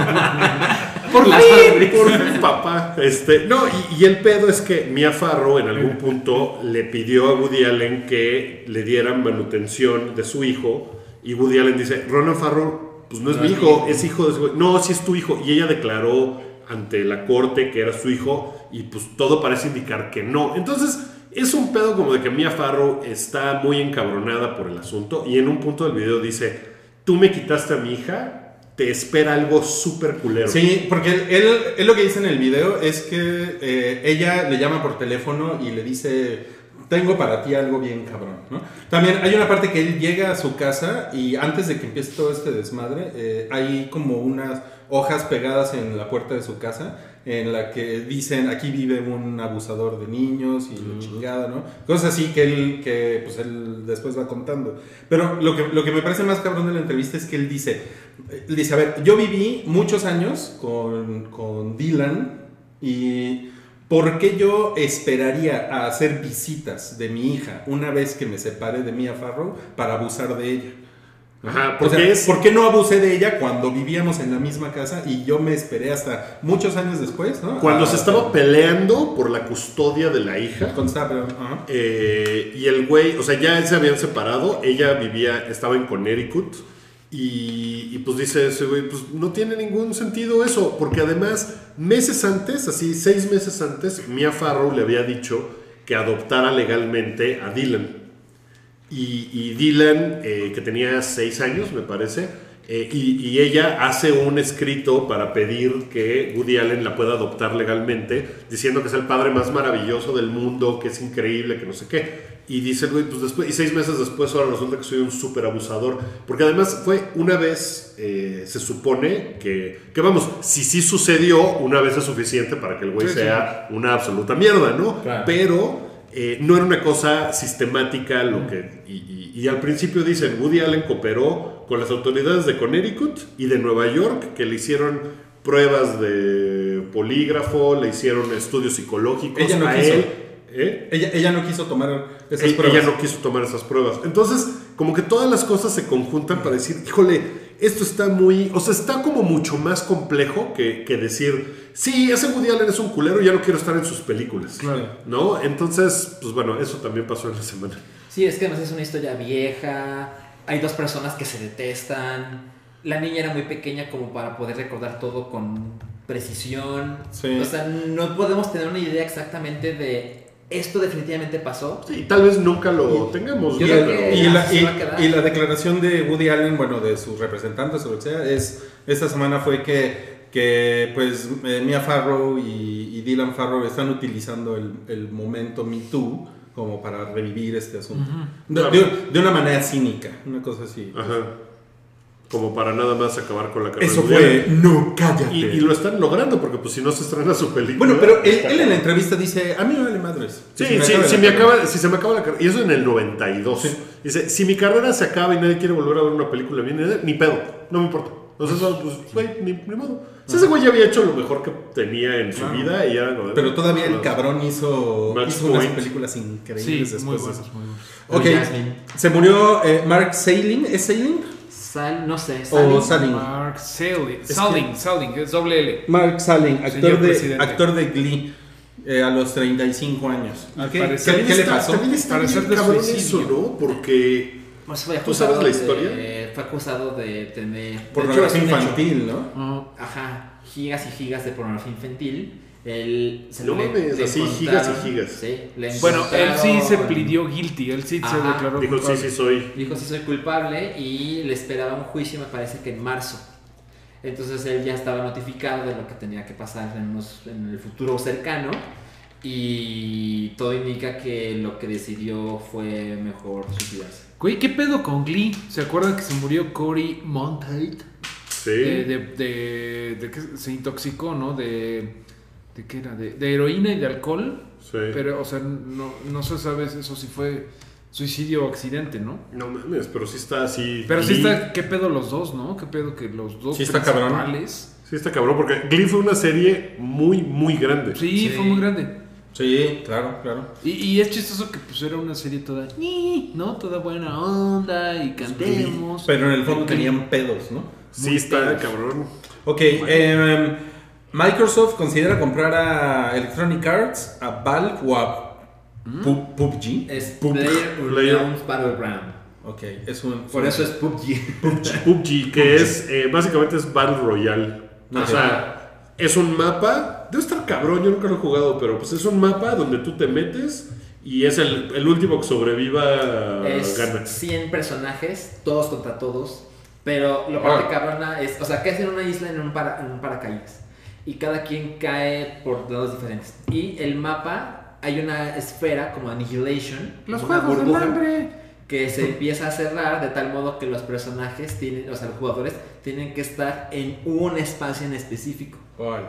[SPEAKER 1] por mí, por mi papá. Este, no, y, y el pedo es que Mia Farrow en algún punto le pidió a Woody Allen que le dieran manutención de su hijo. Y Woody Allen dice, Ronan Farrow, pues no es mi hijo, es hijo de su hijo. No, sí es tu hijo. Y ella declaró ante la corte que era su hijo y pues todo parece indicar que no. Entonces es un pedo como de que Mia Farrow está muy encabronada por el asunto y en un punto del video dice, tú me quitaste a mi hija, te espera algo súper culero.
[SPEAKER 4] Sí, porque él, él, él lo que dice en el video es que eh, ella le llama por teléfono y le dice, tengo para ti algo bien cabrón, ¿no? También hay una parte que él llega a su casa y antes de que empiece todo este desmadre, eh, hay como unas hojas pegadas en la puerta de su casa en la que dicen, aquí vive un abusador de niños y la chingada, ¿no? Cosas así que él, que pues él después va contando. Pero lo que, lo que me parece más cabrón de la entrevista es que él dice, eh, dice, a ver, yo viví muchos años con, con Dylan y ¿por qué yo esperaría a hacer visitas de mi hija una vez que me separe de Mia Farrow para abusar de ella?
[SPEAKER 1] Ajá,
[SPEAKER 4] O
[SPEAKER 1] porque
[SPEAKER 4] sea,
[SPEAKER 1] es...
[SPEAKER 4] ¿Por qué no abusé de ella cuando vivíamos en la misma casa y yo me esperé hasta muchos años después, ¿no?
[SPEAKER 1] Cuando
[SPEAKER 4] Ah,
[SPEAKER 1] se estaba peleando por la custodia de la hija,
[SPEAKER 4] Cuando estaba, pero, ajá.
[SPEAKER 1] Eh, y el güey, o sea, ya se habían separado, ella vivía, estaba en Connecticut. Y, y pues dice ese güey, pues no tiene ningún sentido eso, porque además meses antes, así seis meses antes, Mia Farrow le había dicho que adoptara legalmente a Dylan. Y, y Dylan, eh, que tenía seis años, me parece, eh, y, y ella hace un escrito para pedir que Woody Allen la pueda adoptar legalmente, diciendo que es el padre más maravilloso del mundo, que es increíble, que no sé qué. Y dice el güey, pues después, y seis meses después ahora resulta que soy un súper abusador. Porque además fue una vez, eh, se supone que, que vamos, si sí sucedió, una vez es suficiente para que el güey
[SPEAKER 2] Sí, sí.
[SPEAKER 1] sea una absoluta mierda, ¿no?
[SPEAKER 4] Claro.
[SPEAKER 1] Pero eh, no era una cosa sistemática lo que... Y, y- y al principio dicen, Woody Allen cooperó con las autoridades de Connecticut y de Nueva York, que le hicieron pruebas de polígrafo, le hicieron estudios psicológicos
[SPEAKER 4] Ella no
[SPEAKER 1] a
[SPEAKER 4] quiso.
[SPEAKER 1] él. ¿Eh?
[SPEAKER 4] Ella, ella no quiso tomar esas
[SPEAKER 1] E-, Ella-
[SPEAKER 4] pruebas.
[SPEAKER 1] Ella no quiso tomar esas pruebas. Entonces, como que todas las cosas se conjuntan para decir, híjole, esto está muy, o sea, está como mucho más complejo que, que decir, sí, ese Woody Allen es un culero, ya no quiero estar en sus películas.
[SPEAKER 2] Claro.
[SPEAKER 1] ¿No? Entonces, pues bueno, eso también pasó en la semana.
[SPEAKER 3] Sí, es que además es una historia vieja. Hay dos personas que se detestan. La niña era muy pequeña como para poder recordar todo con precisión.
[SPEAKER 4] Sí.
[SPEAKER 3] O sea, no podemos tener una idea exactamente de esto definitivamente pasó.
[SPEAKER 1] Sí, tal vez nunca lo tengamos.
[SPEAKER 4] Y
[SPEAKER 1] bien,
[SPEAKER 4] la,
[SPEAKER 3] creo que
[SPEAKER 4] Pues y la-
[SPEAKER 3] así
[SPEAKER 4] y-
[SPEAKER 3] va a quedar.
[SPEAKER 4] y la declaración de Woody Allen, bueno, de sus representantes o lo que sea, es, esta semana fue que, que pues eh, Mia Farrow y, y Dylan Farrow están utilizando el, el momento Me Too como para revivir este asunto. De-
[SPEAKER 1] Claro.
[SPEAKER 4] de, de una manera cínica, una cosa así.
[SPEAKER 1] Ajá. Como para nada más acabar con la carrera.
[SPEAKER 4] Eso
[SPEAKER 1] de Woody
[SPEAKER 4] fue,
[SPEAKER 1] Allen.
[SPEAKER 4] no, cállate.
[SPEAKER 1] Y, y lo están logrando porque pues si no se estrena su película.
[SPEAKER 4] bueno, pero él,
[SPEAKER 1] está
[SPEAKER 4] él en la
[SPEAKER 1] cabrón.
[SPEAKER 4] entrevista dice, a mí me vale madres.
[SPEAKER 1] Sí,
[SPEAKER 4] Si me
[SPEAKER 1] sí, si
[SPEAKER 4] acaba la
[SPEAKER 1] me
[SPEAKER 4] carrera".
[SPEAKER 1] acaba, si se me acaba la carrera. Y eso en el 92. Dice, si mi carrera se acaba y nadie quiere volver a ver una película bien, hecha, ni pedo, no me importa. O sea, eso, pues, güey, ni, ni modo. O sea, ese güey ya había hecho lo mejor que tenía en su
[SPEAKER 4] Claro.
[SPEAKER 1] vida y era como de-
[SPEAKER 4] Pero todavía el
[SPEAKER 1] Bueno,
[SPEAKER 4] cabrón hizo,
[SPEAKER 1] Match
[SPEAKER 4] hizo unas
[SPEAKER 1] Point.
[SPEAKER 4] películas increíbles
[SPEAKER 2] Sí,
[SPEAKER 4] después.
[SPEAKER 2] muy
[SPEAKER 4] de eso.
[SPEAKER 2] buenos, muy buenos.
[SPEAKER 4] Ok,
[SPEAKER 3] Jasmine.
[SPEAKER 4] se murió eh, Mark Sailing, ¿es Sailing?
[SPEAKER 3] Sal, no sé, Sally.
[SPEAKER 4] ¿O Saling?
[SPEAKER 2] Mark Selling,
[SPEAKER 4] que-
[SPEAKER 2] Selling, Selling, es doble L.
[SPEAKER 4] Mark Sailing, actor,
[SPEAKER 2] Señor
[SPEAKER 4] de,
[SPEAKER 2] presidente.
[SPEAKER 4] actor de Glee eh, a los 35 años.
[SPEAKER 2] Al
[SPEAKER 4] ¿Qué,
[SPEAKER 2] parecer
[SPEAKER 4] qué- qué le
[SPEAKER 1] está-
[SPEAKER 4] pasó?
[SPEAKER 1] También está
[SPEAKER 2] Para
[SPEAKER 1] bien
[SPEAKER 2] ser de
[SPEAKER 1] cabrón eso,
[SPEAKER 2] suicidio.
[SPEAKER 1] ¿no? Porque
[SPEAKER 3] Pues fue
[SPEAKER 1] ¿Tú sabes
[SPEAKER 3] acusado
[SPEAKER 1] la
[SPEAKER 3] de-
[SPEAKER 1] historia?
[SPEAKER 3] fue acusado de tener. de hecho, es
[SPEAKER 4] Pornografía
[SPEAKER 3] un hecho.
[SPEAKER 4] infantil, ¿no?
[SPEAKER 3] Ajá, gigas y gigas de pornografía infantil. Él se
[SPEAKER 1] No mames, así,
[SPEAKER 3] encontraron-
[SPEAKER 1] gigas y gigas.
[SPEAKER 3] Sí, le
[SPEAKER 2] Bueno, él sí se
[SPEAKER 3] encontraron-
[SPEAKER 2] pidió guilty, él sí se
[SPEAKER 3] Ajá.
[SPEAKER 2] declaró
[SPEAKER 1] dijo, sí,
[SPEAKER 2] culpable.
[SPEAKER 1] sí, soy.
[SPEAKER 3] Dijo sí soy culpable y le esperaba un juicio, me parece que en marzo. Entonces él ya estaba notificado de lo que tenía que pasar en, unos- en el futuro cercano y todo indica que lo que decidió fue mejor suicidarse.
[SPEAKER 2] Güey, ¿qué pedo con Glee? ¿Se acuerdan que se murió Cory Monteith?
[SPEAKER 1] Sí.
[SPEAKER 2] De, de, de- de que se intoxicó, ¿no? De, ¿de qué era? De, de heroína y de alcohol.
[SPEAKER 1] sí.
[SPEAKER 2] Pero, o sea, no, no se sabe eso si fue suicidio o accidente, ¿no?
[SPEAKER 1] No mames, pero sí está así.
[SPEAKER 2] Pero sí
[SPEAKER 1] Glee.
[SPEAKER 2] está, ¿qué pedo los dos, no? ¿Qué pedo que los dos
[SPEAKER 4] Sí está cabrón.
[SPEAKER 2] principales-
[SPEAKER 1] Sí está cabrón, porque Glee fue una serie muy, muy grande.
[SPEAKER 2] Sí,
[SPEAKER 3] Sí.
[SPEAKER 2] fue muy grande.
[SPEAKER 4] Sí, claro, claro.
[SPEAKER 2] Y, y es chistoso que pues era una serie toda, "Ni", ¿no? Toda buena onda y cantemos.
[SPEAKER 4] Pero en el fondo
[SPEAKER 2] Ok.
[SPEAKER 4] tenían pedos, ¿no?
[SPEAKER 1] Sí está cabrón.
[SPEAKER 4] Ok, em, Microsoft considera comprar a Electronic Arts, a Valve o a Pu- PUBG.
[SPEAKER 3] Mm. Es
[SPEAKER 1] Pup-
[SPEAKER 3] Player
[SPEAKER 1] Player.
[SPEAKER 3] Unknown's Battleground.
[SPEAKER 4] Ok, es un...
[SPEAKER 3] Por eso es PUBG.
[SPEAKER 1] PUBG, que es eh, básicamente es Battle Royale. O
[SPEAKER 4] Ajá.
[SPEAKER 1] sea, es un mapa. Debe estar cabrón, yo nunca lo he jugado, pero pues es un mapa donde tú te metes y es el, el último que sobreviva
[SPEAKER 3] es
[SPEAKER 1] gana.
[SPEAKER 3] 100 personajes, todos contra todos. Pero lo parte cabrona es, o sea, caes en una isla en un, para- en un paracaídas. Y cada quien cae por lados diferentes. Y el mapa, hay una esfera como Annihilation.
[SPEAKER 2] Los
[SPEAKER 3] una
[SPEAKER 2] juegos del
[SPEAKER 3] burbuja
[SPEAKER 2] hambre.
[SPEAKER 3] Que se empieza a cerrar de tal modo que los personajes tienen, o sea, los jugadores tienen que estar en un espacio en específico.
[SPEAKER 4] Órale.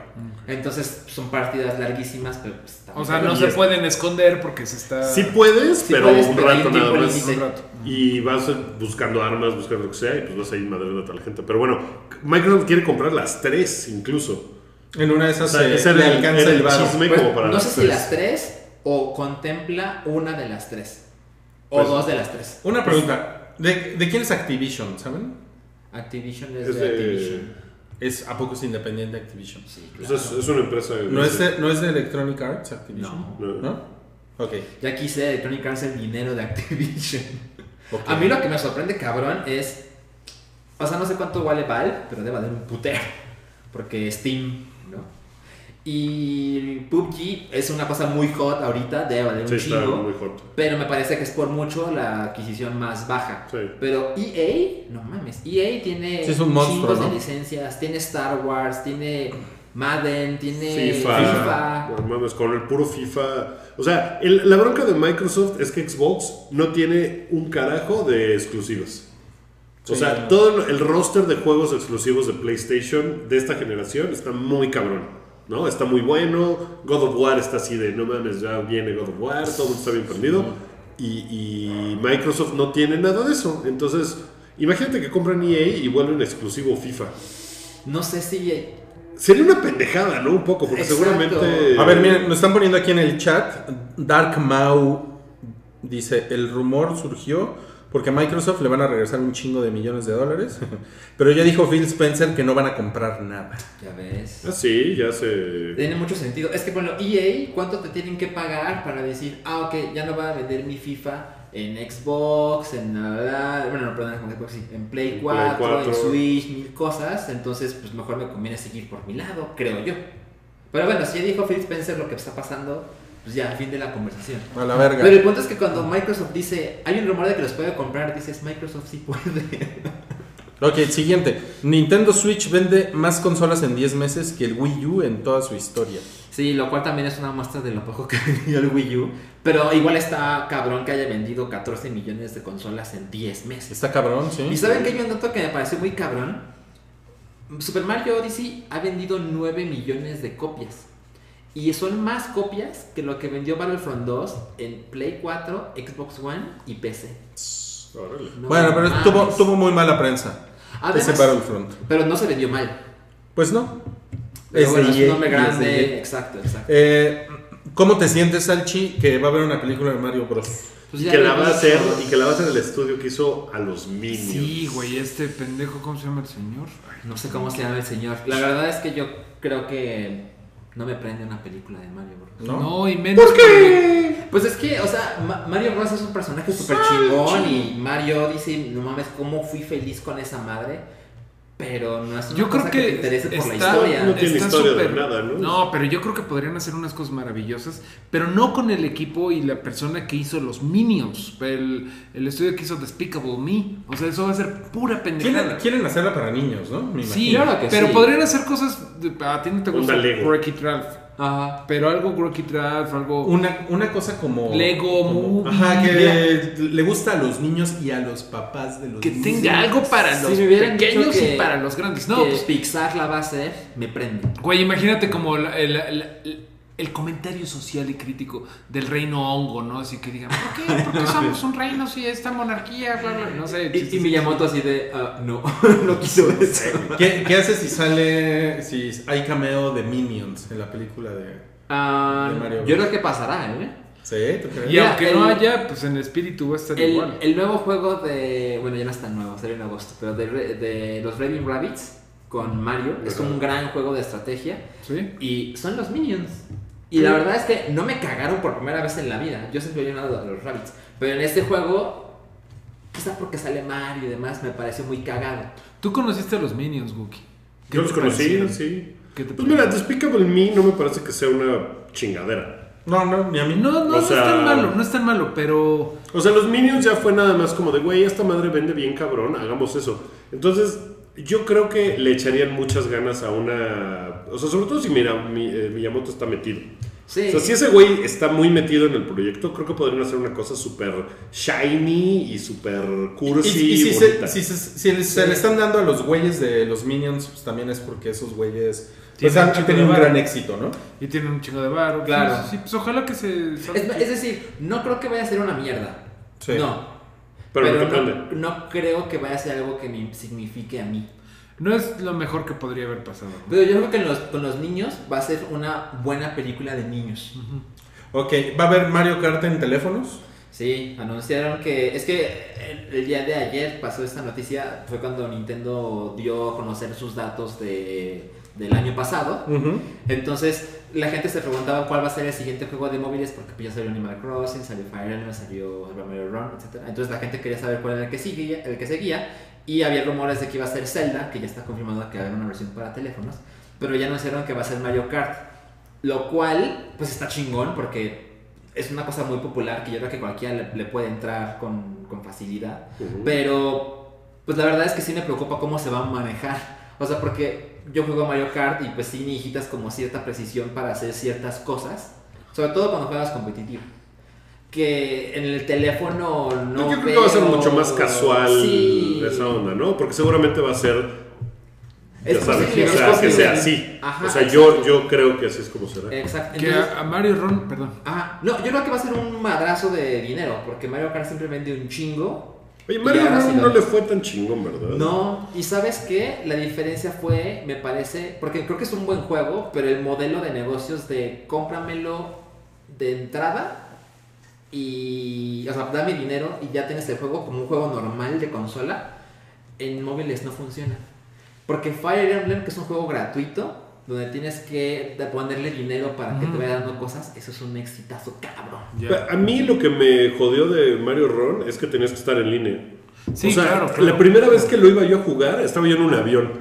[SPEAKER 3] Entonces son partidas larguísimas, pero pues, está
[SPEAKER 2] O sea, no
[SPEAKER 3] y
[SPEAKER 2] se
[SPEAKER 3] es-
[SPEAKER 2] pueden esconder porque se está...
[SPEAKER 1] Sí puedes,
[SPEAKER 3] Ah, Sí
[SPEAKER 1] pero
[SPEAKER 3] puedes,
[SPEAKER 1] un
[SPEAKER 3] pero hay
[SPEAKER 1] rato
[SPEAKER 3] un
[SPEAKER 1] nada
[SPEAKER 3] tiempo
[SPEAKER 1] más.
[SPEAKER 3] límite.
[SPEAKER 2] Un rato.
[SPEAKER 1] Y vas buscando armas, buscando lo que sea, y pues vas a ir madreando a tal gente. Pero bueno, Microsoft quiere comprar las tres incluso.
[SPEAKER 4] En una de
[SPEAKER 1] O
[SPEAKER 4] esas
[SPEAKER 1] sea,
[SPEAKER 4] eh,
[SPEAKER 1] ese
[SPEAKER 4] le
[SPEAKER 1] era el-
[SPEAKER 4] alcanza
[SPEAKER 1] era
[SPEAKER 4] el,
[SPEAKER 1] el
[SPEAKER 4] varo.
[SPEAKER 1] chisme
[SPEAKER 3] Pues,
[SPEAKER 1] como para
[SPEAKER 3] no sé
[SPEAKER 1] las
[SPEAKER 3] si
[SPEAKER 1] tres.
[SPEAKER 3] las tres o contempla una de las tres. O
[SPEAKER 1] Pues-
[SPEAKER 3] dos de las tres.
[SPEAKER 4] Una pregunta. ¿De, de quién es Activision, saben?
[SPEAKER 3] Activision es,
[SPEAKER 1] Es
[SPEAKER 3] de
[SPEAKER 1] de-
[SPEAKER 3] Activision.
[SPEAKER 4] Es a poco es independiente Activision.
[SPEAKER 3] Sí,
[SPEAKER 1] Pues
[SPEAKER 3] claro.
[SPEAKER 1] es, es una empresa.
[SPEAKER 4] ¿No es, de, ¿No es de Electronic Arts Activision?
[SPEAKER 1] No.
[SPEAKER 4] ¿No? Ok.
[SPEAKER 3] Ya quise Electronic Arts el dinero de Activision.
[SPEAKER 4] ok.
[SPEAKER 3] A mí lo que me sorprende, cabrón, es. O sea, no sé cuánto vale Valve, pero debe haber un putero. Porque Steam, ¿no? Y PUBG es una cosa muy hot ahorita, debe valer
[SPEAKER 1] Sí,
[SPEAKER 3] un
[SPEAKER 1] está
[SPEAKER 3] chingo.
[SPEAKER 1] muy corto.
[SPEAKER 3] Pero me parece que es por mucho la adquisición más baja.
[SPEAKER 1] Sí.
[SPEAKER 3] Pero EA, no mames, EA tiene
[SPEAKER 4] Sí, es un monstruo,
[SPEAKER 3] chingos
[SPEAKER 4] ¿no?
[SPEAKER 3] de licencias, tiene Star Wars, tiene Madden, tiene
[SPEAKER 1] FIFA.
[SPEAKER 3] FIFA.
[SPEAKER 1] No mames, con el puro FIFA. O sea, el- la bronca de Microsoft es que Xbox no tiene un carajo de exclusivas. O
[SPEAKER 4] Sí,
[SPEAKER 1] sea,
[SPEAKER 4] no.
[SPEAKER 1] todo el roster de juegos exclusivos de PlayStation de esta generación está muy cabrón. ¿No? Está muy bueno. God of War está así de no mames, ya viene God of War, todo el mundo está bien prendido. Y, y Microsoft no tiene nada de eso. Entonces, imagínate que compran EA y vuelven exclusivo FIFA.
[SPEAKER 3] No sé si.
[SPEAKER 1] Sería una pendejada, ¿no? Un poco, porque
[SPEAKER 3] Exacto.
[SPEAKER 1] seguramente.
[SPEAKER 4] A ver, miren, nos están poniendo aquí en el chat. Dark Mau dice: El rumor surgió porque a Microsoft le van a regresar un chingo de millones de dólares. Pero ya dijo Phil Spencer que no van a comprar nada.
[SPEAKER 3] Ya ves.
[SPEAKER 1] Ah, sí, ya se.
[SPEAKER 3] Tiene mucho sentido. Es que, bueno, EA, ¿cuánto te tienen que pagar para decir, ah, ok, ya no va a vender mi FIFA en Xbox, en la, la- la- bueno, no, perdón, en Xbox, sí, en Play 4, en
[SPEAKER 1] 4.
[SPEAKER 3] Switch, mil cosas? Entonces, pues mejor me conviene seguir por mi lado, creo yo. Pero bueno, si ya dijo Phil Spencer lo que está pasando, pues ya, fin de la conversación.
[SPEAKER 4] A la verga.
[SPEAKER 3] Pero el punto es que cuando Microsoft dice, hay un rumor de que los puede comprar, dices, Microsoft sí puede.
[SPEAKER 4] Ok, siguiente. Nintendo Switch vende más consolas en 10 meses que el Wii U en toda su historia.
[SPEAKER 3] Sí, lo cual también es una muestra de lo poco que vendió el Wii U. Pero igual está cabrón que haya vendido 14 millones de consolas en 10 meses.
[SPEAKER 4] Está cabrón, ¿sí?
[SPEAKER 3] ¿Y saben que hay un dato que me pareció muy cabrón? Super Mario Odyssey ha vendido 9 millones de copias. Y son más copias que lo que vendió Battlefront 2 en Play 4, Xbox One y PC.
[SPEAKER 1] Órale.
[SPEAKER 3] No
[SPEAKER 4] Bueno, pero
[SPEAKER 3] mames.
[SPEAKER 4] tuvo, tuvo muy mala prensa.
[SPEAKER 3] Además-
[SPEAKER 4] ese Battlefront.
[SPEAKER 3] Pero no se vendió mal.
[SPEAKER 4] Pues no.
[SPEAKER 3] Pero
[SPEAKER 4] de
[SPEAKER 3] bueno, es un
[SPEAKER 4] EA,
[SPEAKER 3] nombre
[SPEAKER 4] y es de
[SPEAKER 3] grande.
[SPEAKER 4] EA.
[SPEAKER 3] Exacto, exacto.
[SPEAKER 4] Eh, ¿Cómo te sientes, Salchi, que va a haber una película de Mario Bros?
[SPEAKER 3] Pues
[SPEAKER 1] Y
[SPEAKER 3] ya
[SPEAKER 1] que
[SPEAKER 3] lo
[SPEAKER 1] la va a
[SPEAKER 3] hizo.
[SPEAKER 1] hacer, y que la va a hacer el estudio que hizo a los Minions.
[SPEAKER 2] Sí, güey, este pendejo, ¿cómo se llama el señor? Ay,
[SPEAKER 3] No sé cómo se llama el señor. La verdad es que yo creo que no me prende una película de Mario Bros.
[SPEAKER 4] ¿No?
[SPEAKER 2] No, y menos. que-
[SPEAKER 3] Pues es que, o sea, Ma- Mario Bros es un personaje súper chingón y Mario dice, no mames, cómo fui feliz con esa madre. Pero no es una
[SPEAKER 2] Yo creo
[SPEAKER 3] cosa que, te
[SPEAKER 2] que
[SPEAKER 3] interese por la
[SPEAKER 2] está-
[SPEAKER 3] historia.
[SPEAKER 1] No tiene
[SPEAKER 2] Está
[SPEAKER 1] historia de
[SPEAKER 2] súper-
[SPEAKER 1] nada, ¿no?
[SPEAKER 2] No, pero yo creo que podrían hacer unas cosas maravillosas, pero no con el equipo y la persona que hizo los Minions, el, el estudio que hizo Despicable Me. O sea, eso va a ser pura
[SPEAKER 4] Quieren,
[SPEAKER 2] pendejada.
[SPEAKER 4] quieren hacerla para niños, ¿no? Me
[SPEAKER 2] Sí,
[SPEAKER 4] imagino.
[SPEAKER 3] Claro que
[SPEAKER 2] pero
[SPEAKER 3] sí.
[SPEAKER 2] podrían hacer cosas. de- a ti no te gusta
[SPEAKER 1] Onda Lego.
[SPEAKER 2] Wreck-It Ralph,
[SPEAKER 3] Ajá.
[SPEAKER 2] pero algo Wreck-It Ralph, algo.
[SPEAKER 4] Una, una cosa como.
[SPEAKER 2] Lego
[SPEAKER 4] como-
[SPEAKER 2] Movie.
[SPEAKER 4] Ajá, que le gusta a los niños y a los papás de los
[SPEAKER 2] que
[SPEAKER 4] niños.
[SPEAKER 2] tenga algo para
[SPEAKER 3] Si
[SPEAKER 2] los
[SPEAKER 3] me hubieran dicho
[SPEAKER 2] pequeños
[SPEAKER 3] que-
[SPEAKER 2] y para los grandes. No,
[SPEAKER 3] No,
[SPEAKER 2] pues,
[SPEAKER 3] Pixar la va a hacer, me prende.
[SPEAKER 2] Güey, imagínate como la- el, el- el comentario social y crítico del reino hongo, ¿no? Así que digan, ¿por qué? ¿Por qué somos un reino si esta monarquía? Bla, bla, no sé.
[SPEAKER 3] pues. Y, y Miyamoto así de, ah, no, no quiso eso.
[SPEAKER 4] ¿Qué, ¿Qué hace si sale. si hay cameo de Minions en la película de.
[SPEAKER 3] Ah,
[SPEAKER 4] De Mario
[SPEAKER 3] yo
[SPEAKER 4] Bros.
[SPEAKER 3] creo que pasará, ¿eh?
[SPEAKER 4] ¿Sí? ¿Tú crees?
[SPEAKER 2] Y
[SPEAKER 3] Mira,
[SPEAKER 2] aunque
[SPEAKER 3] el-
[SPEAKER 2] no haya, pues en espíritu va a estar
[SPEAKER 3] El,
[SPEAKER 2] igual.
[SPEAKER 3] el nuevo juego de. Bueno, ya no es tan nuevo, salió en agosto, pero de, Re- de los Raving Rabbits con Mario. Es
[SPEAKER 1] Ajá.
[SPEAKER 3] un gran juego de estrategia.
[SPEAKER 2] ¿Sí?
[SPEAKER 3] Y son los Minions. Y la verdad es que no me cagaron por primera vez en la vida. Yo siempre había amado a los Rabbits. Pero en este juego, quizá porque sale Mario y demás, me pareció muy cagado.
[SPEAKER 2] Tú conociste a los Minions, Wookie. ¿Qué
[SPEAKER 1] Yo los
[SPEAKER 2] te
[SPEAKER 1] conocí,
[SPEAKER 2] parecieron?
[SPEAKER 1] sí.
[SPEAKER 2] ¿Qué te
[SPEAKER 1] Pues mira, Despicable Me no me parece que sea una chingadera.
[SPEAKER 4] No, no, ni a mí.
[SPEAKER 2] No, no, no
[SPEAKER 1] sea-
[SPEAKER 2] es tan malo, no es tan malo, pero.
[SPEAKER 1] O sea, los Minions ya fue nada más como de, güey, esta madre vende bien cabrón, hagamos eso. Entonces, yo creo que le echarían muchas ganas a una... O sea, sobre todo si mira, mi, eh, Miyamoto está metido.
[SPEAKER 3] Sí.
[SPEAKER 1] O sea, si ese güey está muy metido en el proyecto, creo que podrían hacer una cosa súper shiny y súper
[SPEAKER 4] Y,
[SPEAKER 1] cursi y,
[SPEAKER 4] y si,
[SPEAKER 1] bonita.
[SPEAKER 4] se, si se- si le- se le están dando a los güeyes de los Minions, pues también es porque esos güeyes pues,
[SPEAKER 2] Tienen
[SPEAKER 4] han,
[SPEAKER 2] un chingo
[SPEAKER 4] tenido
[SPEAKER 2] de
[SPEAKER 4] un
[SPEAKER 2] varo.
[SPEAKER 4] gran éxito, ¿no?
[SPEAKER 2] Y tiene un chingo de barro.
[SPEAKER 3] Claro.
[SPEAKER 2] Sí, pues ojalá que se.
[SPEAKER 3] Es, es decir, no creo que vaya a ser una mierda.
[SPEAKER 4] Sí.
[SPEAKER 3] No.
[SPEAKER 1] Pero no te
[SPEAKER 3] no,
[SPEAKER 1] prende.
[SPEAKER 3] no creo que vaya a ser algo que me signifique a mí.
[SPEAKER 2] No es lo mejor que podría haber pasado. ¿no?
[SPEAKER 3] Pero yo creo que en los- con los niños va a ser una buena película de niños.
[SPEAKER 4] Ok, ¿va a haber Mario Kart en teléfonos?
[SPEAKER 3] Sí, anunciaron que. Es que el, el día de ayer pasó esta noticia, fue cuando Nintendo dio a conocer sus datos de, del año pasado. Entonces, la gente se preguntaba cuál va a ser el siguiente juego de móviles, porque pues, ya salió Animal Crossing, salió Fire Emblem, salió Super Mario Run, etc. Entonces, la gente quería saber cuál era el que, sigue, el que seguía. Y había rumores de que iba a ser Zelda, que ya está confirmado que va a haber una versión para teléfonos. Pero ya anunciaron que va a ser Mario Kart. Lo cual, pues está chingón, porque es una cosa muy popular que yo creo que cualquiera le, le puede entrar con, con facilidad.
[SPEAKER 1] Ujú.
[SPEAKER 3] Pero, pues la verdad es que sí me preocupa cómo se va a manejar. O sea, porque yo juego Mario Kart y pues sí necesitas como cierta precisión para hacer ciertas cosas. Sobre todo cuando juegas competitivo. Que en el teléfono no.
[SPEAKER 1] Yo creo que va a ser
[SPEAKER 3] veo-
[SPEAKER 1] mucho más casual
[SPEAKER 3] Sí.
[SPEAKER 1] esa onda, ¿no? Porque seguramente va a ser, ya
[SPEAKER 3] Es
[SPEAKER 1] sabes,
[SPEAKER 3] posible,
[SPEAKER 1] o
[SPEAKER 3] es
[SPEAKER 1] sea, que
[SPEAKER 3] posible.
[SPEAKER 1] sea así.
[SPEAKER 3] Ajá,
[SPEAKER 1] o sea, yo,
[SPEAKER 3] exacto. Eh,
[SPEAKER 1] yo creo que así es como será.
[SPEAKER 3] Exacto.
[SPEAKER 2] Que
[SPEAKER 3] Entonces-
[SPEAKER 2] a, a Mario Ron, perdón.
[SPEAKER 3] Ah, no, yo creo que va a ser un madrazo de dinero, porque Mario Kart siempre vende un chingo.
[SPEAKER 1] Oye,
[SPEAKER 3] Y
[SPEAKER 1] Mario
[SPEAKER 3] ahora
[SPEAKER 1] Run
[SPEAKER 3] sí
[SPEAKER 1] no
[SPEAKER 3] lo-
[SPEAKER 1] le fue tan chingón, ¿verdad?
[SPEAKER 3] No, y sabes qué, la diferencia fue, me parece, porque creo que es un buen juego, pero el modelo de negocios de cómpramelo de entrada y, o sea, dame dinero y ya tienes el juego como un juego normal de consola, en móviles no funciona. Porque Fire Emblem, que es un juego gratuito, donde tienes que ponerle dinero para que te vaya dando cosas, eso es un exitazo cabrón.
[SPEAKER 1] Pa- A mí lo que me jodió de Mario Ron es que tenías que estar en línea.
[SPEAKER 2] Sí,
[SPEAKER 1] o sea,
[SPEAKER 2] claro, claro. Mm.
[SPEAKER 1] la primera vez que lo iba yo a jugar, estaba yo en un avión.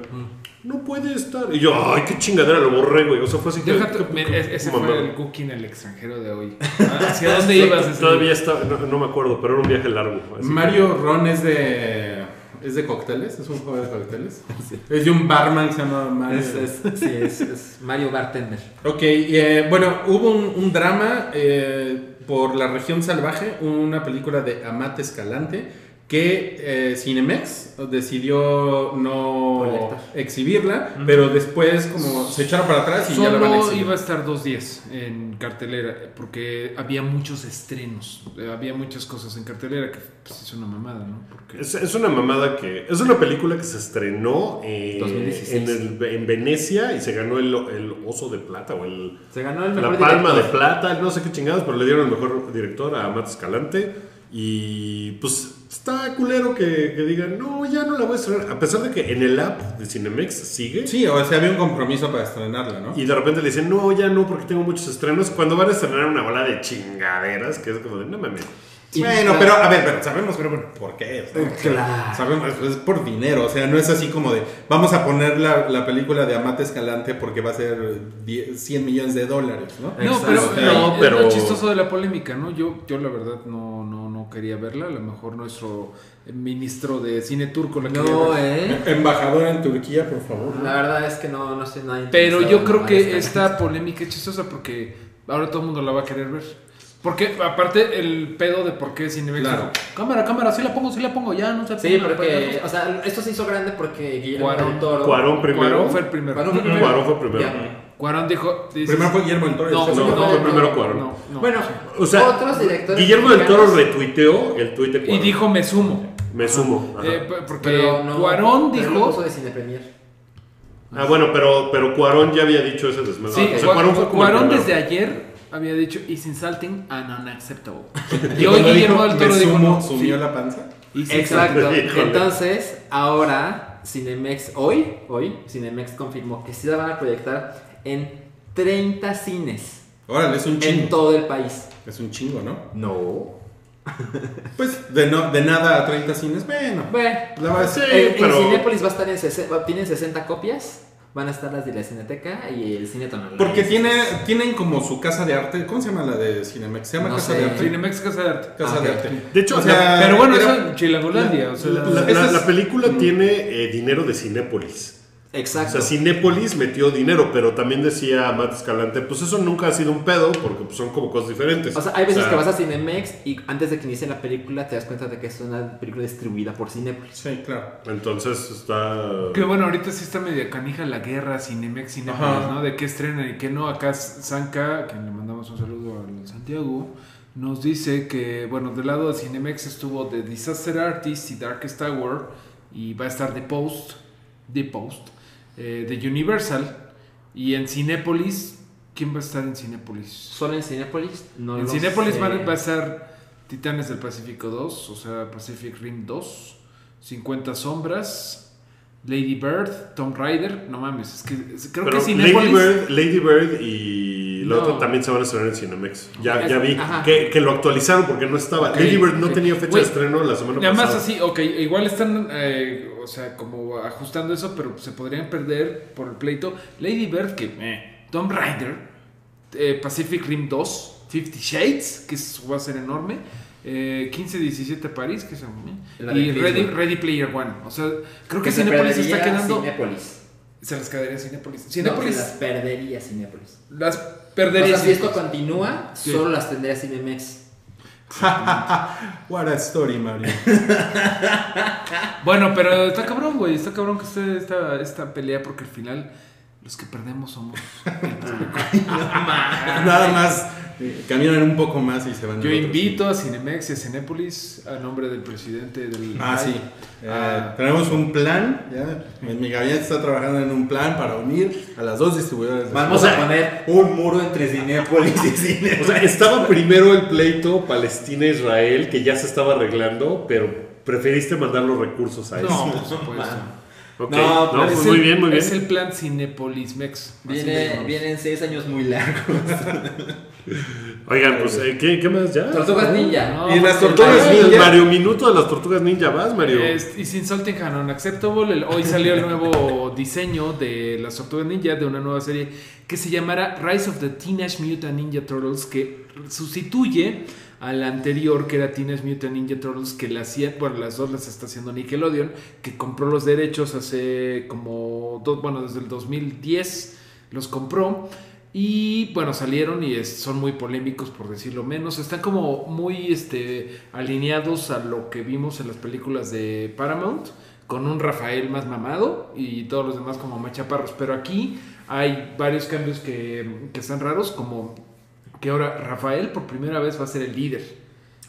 [SPEAKER 1] No puede estar. Y yo, ay, qué chingadera, lo borré, güey. O sea, fue así. que-
[SPEAKER 2] Déjate,
[SPEAKER 1] que-
[SPEAKER 2] mira,
[SPEAKER 1] que-
[SPEAKER 2] e, ese
[SPEAKER 1] mamá.
[SPEAKER 2] fue el cooking el extranjero de hoy. ¿Hacia dónde ibas? ese
[SPEAKER 1] Todavía
[SPEAKER 2] día?
[SPEAKER 1] está, no, no me acuerdo, pero era un viaje largo. así.
[SPEAKER 4] Mario Ron es de. Es de cócteles, es un juego de cócteles. Es de un barman que se llama Mario.
[SPEAKER 3] Es, es- sí, es, es Mario Bartender.
[SPEAKER 4] Ok, y, eh, bueno, hubo un, un drama eh, por La Región Salvaje, una película de Amate Escalante, que eh, Cinemex decidió no
[SPEAKER 3] Proyectar.
[SPEAKER 4] exhibirla, pero después como se echaron para atrás y ya la van a
[SPEAKER 2] Solo
[SPEAKER 4] exhibir.
[SPEAKER 2] iba a estar dos días en cartelera, porque había muchos estrenos, eh, había muchas cosas en cartelera que pues, es una mamada, ¿no? Porque
[SPEAKER 1] Es, es una mamada que. Es una película que se estrenó eh,
[SPEAKER 3] 2016.
[SPEAKER 1] en, el- en Venecia y se ganó el, el oso de plata o el.
[SPEAKER 3] Se ganó el mejor
[SPEAKER 1] La palma de
[SPEAKER 3] director.
[SPEAKER 1] plata, no sé qué chingados, pero le dieron el mejor director a Matt Escalante. Y pues está culero que, que digan, no, ya no la voy a estrenar. A pesar de que en el app de Cinemex sigue.
[SPEAKER 4] Sí, o sea, había un compromiso para estrenarla, ¿no?
[SPEAKER 1] Y de repente le dicen, no, ya no, porque tengo muchos estrenos. Cuando van a estrenar una bola de chingaderas, que es como de, no mames.
[SPEAKER 4] bueno, pero a ver, pero sabemos pero, bueno, por qué. o sea,
[SPEAKER 2] Eh,
[SPEAKER 3] Claro.
[SPEAKER 4] Sabemos, es por dinero, o sea, no es así como de, vamos a poner la, la película de Amate Escalante porque va a ser 10 100 millones de dólares, ¿no?
[SPEAKER 2] No,
[SPEAKER 3] Exacto.
[SPEAKER 2] pero,
[SPEAKER 1] No,
[SPEAKER 2] eh,
[SPEAKER 1] pero-
[SPEAKER 2] es lo chistoso de la polémica, ¿no? Yo, yo la verdad no, no, no quería verla. A lo mejor nuestro eh, ministro de cine turco la quería
[SPEAKER 3] No,
[SPEAKER 2] ver.
[SPEAKER 3] eh.
[SPEAKER 4] Embajadora en Turquía, por favor.
[SPEAKER 2] Ah,
[SPEAKER 3] La verdad es que no, no sé, no hay
[SPEAKER 2] Pero
[SPEAKER 3] interesado
[SPEAKER 2] yo
[SPEAKER 3] en
[SPEAKER 2] creo que
[SPEAKER 3] Mario
[SPEAKER 2] esta polémica es chistosa porque ahora todo el mundo la va a querer ver. Porque aparte el pedo de por qué Cinemex
[SPEAKER 4] Claro.
[SPEAKER 2] dijo, cámara, cámara, sí la pongo, sí la pongo, ya no se
[SPEAKER 3] Sí,
[SPEAKER 2] pongan,
[SPEAKER 3] porque,
[SPEAKER 2] pongan".
[SPEAKER 3] pues, o sea, esto se hizo grande porque Guillermo
[SPEAKER 2] Cuarón.
[SPEAKER 3] del Toro.
[SPEAKER 1] Cuarón primero.
[SPEAKER 2] Cuarón fue el primero.
[SPEAKER 3] Cuarón fue primero.
[SPEAKER 1] Cuarón fue primero.
[SPEAKER 3] Ya.
[SPEAKER 2] Cuarón dijo, dices,
[SPEAKER 4] Primero fue Guillermo del Toro. y
[SPEAKER 2] no,
[SPEAKER 4] después
[SPEAKER 1] no,
[SPEAKER 4] fue-
[SPEAKER 1] no, fue primero Cuarón.
[SPEAKER 2] no, no.
[SPEAKER 3] Bueno,
[SPEAKER 1] O sea,
[SPEAKER 3] otros directores.
[SPEAKER 1] Guillermo del
[SPEAKER 3] mexicanos-
[SPEAKER 1] Toro retuiteó el tuit de
[SPEAKER 2] y
[SPEAKER 1] Cuarón.
[SPEAKER 2] dijo me sumo.
[SPEAKER 1] Me sumo. ajá.
[SPEAKER 2] Eh, p- porque
[SPEAKER 3] Pero no,
[SPEAKER 2] Cuarón
[SPEAKER 3] pero lo
[SPEAKER 2] dijo
[SPEAKER 3] puso de cine premier.
[SPEAKER 1] ah, bueno, pero, pero Cuarón ya había dicho ese desmadre.
[SPEAKER 2] Sí,
[SPEAKER 1] O sea, Cuarón
[SPEAKER 2] Cua- Cuarón,
[SPEAKER 1] fue como el primero.
[SPEAKER 2] desde ayer había dicho is insulting and unacceptable.
[SPEAKER 4] Y
[SPEAKER 2] Y hoy
[SPEAKER 4] cuando
[SPEAKER 2] Guillermo
[SPEAKER 4] dijo,
[SPEAKER 2] del Toro
[SPEAKER 4] "Me
[SPEAKER 2] dijo
[SPEAKER 4] sumo",
[SPEAKER 2] no.
[SPEAKER 4] sumió
[SPEAKER 2] sí,
[SPEAKER 4] la panza.
[SPEAKER 2] is insulting.
[SPEAKER 3] Exacto.
[SPEAKER 1] Híjole.
[SPEAKER 3] Entonces, ahora Cinemex, hoy, hoy, Cinemex confirmó que sí la van a proyectar en 30 cines
[SPEAKER 4] Órale, es un
[SPEAKER 3] en
[SPEAKER 4] chingo.
[SPEAKER 3] todo el país.
[SPEAKER 4] Es un chingo, ¿no?
[SPEAKER 3] No.
[SPEAKER 4] Pues de, no, de nada a 30 cines, bueno.
[SPEAKER 3] Bueno,
[SPEAKER 4] La va a ser.
[SPEAKER 3] eh, en, en
[SPEAKER 1] Eh, pero-
[SPEAKER 3] Cinépolis va a estar en sese- va- tienen 60 copias. Van a estar las de la Cineteca y el Cine Tonalá.
[SPEAKER 4] Porque tiene, tienen como su casa de arte. ¿Cómo se llama la de Cinemex? Se llama
[SPEAKER 3] No
[SPEAKER 4] Casa
[SPEAKER 3] sé.
[SPEAKER 4] de Arte.
[SPEAKER 2] Cinemex Casa de Arte.
[SPEAKER 4] Casa
[SPEAKER 3] Ah,
[SPEAKER 4] de
[SPEAKER 3] ok.
[SPEAKER 4] Arte.
[SPEAKER 1] De hecho,
[SPEAKER 2] Pero bueno,
[SPEAKER 4] era-
[SPEAKER 2] eso en Chilagolandia, o sea, pues,
[SPEAKER 1] La, la-
[SPEAKER 4] Esa es-
[SPEAKER 1] la película tiene eh, dinero de Cinépolis. O
[SPEAKER 3] Exacto.
[SPEAKER 1] sea, Cinépolis metió dinero, pero también decía Matt Escalante, pues eso nunca ha sido un pedo, porque pues, son como cosas diferentes.
[SPEAKER 3] O sea, hay veces
[SPEAKER 1] O sea,
[SPEAKER 3] que vas a Cinemex y antes de que inicie la película te das cuenta de que es una película distribuida por Cinepolis.
[SPEAKER 4] Sí, claro.
[SPEAKER 1] Entonces está...
[SPEAKER 2] Que bueno, ahorita sí está media canija la guerra Cinemex, Cinemex,
[SPEAKER 4] Ajá.
[SPEAKER 2] ¿no? De qué estrenan y qué no. Acá Sanca, que le mandamos un saludo al Santiago, nos dice que, bueno, del lado de Cinemex estuvo The Disaster Artist y Darkest Tower y va a estar The Post, The Post, eh, The Universal y en Cinépolis, ¿quién va a estar en Cinépolis?
[SPEAKER 3] Solo en Cinepolis no
[SPEAKER 2] en
[SPEAKER 3] lo
[SPEAKER 2] Cinépolis
[SPEAKER 3] sé.
[SPEAKER 2] van a- va a estar Titanes del Pacífico 2, o sea, Pacific Rim 2, 50 Sombras, Lady Bird, Tomb Raider, no mames, es que es- creo
[SPEAKER 1] Pero
[SPEAKER 2] que
[SPEAKER 1] Lady
[SPEAKER 2] Cinépolis...
[SPEAKER 1] Bird, Lady Bird y la
[SPEAKER 2] No.
[SPEAKER 1] otra también se van a estrenar en Cinemex. Ya,
[SPEAKER 3] Es-
[SPEAKER 1] ya vi
[SPEAKER 3] ajá.
[SPEAKER 1] que, que lo actualizaron porque no estaba.
[SPEAKER 2] Ok,
[SPEAKER 1] Lady Bird no
[SPEAKER 2] ok.
[SPEAKER 1] tenía fecha
[SPEAKER 2] Güey,
[SPEAKER 1] de estreno la semana
[SPEAKER 2] Nada más
[SPEAKER 1] pasada.
[SPEAKER 2] así, ok, igual están, eh, o sea, como ajustando eso, pero se podrían perder por el pleito. Lady Bird, que... eh, Tomb Raider, eh, Pacific Rim 2, 50 Shades, que eso va a ser enorme. Eh, 15-17 París, que se
[SPEAKER 3] La de
[SPEAKER 2] y
[SPEAKER 3] Chris
[SPEAKER 2] Ready,
[SPEAKER 3] Wood.
[SPEAKER 2] Ready Player One. O sea, creo que,
[SPEAKER 3] se
[SPEAKER 2] Cinepolis está
[SPEAKER 3] perdería
[SPEAKER 2] quedando.
[SPEAKER 3] Cinépolis.
[SPEAKER 2] Se las quedaría Cinepolis.
[SPEAKER 3] Cinépolis.
[SPEAKER 2] Cinepolis
[SPEAKER 3] las perdería Cinépolis.
[SPEAKER 2] las
[SPEAKER 3] O sea,
[SPEAKER 2] perdería.
[SPEAKER 3] si esto
[SPEAKER 2] Cinépolis.
[SPEAKER 3] continúa,
[SPEAKER 2] Sí.
[SPEAKER 3] solo las tendría Cinemex.
[SPEAKER 4] What a story, Mario.
[SPEAKER 2] Bueno, pero está cabrón, güey. Está cabrón que esté esta, esta pelea porque al final los que perdemos somos.
[SPEAKER 4] Nada más eh, caminan un poco más y se van.
[SPEAKER 2] Yo
[SPEAKER 4] al otro
[SPEAKER 2] invito a Cinemex y a Cinépolis a nombre del presidente del.
[SPEAKER 4] cine. Ah, sí. Eh,
[SPEAKER 2] Ah.
[SPEAKER 4] Tenemos un plan. Ya. Mi mi gabinete está trabajando en un plan para unir a las dos distribuidoras. de-
[SPEAKER 6] Vamos
[SPEAKER 1] O sea-
[SPEAKER 6] a poner un muro entre Cinépolis y Cinépolis.
[SPEAKER 1] O sea, estaba primero el pleito Palestina-Israel que ya se estaba arreglando, pero preferiste mandar los recursos a eso.
[SPEAKER 3] pues
[SPEAKER 2] No, por supuesto.
[SPEAKER 1] Ok,
[SPEAKER 3] No,
[SPEAKER 1] no,
[SPEAKER 3] pero
[SPEAKER 1] pues
[SPEAKER 2] Es
[SPEAKER 1] muy
[SPEAKER 2] el-
[SPEAKER 1] bien, muy bien.
[SPEAKER 2] Es el plan Cinepolis Mex. Así le
[SPEAKER 3] Viene,
[SPEAKER 2] llamamos.
[SPEAKER 3] vienen seis años muy largos.
[SPEAKER 1] Oigan, pues, eh, ¿qué, qué más ya?
[SPEAKER 3] Tortugas Ninja.
[SPEAKER 2] Uh, No,
[SPEAKER 4] Y las
[SPEAKER 2] porque-
[SPEAKER 4] tortugas
[SPEAKER 1] Ah, el
[SPEAKER 4] ninja.
[SPEAKER 1] Mario Minuto de las Tortugas Ninja, ¿vas, Mario?
[SPEAKER 2] Es- It's insulting and unacceptable. El- hoy salió el nuevo diseño de las Tortugas Ninja de una nueva serie que se llamará Rise of the Teenage Mutant Ninja Turtles, que sustituye a la anterior que era Teenage Mutant Ninja Turtles, que la hacía, bueno, las dos las está haciendo Nickelodeon, que compró los derechos hace como, dos, bueno, desde el 2010 los compró. Y bueno, salieron y es- son muy polémicos, por decirlo menos. Están como muy este, alineados a lo que vimos en las películas de Paramount, con un Rafael más mamado y todos los demás como machaparros. Pero aquí hay varios cambios que, que están raros, como que ahora Rafael por primera vez va a ser el líder.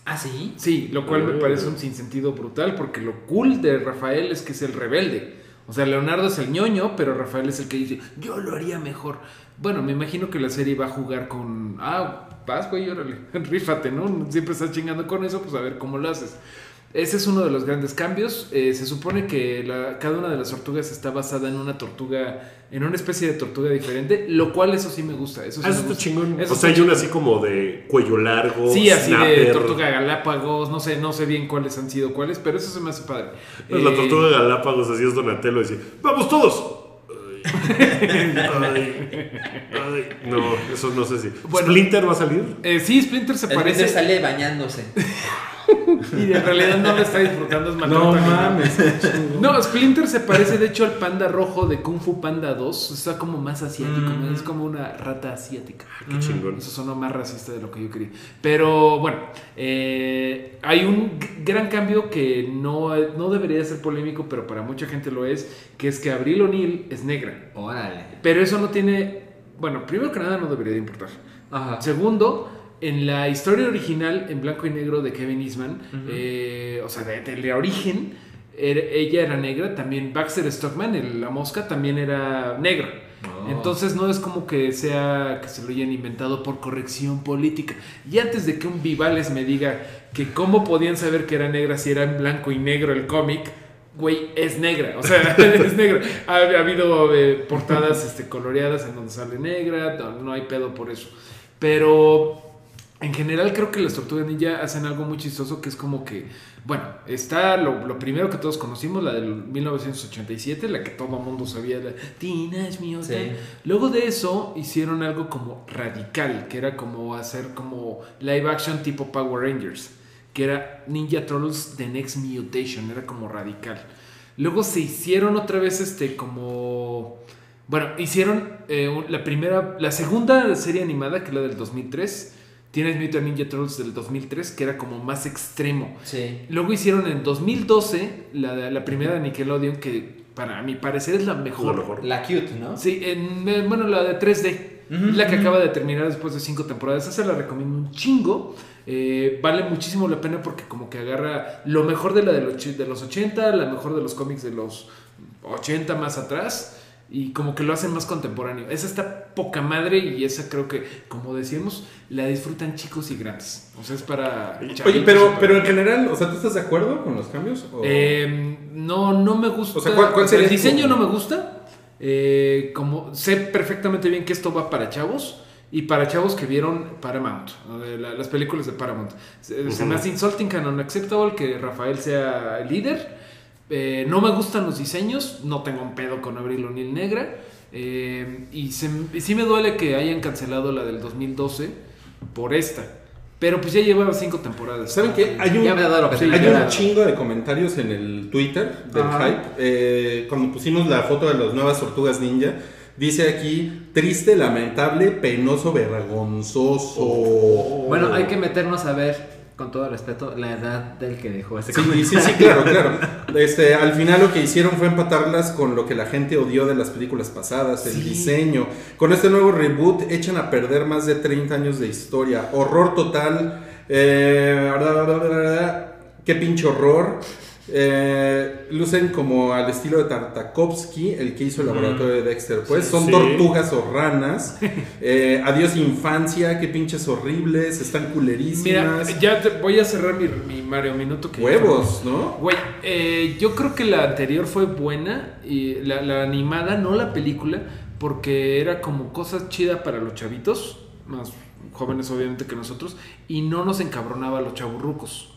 [SPEAKER 3] Ah, sí.
[SPEAKER 2] Sí, lo cual
[SPEAKER 1] Eh.
[SPEAKER 2] me parece un sinsentido brutal, porque lo cool de Rafael es que es el rebelde. O sea, Leonardo es el ñoño, pero Rafael es el que dice, yo lo haría mejor. Bueno, me imagino que la serie va a jugar con, ah, vas, güey, órale, rífate, ¿no? Siempre estás chingando con eso, pues a ver cómo lo haces. Ese es uno de los grandes cambios. Eh, se supone que la- cada una de las tortugas está basada en una tortuga, en una especie de tortuga diferente, lo cual eso sí me gusta. Eso sí
[SPEAKER 1] Ah, eso
[SPEAKER 2] me
[SPEAKER 1] está
[SPEAKER 2] gusta.
[SPEAKER 1] chingón.
[SPEAKER 2] Eso
[SPEAKER 1] o sea,
[SPEAKER 2] está
[SPEAKER 1] hay una así como de cuello largo.
[SPEAKER 2] Sí, así de
[SPEAKER 1] snapper.
[SPEAKER 2] Tortuga Galápagos, no sé, no sé bien cuáles han sido cuáles, pero eso se me hace padre.
[SPEAKER 1] Pues La
[SPEAKER 2] Eh,
[SPEAKER 1] tortuga de Galápagos, así es Donatello, decía, ¡vamos todos! Ay, ay, ay, no, eso no sé si.
[SPEAKER 2] Bueno.
[SPEAKER 1] ¿Splinter va a salir?
[SPEAKER 2] eh, sí, Splinter se
[SPEAKER 3] El parece...
[SPEAKER 2] parece
[SPEAKER 3] sale bañándose.
[SPEAKER 2] y en realidad no lo está disfrutando, es maltrato
[SPEAKER 4] No
[SPEAKER 2] animal.
[SPEAKER 4] mames.
[SPEAKER 2] No, Splinter se parece de hecho al panda rojo de Kung Fu Panda 2, está como más asiático,
[SPEAKER 3] Mm.
[SPEAKER 2] es como una rata asiática.
[SPEAKER 1] Ah, Qué chingón.
[SPEAKER 2] Eso sonó más racista de lo que yo quería. Pero bueno, eh, hay un g- gran cambio que no, no debería ser polémico, pero para mucha gente lo es, que es que Abril O'Neill es negra.
[SPEAKER 3] Órale.
[SPEAKER 2] Pero eso no tiene. Bueno, primero que nada no debería de importar.
[SPEAKER 3] Ajá.
[SPEAKER 2] Segundo, en la historia original en blanco y negro de Kevin Eastman, eh, o sea, de, de la origen, era- ella era negra. También Baxter Stockman, el- la mosca, también era negro.
[SPEAKER 3] Oh.
[SPEAKER 2] Entonces no es como que sea que se lo hayan inventado por corrección política. Y antes de que un Vivales me diga que cómo podían saber que era negra si era en blanco y negro el cómic, güey, es negra. O sea, es negra. Ha, ha habido eh, portadas este, coloreadas en donde sale negra, no, no hay pedo por eso. Pero en general creo que las tortugas ninja hacen algo muy chistoso que es como que, bueno, está lo, lo primero que todos conocimos, la del 1987, la que todo el mundo sabía, la Tina es mío.
[SPEAKER 3] Sí.
[SPEAKER 2] Luego de eso hicieron algo como radical, que era como hacer como live action tipo Power Rangers, que era Ninja Turtles The Next Mutation, era como radical. Luego se hicieron otra vez este como... Bueno, hicieron eh, un- la primera, la segunda serie animada, que es la del 2003. Tienes Mutant Ninja Turtles del 2003, que era como más extremo.
[SPEAKER 3] Sí.
[SPEAKER 2] Luego hicieron en 2012 la, la primera de Nickelodeon, que para mi parecer es la mejor.
[SPEAKER 1] Lo mejor.
[SPEAKER 3] La cute, ¿no?
[SPEAKER 2] Sí, en, eh, bueno, la de 3D.
[SPEAKER 3] Ujú,
[SPEAKER 2] Es la que
[SPEAKER 3] ujú.
[SPEAKER 2] acaba de terminar después de cinco temporadas. Esa la recomiendo un chingo. Eh, vale muchísimo la pena porque como que agarra lo mejor de la de los, chi- de los 80, la mejor de los cómics de los 80 más atrás. Y como que lo hacen más contemporáneo. Esa está poca madre y esa creo que, como decíamos, la disfrutan chicos y grandes. O sea, es para...
[SPEAKER 4] Oye,
[SPEAKER 2] chavitos y
[SPEAKER 4] pero,
[SPEAKER 2] para-
[SPEAKER 4] pero en general, o sea, ¿tú estás de acuerdo con los cambios? O-
[SPEAKER 2] eh, no, no me gusta.
[SPEAKER 4] O sea, ¿cuál- cuál
[SPEAKER 2] O sea,
[SPEAKER 4] sería
[SPEAKER 2] el
[SPEAKER 4] tu-
[SPEAKER 2] diseño no me gusta. Eh, como sé perfectamente bien que esto va para chavos y para chavos que vieron Paramount, ¿no? de la- las películas de Paramount. Se, se me hace insulting and unacceptable que Rafael sea el líder. Eh, no me gustan los diseños, no tengo un pedo con Abril O'Neill negra. Eh, y, se- y sí me duele que hayan cancelado la del 2012 por esta. Pero pues ya llevaba cinco temporadas. Ah,
[SPEAKER 4] ¿Saben qué? Hay un-
[SPEAKER 3] Ya me ha dado lo que
[SPEAKER 2] Sí,
[SPEAKER 3] tenía
[SPEAKER 4] Hay
[SPEAKER 3] que
[SPEAKER 4] un
[SPEAKER 3] dar.
[SPEAKER 4] chingo de comentarios en el Twitter del
[SPEAKER 2] Ajá.
[SPEAKER 4] hype. Eh, cuando pusimos la foto de las nuevas tortugas ninja, dice aquí: triste, lamentable, penoso, vergonzoso.
[SPEAKER 2] Oh.
[SPEAKER 3] Bueno, hay que meternos a ver, con todo respeto, la edad del que dejó ese
[SPEAKER 4] Sí,
[SPEAKER 3] comentario.
[SPEAKER 4] sí, sí, claro, claro. Este, al final lo que hicieron fue empatarlas con lo que la gente odió de las películas pasadas, el diseño. Con este nuevo reboot echan a perder más de 30 años de historia. Horror total. Eh, bla, bla, bla, bla, bla. qué pinche horror. eh, lucen como al estilo de Tartakovsky, el que hizo el laboratorio de Dexter. Pues
[SPEAKER 1] Sí.
[SPEAKER 4] son
[SPEAKER 1] Sí.
[SPEAKER 4] tortugas o ranas. Eh, adiós infancia, qué pinches horribles, están
[SPEAKER 2] Mira,
[SPEAKER 4] culerísimas.
[SPEAKER 2] ya te- voy a cerrar mi, mi Mario Minuto que
[SPEAKER 4] Huevos, ¿no?
[SPEAKER 2] Güey, eh, yo creo que la anterior fue buena, y la, la animada, no la película, porque era como cosas chidas para los chavitos, más jóvenes obviamente que nosotros, y no nos encabronaba a los chaburrucos.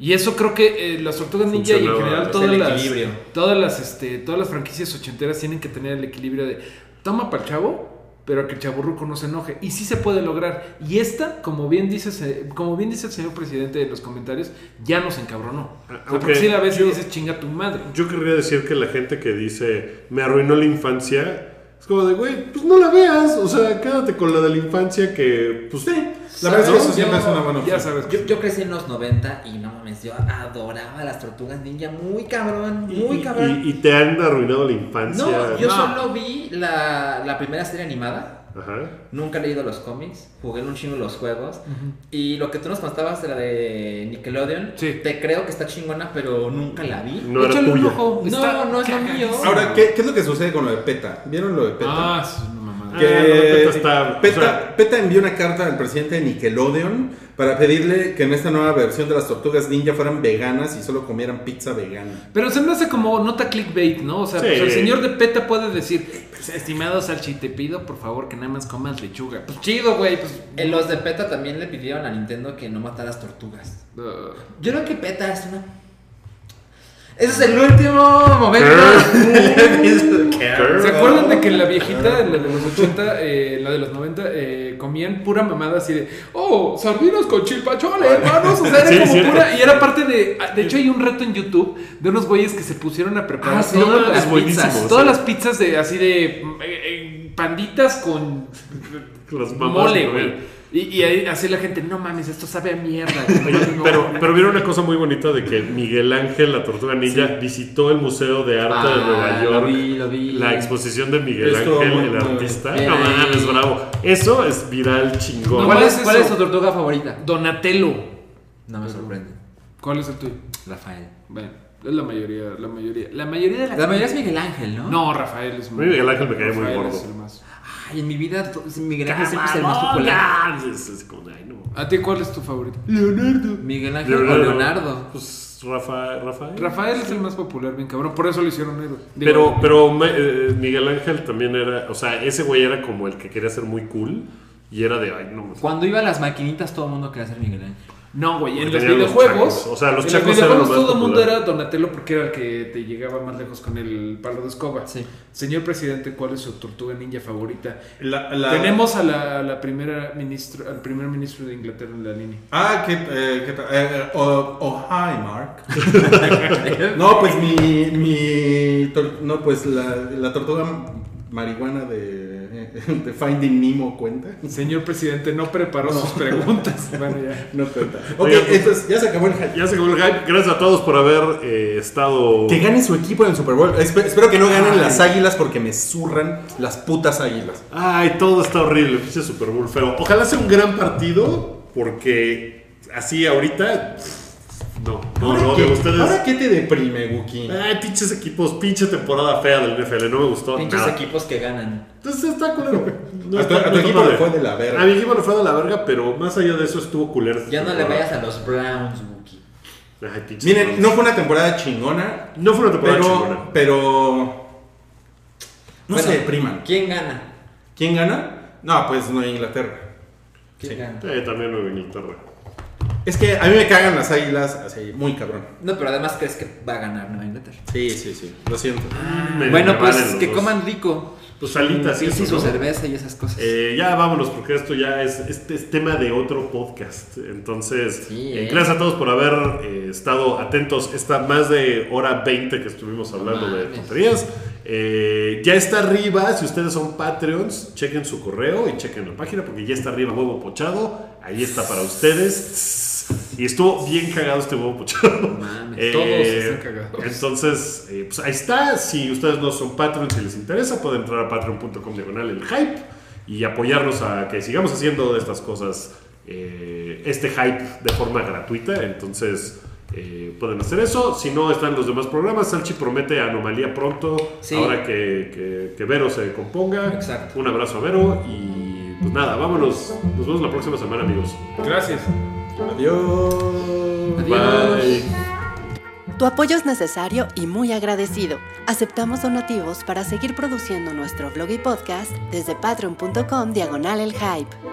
[SPEAKER 2] Y eso creo que eh, las tortugas ninja y en
[SPEAKER 1] Funcionaba,
[SPEAKER 2] general
[SPEAKER 1] es
[SPEAKER 2] todas
[SPEAKER 6] el
[SPEAKER 2] las,
[SPEAKER 6] equilibrio.
[SPEAKER 2] todas las este, todas las franquicias ochenteras tienen que tener el equilibrio de toma para el chavo, pero que el chaburruco no se enoje. Y sí se puede lograr. Y esta, como bien dice, se- como bien dice el señor presidente en los comentarios, ya nos encabronó. O sea,
[SPEAKER 1] Ah, Ok,
[SPEAKER 2] porque sí la ves y
[SPEAKER 1] yo-
[SPEAKER 2] dices chinga tu madre.
[SPEAKER 1] Yo querría decir que la gente que dice me arruinó la infancia, es como de, güey, pues no la veas, o sea, quédate con la de la infancia que, pues sí.
[SPEAKER 4] La verdad es que
[SPEAKER 1] ¿No?
[SPEAKER 4] eso siempre es una buena
[SPEAKER 2] Ya
[SPEAKER 4] opción.
[SPEAKER 2] sabes.
[SPEAKER 3] Yo, yo crecí en los 90 y no mames, yo adoraba las tortugas ninja muy cabrón, muy
[SPEAKER 1] Y-
[SPEAKER 3] cabrón.
[SPEAKER 1] Y, y te han arruinado la infancia.
[SPEAKER 3] no, yo
[SPEAKER 2] no.
[SPEAKER 3] solo vi la, la primera serie animada.
[SPEAKER 1] Ajá.
[SPEAKER 3] Nunca he leído los cómics, jugué un chingo los juegos. Y lo que tú nos contabas de la de Nickelodeon,
[SPEAKER 2] Sí.
[SPEAKER 3] te creo que está chingona, pero nunca la vi.
[SPEAKER 1] No era
[SPEAKER 2] Échale un
[SPEAKER 1] tuya.
[SPEAKER 2] ojo.
[SPEAKER 3] No, no es lo mío.
[SPEAKER 4] Ahora, ¿qué, qué es lo que sucede con lo de PETA? ¿Vieron lo de PETA?
[SPEAKER 2] Ah, es una mamada.
[SPEAKER 1] Ah, lo de
[SPEAKER 4] que
[SPEAKER 1] PETA está-
[SPEAKER 4] PETA,
[SPEAKER 1] o sea-
[SPEAKER 4] PETA envió una carta al presidente de Nickelodeon para pedirle que en esta nueva versión de las tortugas ninja fueran veganas y solo comieran pizza vegana.
[SPEAKER 2] Pero se me hace como nota clickbait, ¿no? O sea,
[SPEAKER 1] Sí.
[SPEAKER 2] pues el señor de PETA puede decir, pues, estimado Salchi, te pido por favor que nada más comas lechuga. Pues chido, güey, pues...
[SPEAKER 3] En los de PETA también le pidieron a Nintendo que no mataras tortugas.
[SPEAKER 2] uh,
[SPEAKER 3] Yo creo que PETA es una. Ese es el último momento.
[SPEAKER 2] ¿Se
[SPEAKER 1] Eh.
[SPEAKER 2] acuerdan de que la viejita, la de los 80, eh, la de los 90, eh, comían pura mamada así de, oh, sardinas con chilpachole, hermanos? O sea, era
[SPEAKER 1] Sí,
[SPEAKER 2] como
[SPEAKER 1] cierto.
[SPEAKER 2] pura. Y era parte de. De hecho, hay un reto en YouTube de unos güeyes que se pusieron a preparar
[SPEAKER 3] Ah, sí, es
[SPEAKER 2] todas, las
[SPEAKER 1] buenísimo,
[SPEAKER 2] pizzas,
[SPEAKER 1] sí.
[SPEAKER 2] todas las pizzas de así de. eh, eh, panditas con
[SPEAKER 1] Las mamás.
[SPEAKER 2] mole,
[SPEAKER 1] ¿no?
[SPEAKER 2] güey. Y, y ahí, así la gente, no mames, esto sabe a mierda. güey,
[SPEAKER 1] Oye,
[SPEAKER 2] no".
[SPEAKER 1] pero, pero vieron una cosa muy bonita de que Miguel Ángel, la tortuga ninja, visitó el Museo de Arte de Nueva York.
[SPEAKER 6] Lo vi, lo vi.
[SPEAKER 1] La exposición de Miguel
[SPEAKER 4] Estuvo
[SPEAKER 1] Ángel,
[SPEAKER 4] muy
[SPEAKER 1] el
[SPEAKER 4] bueno.
[SPEAKER 1] artista.
[SPEAKER 6] Bien
[SPEAKER 1] No
[SPEAKER 6] ahí.
[SPEAKER 1] mames, bravo. Eso es viral chingón.
[SPEAKER 2] No,
[SPEAKER 6] ¿Cuál, es,
[SPEAKER 2] ¿Cuál
[SPEAKER 6] ¿Cuál
[SPEAKER 2] es
[SPEAKER 6] es tu
[SPEAKER 2] eso?
[SPEAKER 6] tortuga favorita?
[SPEAKER 2] Donatello.
[SPEAKER 6] No me sorprende.
[SPEAKER 2] ¿Cuál es el tuyo?
[SPEAKER 6] Rafael.
[SPEAKER 2] Bueno, es la mayoría, la mayoría. La mayoría de la
[SPEAKER 6] La mayoría es Miguel Ángel, ¿no?
[SPEAKER 2] No, Rafael es
[SPEAKER 1] mí Miguel Ángel me cae muy
[SPEAKER 2] Rafael
[SPEAKER 1] gordo.
[SPEAKER 2] es el más.
[SPEAKER 6] Ay, en mi vida to-
[SPEAKER 3] pues,
[SPEAKER 6] Miguel Ángel siempre es el más popular.
[SPEAKER 1] ¡Camarón! pues, Es- es como, ay, no.
[SPEAKER 2] ¿A ti cuál es tu favorito? Leonardo.
[SPEAKER 6] Miguel Ángel o
[SPEAKER 1] Leonardo.
[SPEAKER 6] Leonardo.
[SPEAKER 1] Pues Rafa, Rafael.
[SPEAKER 2] Rafael es el más popular, bien cabrón. Por eso lo hicieron héroe. Digo,
[SPEAKER 1] Pero, pero ma- eh, Miguel Ángel también era, o sea, ese güey era como el que quería ser muy cool y era de, ay, no me
[SPEAKER 6] Cuando iba a las maquinitas todo el mundo quería ser Miguel Ángel.
[SPEAKER 2] No, güey. En
[SPEAKER 1] Porque
[SPEAKER 2] los
[SPEAKER 1] tenían los
[SPEAKER 2] videojuegos.
[SPEAKER 1] chacos. O sea, los
[SPEAKER 2] en
[SPEAKER 1] chacos
[SPEAKER 2] los
[SPEAKER 1] eran
[SPEAKER 2] videojuegos
[SPEAKER 1] lo más
[SPEAKER 2] todo el mundo
[SPEAKER 1] popular.
[SPEAKER 2] era Donatello porque era el que te llegaba más lejos con el palo de escoba.
[SPEAKER 6] Sí.
[SPEAKER 2] Señor presidente, ¿cuál es su tortuga ninja favorita?
[SPEAKER 4] La- la-
[SPEAKER 2] Tenemos a la, a la primera ministro, al primer ministro de Inglaterra en la línea.
[SPEAKER 4] Ah, que... eh, que- eh, eh, oh, oh, hi, Mark. no, pues mi... mi tor- no, pues la, la tortuga marihuana de, de Finding Nemo cuenta.
[SPEAKER 2] Señor presidente, no preparó sus preguntas. Bueno, ya.
[SPEAKER 4] No cuenta. Ok,
[SPEAKER 1] Oye, pues-
[SPEAKER 4] entonces ya se acabó el hype.
[SPEAKER 1] Ya se acabó el hype. Gracias a todos por haber eh, estado.
[SPEAKER 4] Que gane su equipo en el Super Bowl. Espe- espero que no ganen las águilas porque me zurran las putas águilas.
[SPEAKER 1] Ay, todo está horrible. Pinche Super Bowl feo. Ojalá sea un gran partido porque así ahorita. pff, No, no, no, de
[SPEAKER 4] ¿Qué-
[SPEAKER 1] ustedes.
[SPEAKER 4] ¿Ahora qué te deprime, Wookie?
[SPEAKER 1] Ay, pinches equipos, pinche temporada fea del NFL, no me gustó
[SPEAKER 3] Pinches
[SPEAKER 1] nada.
[SPEAKER 3] equipos que ganan.
[SPEAKER 1] Entonces está culero. No
[SPEAKER 4] A tu-
[SPEAKER 1] está-
[SPEAKER 4] a tu
[SPEAKER 1] no está
[SPEAKER 4] equipo
[SPEAKER 1] padre.
[SPEAKER 4] le fue de la verga.
[SPEAKER 1] A mi equipo le fue de la verga, pero más allá de eso estuvo culero. esta
[SPEAKER 3] Ya no le
[SPEAKER 1] temporada.
[SPEAKER 3] vayas a los Browns, Wookie.
[SPEAKER 1] Ay, pinches
[SPEAKER 4] Miren,
[SPEAKER 1] Browns.
[SPEAKER 4] no fue una temporada chingona,
[SPEAKER 1] No fue una temporada
[SPEAKER 4] pero,
[SPEAKER 1] chingona.
[SPEAKER 4] pero no
[SPEAKER 3] Bueno,
[SPEAKER 4] se depriman.
[SPEAKER 3] ¿Quién gana?
[SPEAKER 4] ¿Quién gana? No, pues no Inglaterra.
[SPEAKER 3] ¿Quién gana?
[SPEAKER 1] Eh, también Nueva Inglaterra.
[SPEAKER 4] Es que a mí me cagan las águilas así, muy cabrón.
[SPEAKER 3] No, pero además crees que va a ganar Nueva Inglaterra.
[SPEAKER 4] Sí, sí, sí, lo siento.
[SPEAKER 1] Me-
[SPEAKER 3] Bueno,
[SPEAKER 1] me valen
[SPEAKER 3] pues
[SPEAKER 1] los
[SPEAKER 3] que
[SPEAKER 1] dos.
[SPEAKER 3] coman rico.
[SPEAKER 1] Pues alitas y
[SPEAKER 3] Sí, sí,
[SPEAKER 1] eso,
[SPEAKER 3] su
[SPEAKER 1] ¿no?
[SPEAKER 3] cerveza y esas cosas.
[SPEAKER 1] Eh, ya vámonos, porque esto ya es, este es tema de otro podcast. Entonces,
[SPEAKER 3] Sí,
[SPEAKER 1] eh,
[SPEAKER 3] eh.
[SPEAKER 1] gracias a todos por haber eh, estado atentos esta más de hora 20 que estuvimos hablando de
[SPEAKER 3] mames.
[SPEAKER 1] tonterías. Eh, ya está arriba, si ustedes son Patreons, chequen su correo y chequen la página, porque ya está arriba huevo pochado. Ahí está para ustedes. Y estuvo bien cagado este huevo pochado.
[SPEAKER 3] Mames,
[SPEAKER 1] Eh,
[SPEAKER 2] todos están cagados.
[SPEAKER 1] Entonces, eh, pues ahí está. Si ustedes no son Patreon, si les interesa, pueden entrar a patreon.com diagonal el hype y apoyarnos a que sigamos haciendo de estas cosas eh, este hype de forma gratuita. Entonces, eh, pueden hacer eso. Si no, están los demás programas. Salchi promete Anomalía pronto,
[SPEAKER 3] Sí.
[SPEAKER 1] ahora que, que- que Vero se componga.
[SPEAKER 3] Exacto.
[SPEAKER 1] Un abrazo a Vero y pues nada, vámonos. Nos vemos la próxima semana, amigos.
[SPEAKER 4] Gracias. Adiós.
[SPEAKER 1] Bye.
[SPEAKER 5] Tu apoyo es necesario y muy agradecido. Aceptamos donativos para seguir produciendo nuestro blog y podcast desde patreon.com diagonal el hype.